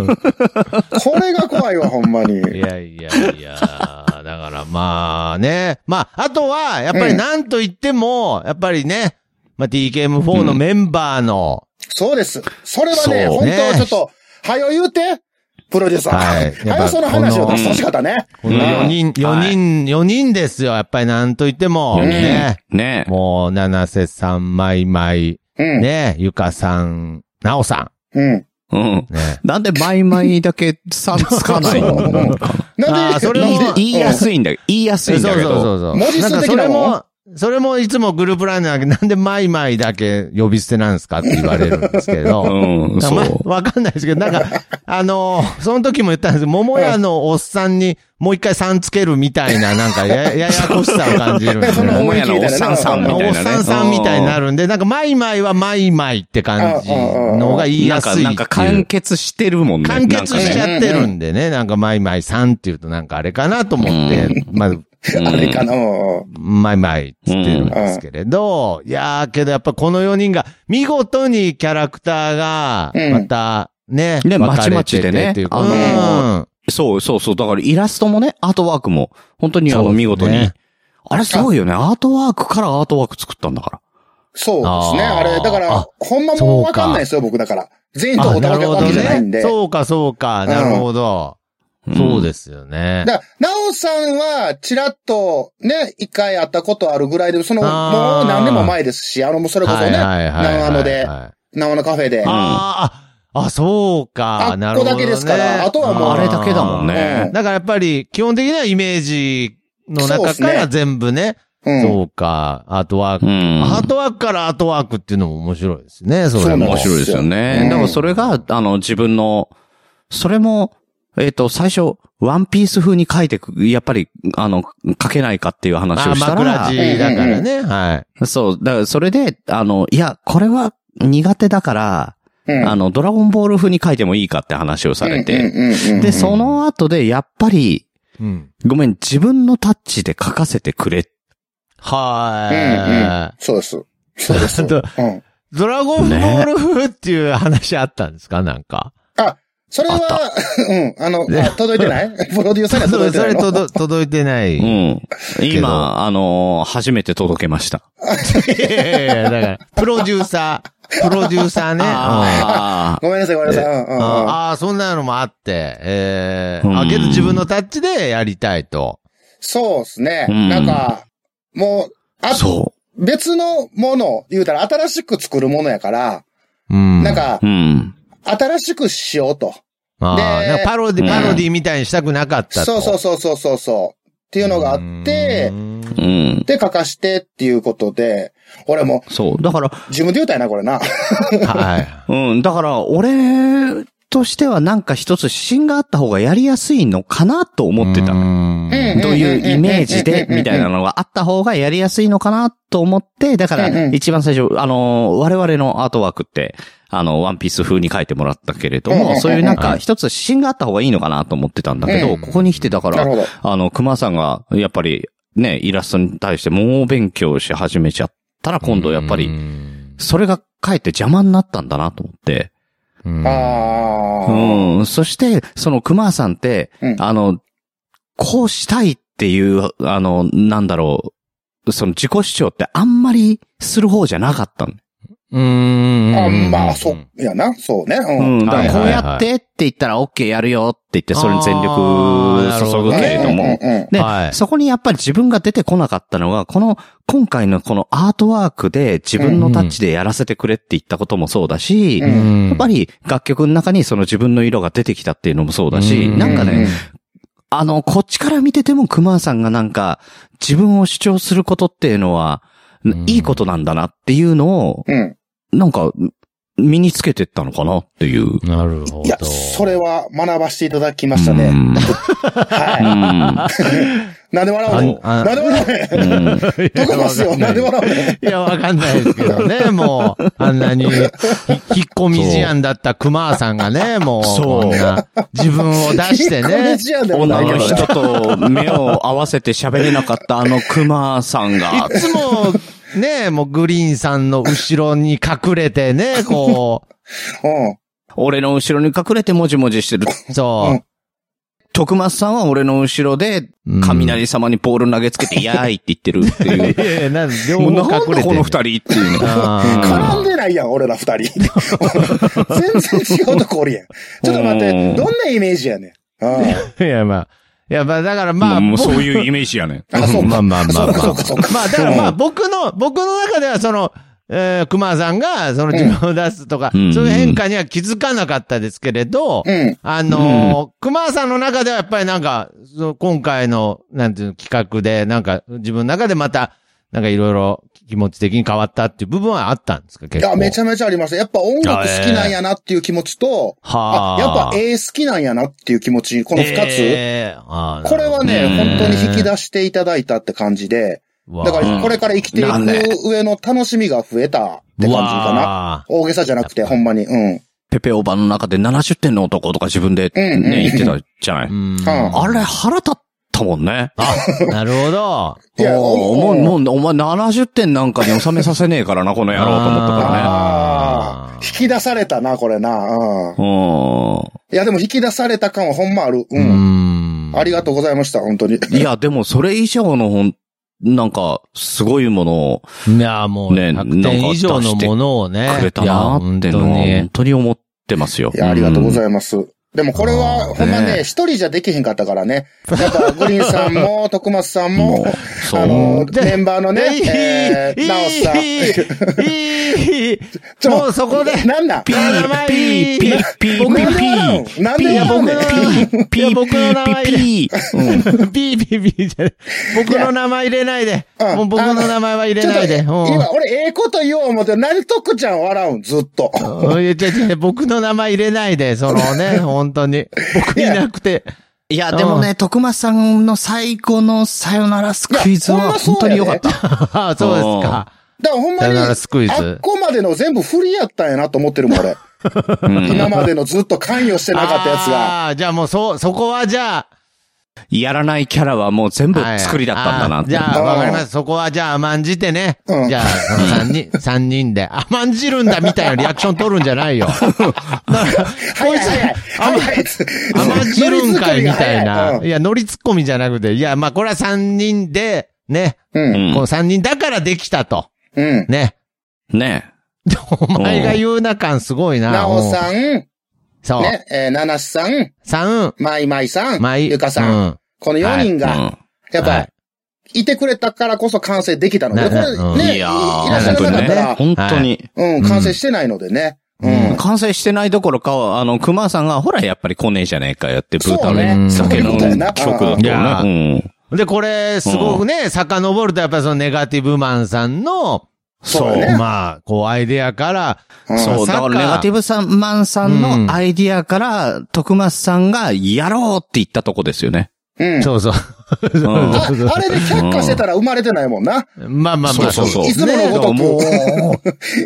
[SPEAKER 3] これが怖いわ、ほんまに。
[SPEAKER 2] いやいやいや、だからまあね。まあ、あとは、やっぱりなんといっても、やっぱりね、まあ TKM4 のメンバーの、
[SPEAKER 3] そうです。それはね、
[SPEAKER 1] そう
[SPEAKER 3] 本
[SPEAKER 2] ね
[SPEAKER 3] 当ちょっと、はよ言うて、プロデューサー。
[SPEAKER 2] は
[SPEAKER 3] はいい。
[SPEAKER 2] やっぱ
[SPEAKER 3] よその話を出してほしかったね。
[SPEAKER 2] この4
[SPEAKER 3] うん
[SPEAKER 2] 人、4人、4人ですよ。やっぱりなんといっても、
[SPEAKER 1] うん
[SPEAKER 2] ね。
[SPEAKER 1] ね
[SPEAKER 2] もう、七瀬さん、まいまい、
[SPEAKER 3] うん。
[SPEAKER 2] ね、ゆかさん、なおさ
[SPEAKER 3] うん。
[SPEAKER 1] うん。
[SPEAKER 2] ん、ね。
[SPEAKER 1] なんでマイマイだけさつか ない
[SPEAKER 3] そうう
[SPEAKER 1] の
[SPEAKER 3] んなん
[SPEAKER 2] あー
[SPEAKER 3] で、
[SPEAKER 2] それも
[SPEAKER 3] なんで
[SPEAKER 1] 言いやすいんだよ。言いやすいんだけ
[SPEAKER 2] そうそう
[SPEAKER 1] ど。
[SPEAKER 2] そうそう。
[SPEAKER 3] 文字数的なもん
[SPEAKER 2] んかそれも、それもいつもグループラインなんで、なんでマイマイだけ呼び捨てなんですかって言われるんですけど。
[SPEAKER 1] うん、
[SPEAKER 2] だか
[SPEAKER 1] そ
[SPEAKER 2] ら
[SPEAKER 1] う。
[SPEAKER 2] まわかんないですけど、なんか、 あのーその時も言ったんですけど、桃屋のおっさんにもう一回3つけるみたいな、なん かや、ややこしさを感じるんです
[SPEAKER 3] その
[SPEAKER 2] よ。
[SPEAKER 1] 桃屋のおっさんさんみたいなね。
[SPEAKER 2] おっさんさんみたいになるんで、なんか、マイマイはマイマイって感じの方が言い
[SPEAKER 1] な
[SPEAKER 2] や
[SPEAKER 1] ん
[SPEAKER 2] す
[SPEAKER 1] か、
[SPEAKER 2] いっていう。
[SPEAKER 1] なんか完結してるもんね。
[SPEAKER 2] 完結し
[SPEAKER 1] な
[SPEAKER 2] ち
[SPEAKER 1] んかね
[SPEAKER 2] ゃってるんでね、なんか、マイマイさんっていうとなんかあれかなと思って、まあ、
[SPEAKER 3] あれかな。うん
[SPEAKER 2] マイマイっつってるんですけれど、いやーけどやっぱこの4人が見事にキャラクターが、
[SPEAKER 3] うん
[SPEAKER 2] またね、
[SPEAKER 1] ね
[SPEAKER 2] 分かれ
[SPEAKER 1] まちまちで
[SPEAKER 2] てて
[SPEAKER 1] ね
[SPEAKER 2] っていう
[SPEAKER 1] あのーそうそうそう。だからイラストもね、アートワークも、本当にあ
[SPEAKER 2] そ
[SPEAKER 1] の
[SPEAKER 2] うですね
[SPEAKER 1] 見事に。あれすごいよね。アートワークからアートワーク作ったんだから。
[SPEAKER 3] そうですね。
[SPEAKER 2] あー
[SPEAKER 3] あれ、だから
[SPEAKER 2] あ、
[SPEAKER 3] ほんまもうわかんないですよ、僕だから。全員と
[SPEAKER 2] あ
[SPEAKER 3] お
[SPEAKER 2] な
[SPEAKER 3] たわ
[SPEAKER 2] る
[SPEAKER 3] け
[SPEAKER 2] ほ
[SPEAKER 3] わ
[SPEAKER 2] ど
[SPEAKER 3] けじゃないん
[SPEAKER 2] ね。
[SPEAKER 3] で。
[SPEAKER 2] そうかそうか、なるほど。そうですよね。
[SPEAKER 3] だから、なおさんは、ちらっと、ね、一回会ったことあるぐらいで、その、もう
[SPEAKER 2] あー
[SPEAKER 3] 何年も前ですし、あの、もうそれこそ
[SPEAKER 2] は
[SPEAKER 3] ね、
[SPEAKER 2] いはいはいはい
[SPEAKER 3] 長野で、
[SPEAKER 2] あ
[SPEAKER 3] 長野カフェで。
[SPEAKER 2] あ、あ、そうか。なるほど、ね。
[SPEAKER 3] あっこだけですからあとはもう
[SPEAKER 1] あれだけだもんね。
[SPEAKER 3] うん
[SPEAKER 2] だからやっぱり、基本的にはイメージの
[SPEAKER 3] そう
[SPEAKER 2] 中
[SPEAKER 3] っす
[SPEAKER 2] から
[SPEAKER 3] ね
[SPEAKER 2] 全部ね。
[SPEAKER 3] うん。
[SPEAKER 2] そうか。アートワーク。
[SPEAKER 1] うん
[SPEAKER 2] アートワークからアートワークっていうのも面白いですね。そ
[SPEAKER 3] そ
[SPEAKER 2] れ
[SPEAKER 3] うなん
[SPEAKER 2] も
[SPEAKER 1] 面。白いですよね。
[SPEAKER 3] うん
[SPEAKER 1] だからそれが、あの、自分の、それも、えっ、と、最初、ワンピース風に書いてく、やっぱり、あの、書けないかっていう話
[SPEAKER 2] あ
[SPEAKER 1] をしたら
[SPEAKER 2] 枕、地だからね。はい。
[SPEAKER 1] そう、だからそれで、あの、いや、これは苦手だから、
[SPEAKER 3] うん
[SPEAKER 1] あの、ドラゴンボール風に書いてもいいかって話をされて、
[SPEAKER 3] うんうんうんうん
[SPEAKER 1] で、その後で、やっぱり、
[SPEAKER 2] うん。
[SPEAKER 1] ごめん、自分のタッチで書かせてくれ。
[SPEAKER 2] は
[SPEAKER 3] そうです。そう で
[SPEAKER 2] い。
[SPEAKER 3] す。
[SPEAKER 2] ド
[SPEAKER 3] うん。
[SPEAKER 2] ドラゴンボール風っていう話あったんですかなんか。
[SPEAKER 3] あ、それは
[SPEAKER 1] あっ、
[SPEAKER 3] うん、あの、
[SPEAKER 2] ね
[SPEAKER 3] あ届いてない プロデューサーには
[SPEAKER 2] そ
[SPEAKER 3] 届
[SPEAKER 2] れ
[SPEAKER 3] いてないの
[SPEAKER 2] 届届いてない。
[SPEAKER 1] う
[SPEAKER 2] い
[SPEAKER 1] ん。今、あの、初めて届けました。
[SPEAKER 2] やいやいやだから、プロデューサー、プロデューサーね。うん
[SPEAKER 1] あ
[SPEAKER 3] ごめんなさい、ごめんなさい。うんうんうん
[SPEAKER 2] ああ、そんなのもあって、ええ
[SPEAKER 1] うん
[SPEAKER 2] あ、けど自分のタッチでやりたいと。
[SPEAKER 3] そうですね。
[SPEAKER 1] うん
[SPEAKER 3] なんか、もう、あ
[SPEAKER 1] あ。そ
[SPEAKER 3] 別のもの、言うたら新しく作るものやから、
[SPEAKER 2] うん。
[SPEAKER 3] なん、か
[SPEAKER 1] う。う、ん。
[SPEAKER 3] 新しくしようと。
[SPEAKER 2] ああ、
[SPEAKER 3] で
[SPEAKER 2] なんかパロディ、
[SPEAKER 1] うん
[SPEAKER 2] パロディみたいにしたくなかったと。
[SPEAKER 3] そうそう
[SPEAKER 2] っ
[SPEAKER 3] そうそうそうそう。っていうのがあって、
[SPEAKER 1] うん。
[SPEAKER 3] で、書かしてっていうことで、俺も、
[SPEAKER 1] そう。だから、
[SPEAKER 3] 自分で言うたんやな、これな。
[SPEAKER 2] は
[SPEAKER 1] うん、だから、俺としてはなんか一つ指針があった方がやりやすいのかなと
[SPEAKER 2] い。
[SPEAKER 1] 思ってた。
[SPEAKER 2] うん
[SPEAKER 1] どういうイメージで、みたいなのがあった方がやりやすいのかなと思って、だか
[SPEAKER 3] うんう
[SPEAKER 1] ら、
[SPEAKER 3] ん
[SPEAKER 1] 一番最初、あの、我々のアートワークって、あの、ワンピース風に書いてもらったけれど
[SPEAKER 3] うんうんう
[SPEAKER 1] も、
[SPEAKER 3] ん
[SPEAKER 1] そういうなんか一つ指針があった方がいいのかなと思ってたんだけ
[SPEAKER 2] う
[SPEAKER 1] ど、
[SPEAKER 2] ん
[SPEAKER 1] ここに来てだか
[SPEAKER 3] なる
[SPEAKER 1] ら、
[SPEAKER 3] ほど。
[SPEAKER 1] あの、熊さんが、やっぱり、ね、イラストに対して猛勉強し始めちゃったら、今度やっぱり、それがかえって邪魔になったんだなと思って、
[SPEAKER 2] うん
[SPEAKER 3] あー。
[SPEAKER 1] うん。そして、その熊さんって、
[SPEAKER 3] うん
[SPEAKER 1] あの、こうしたいっていう、あの、なんだろう、その自己主張ってあんまりする方じゃなかったの。
[SPEAKER 2] うん。
[SPEAKER 3] あまあ、そ、やな、そうね。
[SPEAKER 1] う
[SPEAKER 3] うん
[SPEAKER 1] ん。だからこう
[SPEAKER 2] はいはい
[SPEAKER 1] や
[SPEAKER 2] はい
[SPEAKER 1] ってって言ったら OK やるよって言って、それに全力
[SPEAKER 2] あー
[SPEAKER 1] 注
[SPEAKER 2] ん
[SPEAKER 1] ぐ
[SPEAKER 2] な
[SPEAKER 1] け
[SPEAKER 2] る
[SPEAKER 1] れ
[SPEAKER 2] ほ
[SPEAKER 1] ど
[SPEAKER 2] ど
[SPEAKER 1] も。
[SPEAKER 3] うんうんうん
[SPEAKER 1] で、
[SPEAKER 2] はい
[SPEAKER 1] そこにやっぱり自分が出てこなかったのが、この、今回のこのアートワークで自分のタッチでやらせてくれって言ったこともそうだし、
[SPEAKER 3] うん
[SPEAKER 2] うん
[SPEAKER 1] やっぱり楽曲の中にその自分の色が出てきたっていうのもそうだし、
[SPEAKER 2] うん
[SPEAKER 1] なんか
[SPEAKER 3] う
[SPEAKER 1] ね、あの、こっちから見てても熊さんがなんか自分を主張することっていうのは、
[SPEAKER 2] ん
[SPEAKER 1] いいことなんだなっていうのを、
[SPEAKER 3] うん。
[SPEAKER 1] なんか、身につけてったのかなっていう。
[SPEAKER 2] なるほど。
[SPEAKER 3] いや、それ。は学ばしていただきました
[SPEAKER 1] う
[SPEAKER 3] ね。
[SPEAKER 1] んうん
[SPEAKER 3] はい。なんで笑うの
[SPEAKER 2] ああ
[SPEAKER 3] なんで笑 うねん
[SPEAKER 1] うん
[SPEAKER 3] どこますよ、なんで笑うね
[SPEAKER 2] いや、わかんないですけど ね、もう、あんなに、ひ引っ込み思案だった熊さんがね、もう、
[SPEAKER 1] そう
[SPEAKER 2] こんな自分を出してね、
[SPEAKER 3] 日やでもな
[SPEAKER 1] 女
[SPEAKER 3] いけ
[SPEAKER 1] の
[SPEAKER 3] ど
[SPEAKER 1] 人と目を合わせて喋れなかったあの熊さん が、
[SPEAKER 2] いつも、ね、もうグリーンさんの後ろに隠れてね、こ
[SPEAKER 3] うん。
[SPEAKER 1] 俺の後ろに隠れてもじもじしてる。
[SPEAKER 2] う、そ
[SPEAKER 1] 徳松さんは俺の後ろで
[SPEAKER 2] う。。
[SPEAKER 1] 雷様にポール投げつけて、やーいって言ってるっていう
[SPEAKER 2] いやいや、なんで、両
[SPEAKER 1] もうなん
[SPEAKER 2] 方
[SPEAKER 1] だ
[SPEAKER 2] 隠れて
[SPEAKER 1] こ
[SPEAKER 2] んね
[SPEAKER 1] の二
[SPEAKER 2] ん
[SPEAKER 1] 人っていうね。
[SPEAKER 2] あ
[SPEAKER 3] 絡んでないやん、俺ら二人。全然違うとこおるやん。ちょっと待って
[SPEAKER 1] うん、
[SPEAKER 3] どんなイメージやねん。うん
[SPEAKER 2] ーいや、まあ、いや、まあ、だからまあ、
[SPEAKER 1] もう
[SPEAKER 2] 僕
[SPEAKER 1] そういうイメージやねん。
[SPEAKER 3] あ、そう
[SPEAKER 2] まあ
[SPEAKER 3] か。
[SPEAKER 2] まあまあまあ
[SPEAKER 3] そうかそうかそう。か
[SPEAKER 2] まあ、だからまあ、僕の、僕の中ではその、えー、熊さんが、その自分を出すとか、
[SPEAKER 1] うん
[SPEAKER 2] そういう変化には気づかなかったですけれど、
[SPEAKER 3] うん。
[SPEAKER 2] あのー熊さんの中ではやっぱりなんか、その今回の、なんていうの、企画で、なんか、自分の中でまた、なんかいろいろ気持ち的に変わったっていう部分はあったんですか、
[SPEAKER 3] い
[SPEAKER 2] 結構。
[SPEAKER 3] や、めちゃめちゃありました。やっぱ音楽好きなんやなっていう気持ちと、
[SPEAKER 2] は
[SPEAKER 3] あ
[SPEAKER 2] あ。
[SPEAKER 3] やっぱ絵好きなんやなっていう気持ち、この二つ。
[SPEAKER 2] えーあー
[SPEAKER 3] これはね、
[SPEAKER 1] うん
[SPEAKER 3] 本当に引き出していただいたって感じで、
[SPEAKER 2] わあ
[SPEAKER 3] だからこれから生きてい
[SPEAKER 1] なんで
[SPEAKER 3] く上の楽しみが増えたって感じかな。
[SPEAKER 2] わあ
[SPEAKER 3] 大げさじゃなくて、ほんまに。うん。
[SPEAKER 1] ペペオーバーの中で70点の男とか自分で
[SPEAKER 3] うんうん
[SPEAKER 1] ね、言ってたじゃない。
[SPEAKER 2] うん
[SPEAKER 3] うん
[SPEAKER 1] あれ腹立ったもんね。
[SPEAKER 2] あ、なるほど。
[SPEAKER 3] いや
[SPEAKER 1] おーもう、もう、お前70点なんかに収めさせねえからな、この野郎と思ったからね。
[SPEAKER 3] ああ、引き出されたな、これな。うん。
[SPEAKER 1] う
[SPEAKER 3] いや、でも引き出された感はほんまある。 う。
[SPEAKER 2] うんん
[SPEAKER 3] ありがとうございました、本当に。
[SPEAKER 1] ん。いや、でもそれ以上のほん、なんか、すごいものを
[SPEAKER 2] いや、もう、
[SPEAKER 1] ね
[SPEAKER 2] 100点以上のものをね。
[SPEAKER 1] くれたなーって
[SPEAKER 2] いや
[SPEAKER 1] のは、
[SPEAKER 2] 本
[SPEAKER 1] 本当に思ってますよ。
[SPEAKER 3] いや、ありがとうございます。でもこれは、ほんま
[SPEAKER 1] ね
[SPEAKER 3] ね、一人じゃできへんかったからね。やっぱ、グリーンさ んも、徳松さんも、あの、メンバーのね、えー、ナオスさん。
[SPEAKER 2] いい、いい、
[SPEAKER 3] ちょ
[SPEAKER 2] もうそこで、
[SPEAKER 3] なんなん
[SPEAKER 2] ピー、ピー、ピー、ピー、
[SPEAKER 3] 僕
[SPEAKER 2] ピ
[SPEAKER 3] なん
[SPEAKER 2] ー、
[SPEAKER 3] で
[SPEAKER 2] ピ
[SPEAKER 3] 笑うのなんで笑うねん
[SPEAKER 2] ー、ピー、僕の名前入れ、
[SPEAKER 1] ピー。うん。
[SPEAKER 2] ピー、ピー、ピーじゃない。僕の名前入れないで。
[SPEAKER 3] うん
[SPEAKER 2] もう僕の名前は入れないで。
[SPEAKER 3] ちょっと
[SPEAKER 2] うん
[SPEAKER 3] 今、俺、ええこと言おう思って、なんで徳ちゃん笑うん、ずっと。
[SPEAKER 2] うんいや違う違う僕の名前入れないで、その ね、本当に。僕いなくて。
[SPEAKER 1] いや、でもね、徳松さんの最後のさよならスクイズ
[SPEAKER 3] いや
[SPEAKER 1] は
[SPEAKER 3] ほん
[SPEAKER 1] 本当に
[SPEAKER 3] まそうやで
[SPEAKER 1] 良かった。
[SPEAKER 2] あそうですか。
[SPEAKER 3] だからほんま
[SPEAKER 2] さよ
[SPEAKER 3] に、
[SPEAKER 2] な
[SPEAKER 3] あ
[SPEAKER 2] らスクイズ
[SPEAKER 3] っこまでの全部振りやったんやなと思ってるもん、俺。今までのずっと関与してなかったやつが。
[SPEAKER 2] ああー、じゃあもうそ、そこはじゃあ。
[SPEAKER 1] やらないキャラはもう全部
[SPEAKER 2] はい
[SPEAKER 1] 作りだったんだな
[SPEAKER 2] あ
[SPEAKER 1] っ
[SPEAKER 2] ー
[SPEAKER 1] て。
[SPEAKER 2] じゃあ、
[SPEAKER 3] うん
[SPEAKER 2] わかります。そこはじゃあ甘んじてね。
[SPEAKER 3] うん
[SPEAKER 2] じゃあ、その三人、 三人で。甘んじるんだみたいなリアクション取るんじゃないよ。だから
[SPEAKER 3] 早い早い。早い。
[SPEAKER 2] 甘んじるんかいみたい
[SPEAKER 3] ノリ作りが早
[SPEAKER 2] な。
[SPEAKER 3] うん
[SPEAKER 2] いや、ノリツッコミじゃなくて、いや、まあこれは三人で、ね。
[SPEAKER 3] うん。
[SPEAKER 2] この三人だからできたと。
[SPEAKER 3] うん。
[SPEAKER 2] ね。
[SPEAKER 1] ね。
[SPEAKER 2] お前が言うな感すごいな。
[SPEAKER 3] なお
[SPEAKER 2] うん。
[SPEAKER 3] さん、ね、
[SPEAKER 2] そう。
[SPEAKER 3] えー、ななしさん、
[SPEAKER 2] 三、
[SPEAKER 3] まいまいさん、
[SPEAKER 2] まあいい
[SPEAKER 3] ゆかさん、
[SPEAKER 2] うん
[SPEAKER 3] この4人
[SPEAKER 1] う
[SPEAKER 3] が、
[SPEAKER 1] ん。
[SPEAKER 3] やっぱ、
[SPEAKER 2] はい
[SPEAKER 3] い、てくれたからこそ完成できたので、
[SPEAKER 2] ね
[SPEAKER 3] これ
[SPEAKER 2] うん
[SPEAKER 3] ね、い
[SPEAKER 1] い
[SPEAKER 3] い
[SPEAKER 1] や
[SPEAKER 3] ら
[SPEAKER 1] ー
[SPEAKER 3] っしゃらなかったら、
[SPEAKER 1] 本当に。
[SPEAKER 3] うん、完成してないのでね。う。
[SPEAKER 2] うん
[SPEAKER 1] 完成してないどころか、あの、熊さんが、ほら、やっぱり来ねえじゃねえかよって、ブータ
[SPEAKER 3] そう
[SPEAKER 2] ね
[SPEAKER 1] レ酒の
[SPEAKER 3] そういうことやな
[SPEAKER 1] 規則だっ
[SPEAKER 2] いや
[SPEAKER 1] たよね。うん。
[SPEAKER 2] で、これ、すごくね、遡ると、やっぱりそのネガティブマンさんの、
[SPEAKER 3] そう
[SPEAKER 2] こ
[SPEAKER 3] だ
[SPEAKER 2] う
[SPEAKER 3] ね
[SPEAKER 2] まあ、こう、アイデアから、
[SPEAKER 3] うん
[SPEAKER 1] そう、だからネガティブさん、マンさん
[SPEAKER 2] うん
[SPEAKER 1] のアイディアから、徳松さんが、やろうって言ったとこですよね。
[SPEAKER 3] うん。
[SPEAKER 2] そうそう。
[SPEAKER 1] うん
[SPEAKER 3] あ、あれで却下してたら生まれてないもんな。
[SPEAKER 2] まあまあま
[SPEAKER 1] そ
[SPEAKER 2] あ、
[SPEAKER 1] うそうそう。
[SPEAKER 3] いつものごとく
[SPEAKER 1] ねだからも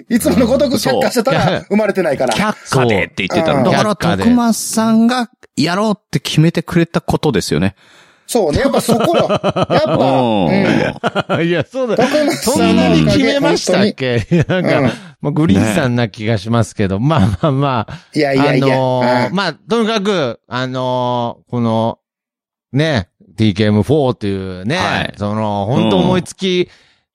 [SPEAKER 1] う、
[SPEAKER 3] いつものごとく却下してた
[SPEAKER 2] そうい
[SPEAKER 3] ら
[SPEAKER 2] や
[SPEAKER 3] 生まれてないから。
[SPEAKER 1] 却下でって言ってた
[SPEAKER 3] うん
[SPEAKER 1] の。だから、
[SPEAKER 2] 却下で
[SPEAKER 1] 徳松さんが、やろうって決めてくれたことですよね。
[SPEAKER 3] そうね。やっぱそこよ。やっ
[SPEAKER 1] う
[SPEAKER 3] ぱ、
[SPEAKER 1] ん。
[SPEAKER 3] う ん。
[SPEAKER 2] いや、そうだ。
[SPEAKER 3] 徳松
[SPEAKER 2] そ
[SPEAKER 3] さ
[SPEAKER 2] ん
[SPEAKER 3] ん
[SPEAKER 2] な
[SPEAKER 3] のおかげ
[SPEAKER 2] に決めましたっ
[SPEAKER 3] 本
[SPEAKER 2] けいやなんか、
[SPEAKER 3] うん
[SPEAKER 2] もうグリーンさんな気がしますけど、まあまあまあ、
[SPEAKER 3] 当にいやいやいや。
[SPEAKER 2] あのー
[SPEAKER 3] うん
[SPEAKER 2] まあ、とにかく、あのーこの、ね、TKM4 っていうね、
[SPEAKER 1] はい
[SPEAKER 2] その、本当思いつき、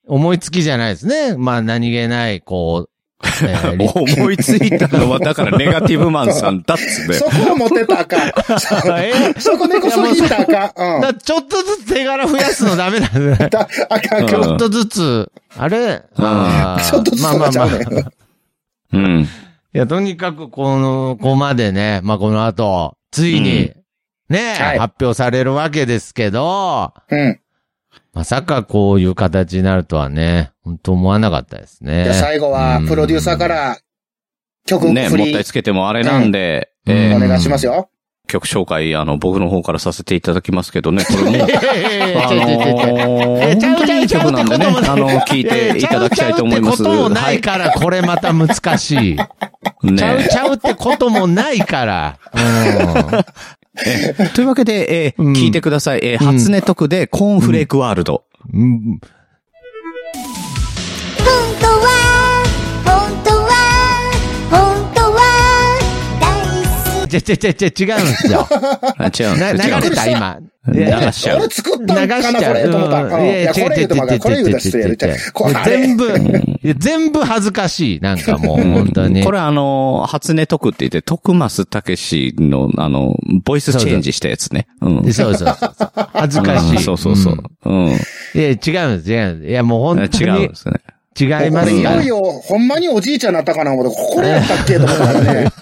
[SPEAKER 2] 思いつきじゃないですね。まあ、何気ない、こう、 えーリ
[SPEAKER 1] 思いついたのは、だから、ネガティブマンさんだっつって
[SPEAKER 3] そ。こを持ってたらあ かん。
[SPEAKER 2] え
[SPEAKER 3] そこ猫そ引いたらあかん。 うん。。
[SPEAKER 2] だちょっとずつ手柄増やすのダメなんだね
[SPEAKER 3] だあかんあ
[SPEAKER 2] ち
[SPEAKER 3] かん。
[SPEAKER 2] ょっとずつ、あれあー
[SPEAKER 3] ちょっとずつ
[SPEAKER 2] まあ
[SPEAKER 3] と
[SPEAKER 2] ま
[SPEAKER 3] か
[SPEAKER 2] あ
[SPEAKER 3] ち
[SPEAKER 2] ま
[SPEAKER 3] ゃう
[SPEAKER 2] あ。
[SPEAKER 3] ねん。
[SPEAKER 2] い
[SPEAKER 1] うん。
[SPEAKER 2] や、とにかく、この、ここまでね、まあこの後、ついに、ね、
[SPEAKER 3] はい
[SPEAKER 2] 発表されるわけですけど、
[SPEAKER 3] うん。
[SPEAKER 2] まさかこういう形になるとはね、本当思わなかったですね。
[SPEAKER 3] じゃあ最後は、プロデューサーから、曲
[SPEAKER 1] ね、
[SPEAKER 3] 振
[SPEAKER 1] もっ
[SPEAKER 3] り
[SPEAKER 1] たい、つけてもあれなんで、
[SPEAKER 2] うん
[SPEAKER 1] え
[SPEAKER 2] う
[SPEAKER 1] ー
[SPEAKER 2] ん。
[SPEAKER 3] お願いしますよ。
[SPEAKER 1] 曲紹介、あの、僕の方からさせていただきますけどね、これも
[SPEAKER 2] え
[SPEAKER 1] あの
[SPEAKER 2] ー。
[SPEAKER 1] ー、
[SPEAKER 2] ちゃうちゃうちゃう
[SPEAKER 1] 曲なんでね、あの、聴いていただきたいと思います。
[SPEAKER 2] ちゃうちゃうってこともな
[SPEAKER 1] はい
[SPEAKER 2] から、これまた難しい。
[SPEAKER 1] い。
[SPEAKER 2] ちゃう
[SPEAKER 1] ね
[SPEAKER 2] ちゃうってこともないから。うん
[SPEAKER 1] ええというわけで、えー
[SPEAKER 2] うん
[SPEAKER 1] 聞いてください。えー初音特で、コーンフレークワールド。
[SPEAKER 2] うん
[SPEAKER 4] 本当は本当は本当は大好き
[SPEAKER 2] ちゃちゃちゃちゃ違うんですよ。
[SPEAKER 1] あ、違うんですよ
[SPEAKER 2] な流
[SPEAKER 1] 違うん
[SPEAKER 2] れ
[SPEAKER 1] です
[SPEAKER 2] た今。
[SPEAKER 1] 流しちゃう
[SPEAKER 3] 俺。作ったんかな、これ、と思った。うん
[SPEAKER 2] い
[SPEAKER 3] い
[SPEAKER 2] やいや、
[SPEAKER 3] や、これ言うとまかんこれ言うと失礼やで。これ、あれ
[SPEAKER 2] 全部、いや全部恥ずかしい。なんかもう、本当に。
[SPEAKER 1] これあのー、初音特って言って、徳増たけしの、あの、ボイスチェンジしたやつね。うん。
[SPEAKER 2] そうそうそうそう。恥ずかし
[SPEAKER 1] うん
[SPEAKER 2] い。
[SPEAKER 1] そうそうそう。うん。
[SPEAKER 2] うん。いや、違うんです、違うんです。いや、もう本当
[SPEAKER 1] 違うん
[SPEAKER 2] に
[SPEAKER 1] ですね。
[SPEAKER 2] 違います
[SPEAKER 3] 俺い
[SPEAKER 2] か
[SPEAKER 3] よ
[SPEAKER 2] ら
[SPEAKER 3] い。よ、ほんまにおじいちゃんになったかな、思って、これやったっけと思ったからね。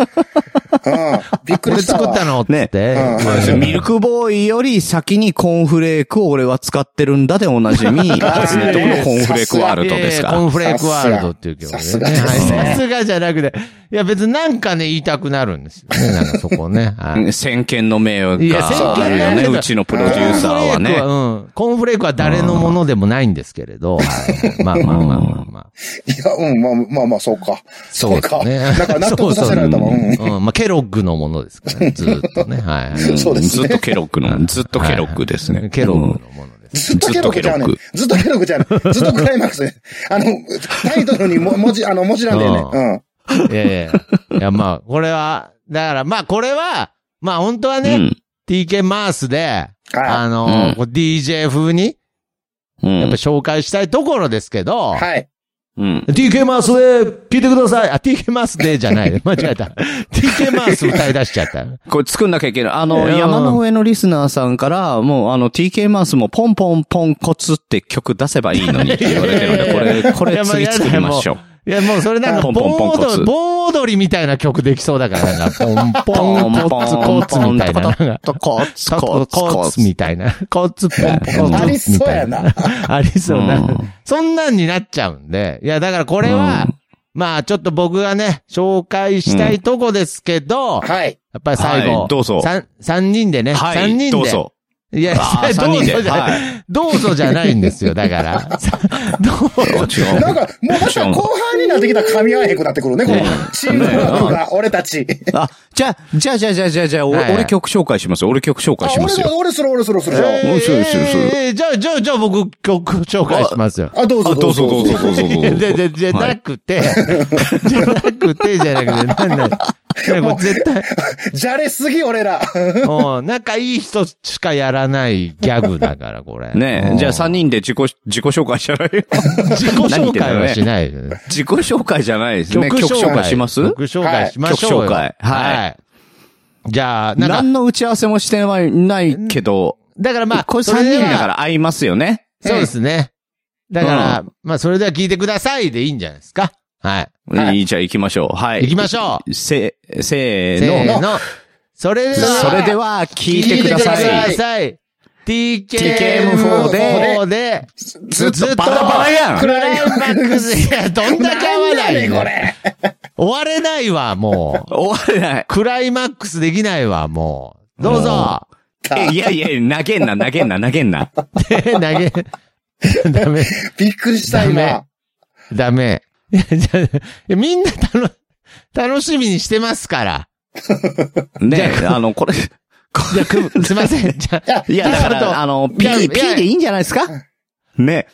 [SPEAKER 3] うん。びっく
[SPEAKER 2] こ
[SPEAKER 3] り
[SPEAKER 2] れ
[SPEAKER 3] した
[SPEAKER 2] 作った
[SPEAKER 3] わ。
[SPEAKER 2] のって言って。
[SPEAKER 3] ねうん
[SPEAKER 1] そうですよミルクボーイより先にコーンフレークを俺は使ってるんだでおなじ み、初音トクのコーンフレークワールドですか
[SPEAKER 2] えーコ
[SPEAKER 1] ら。
[SPEAKER 2] ンフレークワールドっていう曲
[SPEAKER 3] さすがですね
[SPEAKER 2] はいさすがじゃなくて。いや、別になんかね、言いたくなるんですよね。なんかそこね。はい
[SPEAKER 1] 先見の明
[SPEAKER 2] いや
[SPEAKER 1] が
[SPEAKER 2] 先
[SPEAKER 1] あ
[SPEAKER 2] 見
[SPEAKER 1] る
[SPEAKER 2] の
[SPEAKER 1] よ
[SPEAKER 2] 明
[SPEAKER 1] ね、
[SPEAKER 2] だ
[SPEAKER 1] うちのプロデューサーはね。
[SPEAKER 2] うん。コーンフレークは誰のものでもないんですけれど。はいまあまあまあまあまあ。
[SPEAKER 3] いや、うん、まあまあまあ、そうか。そうか。
[SPEAKER 2] ね
[SPEAKER 3] なんか納得させられたわ。うん。
[SPEAKER 2] うん。まあ、ケロッグのものですか らね。ずーっとね。はい。
[SPEAKER 1] うん
[SPEAKER 3] そうです
[SPEAKER 1] ず
[SPEAKER 3] ね
[SPEAKER 1] っとケロックの、ずっとケロックです
[SPEAKER 2] はい
[SPEAKER 1] ね。
[SPEAKER 2] ケロッ
[SPEAKER 1] うん
[SPEAKER 2] グのものです。
[SPEAKER 3] ずっとケロクじゃね
[SPEAKER 1] ずっとケロ
[SPEAKER 3] ずっとケロクじゃねずっとクライマックスね。あの、タイトルにも文字、あの、文字なんだよね。
[SPEAKER 2] いやいや。いや、まあ、これは、だから、まあ、これは、まあ、本当は
[SPEAKER 1] う
[SPEAKER 2] ね、
[SPEAKER 1] ん。
[SPEAKER 2] TK マースで、
[SPEAKER 3] うん。はい。
[SPEAKER 2] あの
[SPEAKER 1] うん
[SPEAKER 2] ー、こう DJ 風に、
[SPEAKER 1] うん
[SPEAKER 2] やっぱ紹介したいところですけど、
[SPEAKER 3] はい。
[SPEAKER 1] うん。
[SPEAKER 2] TK マウスで聞いてください。あ、TK マウスでじゃ ない。間違えた。TK マウス歌い出しちゃった。
[SPEAKER 1] これ作んなきゃいけない。あ
[SPEAKER 2] い
[SPEAKER 1] の、
[SPEAKER 2] やー
[SPEAKER 1] 山の上のリスナーさんから、もうあの、TK マウスもポンポンポンコツって曲出せばいいのにって言われてるんで、これ、これ次作りましょう。
[SPEAKER 2] いや、もうそれなんか、
[SPEAKER 1] ポンポンポン
[SPEAKER 2] 盆
[SPEAKER 1] コ
[SPEAKER 2] 踊
[SPEAKER 1] ツ
[SPEAKER 2] り、盆踊りみたいな曲できそうだからな。ポンポン、コツコツみたいな。なんか
[SPEAKER 1] とコツ
[SPEAKER 2] コ
[SPEAKER 1] コ
[SPEAKER 2] ツ
[SPEAKER 1] ツ
[SPEAKER 2] コ
[SPEAKER 1] コ
[SPEAKER 2] ツ
[SPEAKER 1] ツ
[SPEAKER 2] みたいな。コツポンポコツみたいな。
[SPEAKER 3] ありそうやな。
[SPEAKER 2] ありそう
[SPEAKER 1] う。
[SPEAKER 2] なんそんなんになっちゃうんで。いや、だからこれは
[SPEAKER 1] うん、
[SPEAKER 2] まあちょっと僕がね、紹介したいとこですけど、や
[SPEAKER 3] はい。
[SPEAKER 2] っぱり最
[SPEAKER 1] は
[SPEAKER 2] 後
[SPEAKER 1] い、どうぞ
[SPEAKER 2] 三三人でね、
[SPEAKER 1] は
[SPEAKER 2] 三人
[SPEAKER 1] い、
[SPEAKER 2] で。
[SPEAKER 1] どうぞ。
[SPEAKER 2] いや、
[SPEAKER 1] あー三
[SPEAKER 2] どう
[SPEAKER 1] 人で
[SPEAKER 2] ぞじゃない、
[SPEAKER 1] は
[SPEAKER 2] どうぞじゃないんですよ、だから。さどうぞ。
[SPEAKER 1] 違う
[SPEAKER 3] なんか、もうまた後半になってきたら噛み合えへんくなってくるね、この
[SPEAKER 1] ね
[SPEAKER 3] チームワークが、俺たち。
[SPEAKER 1] あ、じゃあ、じゃあ、じゃあ、じゃあ、じゃあ、じゃあ、お
[SPEAKER 2] はいはい
[SPEAKER 1] 俺曲紹介しますよ。俺曲紹介
[SPEAKER 3] あ
[SPEAKER 1] し
[SPEAKER 3] 俺
[SPEAKER 1] ます
[SPEAKER 3] も
[SPEAKER 1] よ。
[SPEAKER 3] 俺する、俺する、する。
[SPEAKER 2] えー
[SPEAKER 1] 面白いですよそれ
[SPEAKER 2] えーじゃあ、じゃあ、じゃあ僕曲紹介しますよ。
[SPEAKER 3] あ、どうぞ、
[SPEAKER 1] あどうぞ、どうぞ、どうぞ。
[SPEAKER 2] いやじゃ、じゃ、じゃなくて、 じゃなくて、じゃなくて、なんだよ。なんかこれ絶対、
[SPEAKER 3] じゃれすぎ、俺ら。
[SPEAKER 2] うん仲いい人しかやらないギャグだから、これ。
[SPEAKER 1] ね
[SPEAKER 2] う
[SPEAKER 1] え、
[SPEAKER 2] ん
[SPEAKER 1] じゃあ3人で自己、自己紹介じゃないよ。
[SPEAKER 2] 自己紹介はし
[SPEAKER 1] い。
[SPEAKER 2] ないですね。
[SPEAKER 1] 自己紹介じゃないですね。曲紹介します
[SPEAKER 2] 曲紹介しましょうよ。
[SPEAKER 1] 曲紹介はい
[SPEAKER 2] い。じゃあ、なんか、
[SPEAKER 1] 何の打ち合わせもしてはいないけど、
[SPEAKER 2] だからまあ、
[SPEAKER 1] これ
[SPEAKER 2] それ
[SPEAKER 1] 3
[SPEAKER 2] では
[SPEAKER 1] 人だから合いますよね。
[SPEAKER 2] そうですね。だから
[SPEAKER 1] う、
[SPEAKER 2] まあ、それでは聞いてくださいでいいんじゃないですか。はい。
[SPEAKER 3] はい
[SPEAKER 1] いい、じゃあ行きましょう。はい。
[SPEAKER 2] 行きましょ
[SPEAKER 1] う。せ、せ
[SPEAKER 2] せ
[SPEAKER 1] ーの。
[SPEAKER 2] ーの。それでは、
[SPEAKER 1] それでは、聞いてくだ
[SPEAKER 2] 聞いて
[SPEAKER 1] さ
[SPEAKER 2] く
[SPEAKER 1] い。
[SPEAKER 2] ださい。
[SPEAKER 1] TKM4
[SPEAKER 2] TKM4 で、
[SPEAKER 1] ずっとバラバラやん
[SPEAKER 2] クライマックス、いや、どんだけ合わないの
[SPEAKER 3] なんだねこれ。
[SPEAKER 2] 終われないわ、もう。
[SPEAKER 1] 終われない。
[SPEAKER 2] クライマックスできないわ、もう。どうぞ。
[SPEAKER 1] えいやいや、投げんな、投げんな、投げんな。
[SPEAKER 2] 手 投げ、ダメ、
[SPEAKER 3] びっくりした、今
[SPEAKER 2] ダ。ダメ。いやじゃあいやみんな楽、楽しみにしてますから。
[SPEAKER 1] ねえ、あの、これ、
[SPEAKER 2] じゃあくすいません。 じゃあ
[SPEAKER 1] いや、だか
[SPEAKER 2] ちょっと
[SPEAKER 1] ら、あの、
[SPEAKER 2] い
[SPEAKER 1] P
[SPEAKER 2] やいや、
[SPEAKER 1] P でいいんじゃないですかね。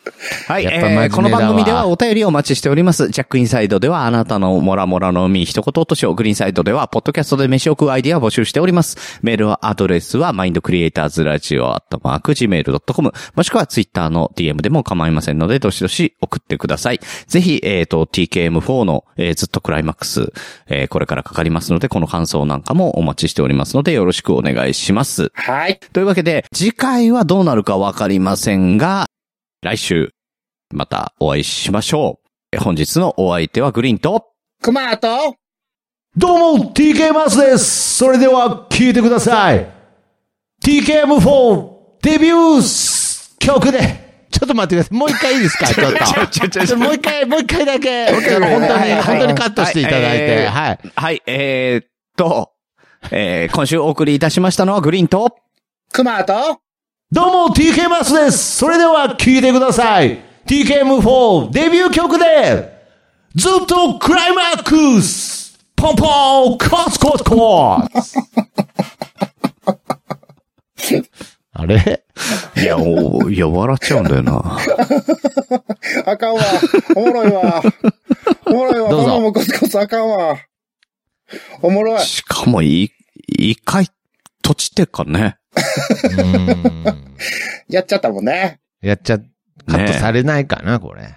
[SPEAKER 1] はい、
[SPEAKER 2] やっぱ
[SPEAKER 1] えー
[SPEAKER 2] 真
[SPEAKER 1] この
[SPEAKER 2] 面目だわ
[SPEAKER 1] 番組ではお便りをお待ちしております。ジャックインサイドではあなたのモラモラの海一言落としを、グリーンサイドではポッドキャストで飯を食うアイディアを募集しております。メールアドレスは mindcreatorsradio.gmail.com もしくはツイッターの DM でも構いませんので、どしどし送ってください。ぜひ、えっ、と、TKM4 の、えーずっとクライマックス、えーこれからかかりますので、この感想なんかもお待ちしておりますので、よろしくお願いします。
[SPEAKER 3] はい。
[SPEAKER 1] というわけで、次回はどうなるかわかりませんが、来週、またお会いしましょう。本日のお相手はグリーン と、
[SPEAKER 3] クマート
[SPEAKER 2] どうも、TK マスです。それでは、聞いてください。TKM4 デビュー曲で。ちょっと待ってください。もう一回いいですかちょっと。もう一回、もう一回だけ。本当に、
[SPEAKER 3] はい
[SPEAKER 2] 本当にカットしていただいて。
[SPEAKER 1] は
[SPEAKER 2] はいい。。
[SPEAKER 1] はい、えーっと、えー今週お送りいたしましたのはグリーンと、
[SPEAKER 3] クマート
[SPEAKER 2] どうも、TK マスです。それでは、聞いてください。TKM4 デビュー曲で。ずっとクライマックスポンポンコツコツコツあれ
[SPEAKER 1] いや、おいや、笑っちゃうんだよな。
[SPEAKER 3] あかんわ。おもろいわ。おもろいわ。
[SPEAKER 2] どうぞ
[SPEAKER 3] ママもコツコツあかんわ。おもろい。
[SPEAKER 1] しかも、い、一回、閉じてっかね。
[SPEAKER 2] うん
[SPEAKER 3] やっちゃったもんね。
[SPEAKER 2] やっちゃ、カットされないかな、これ。はい。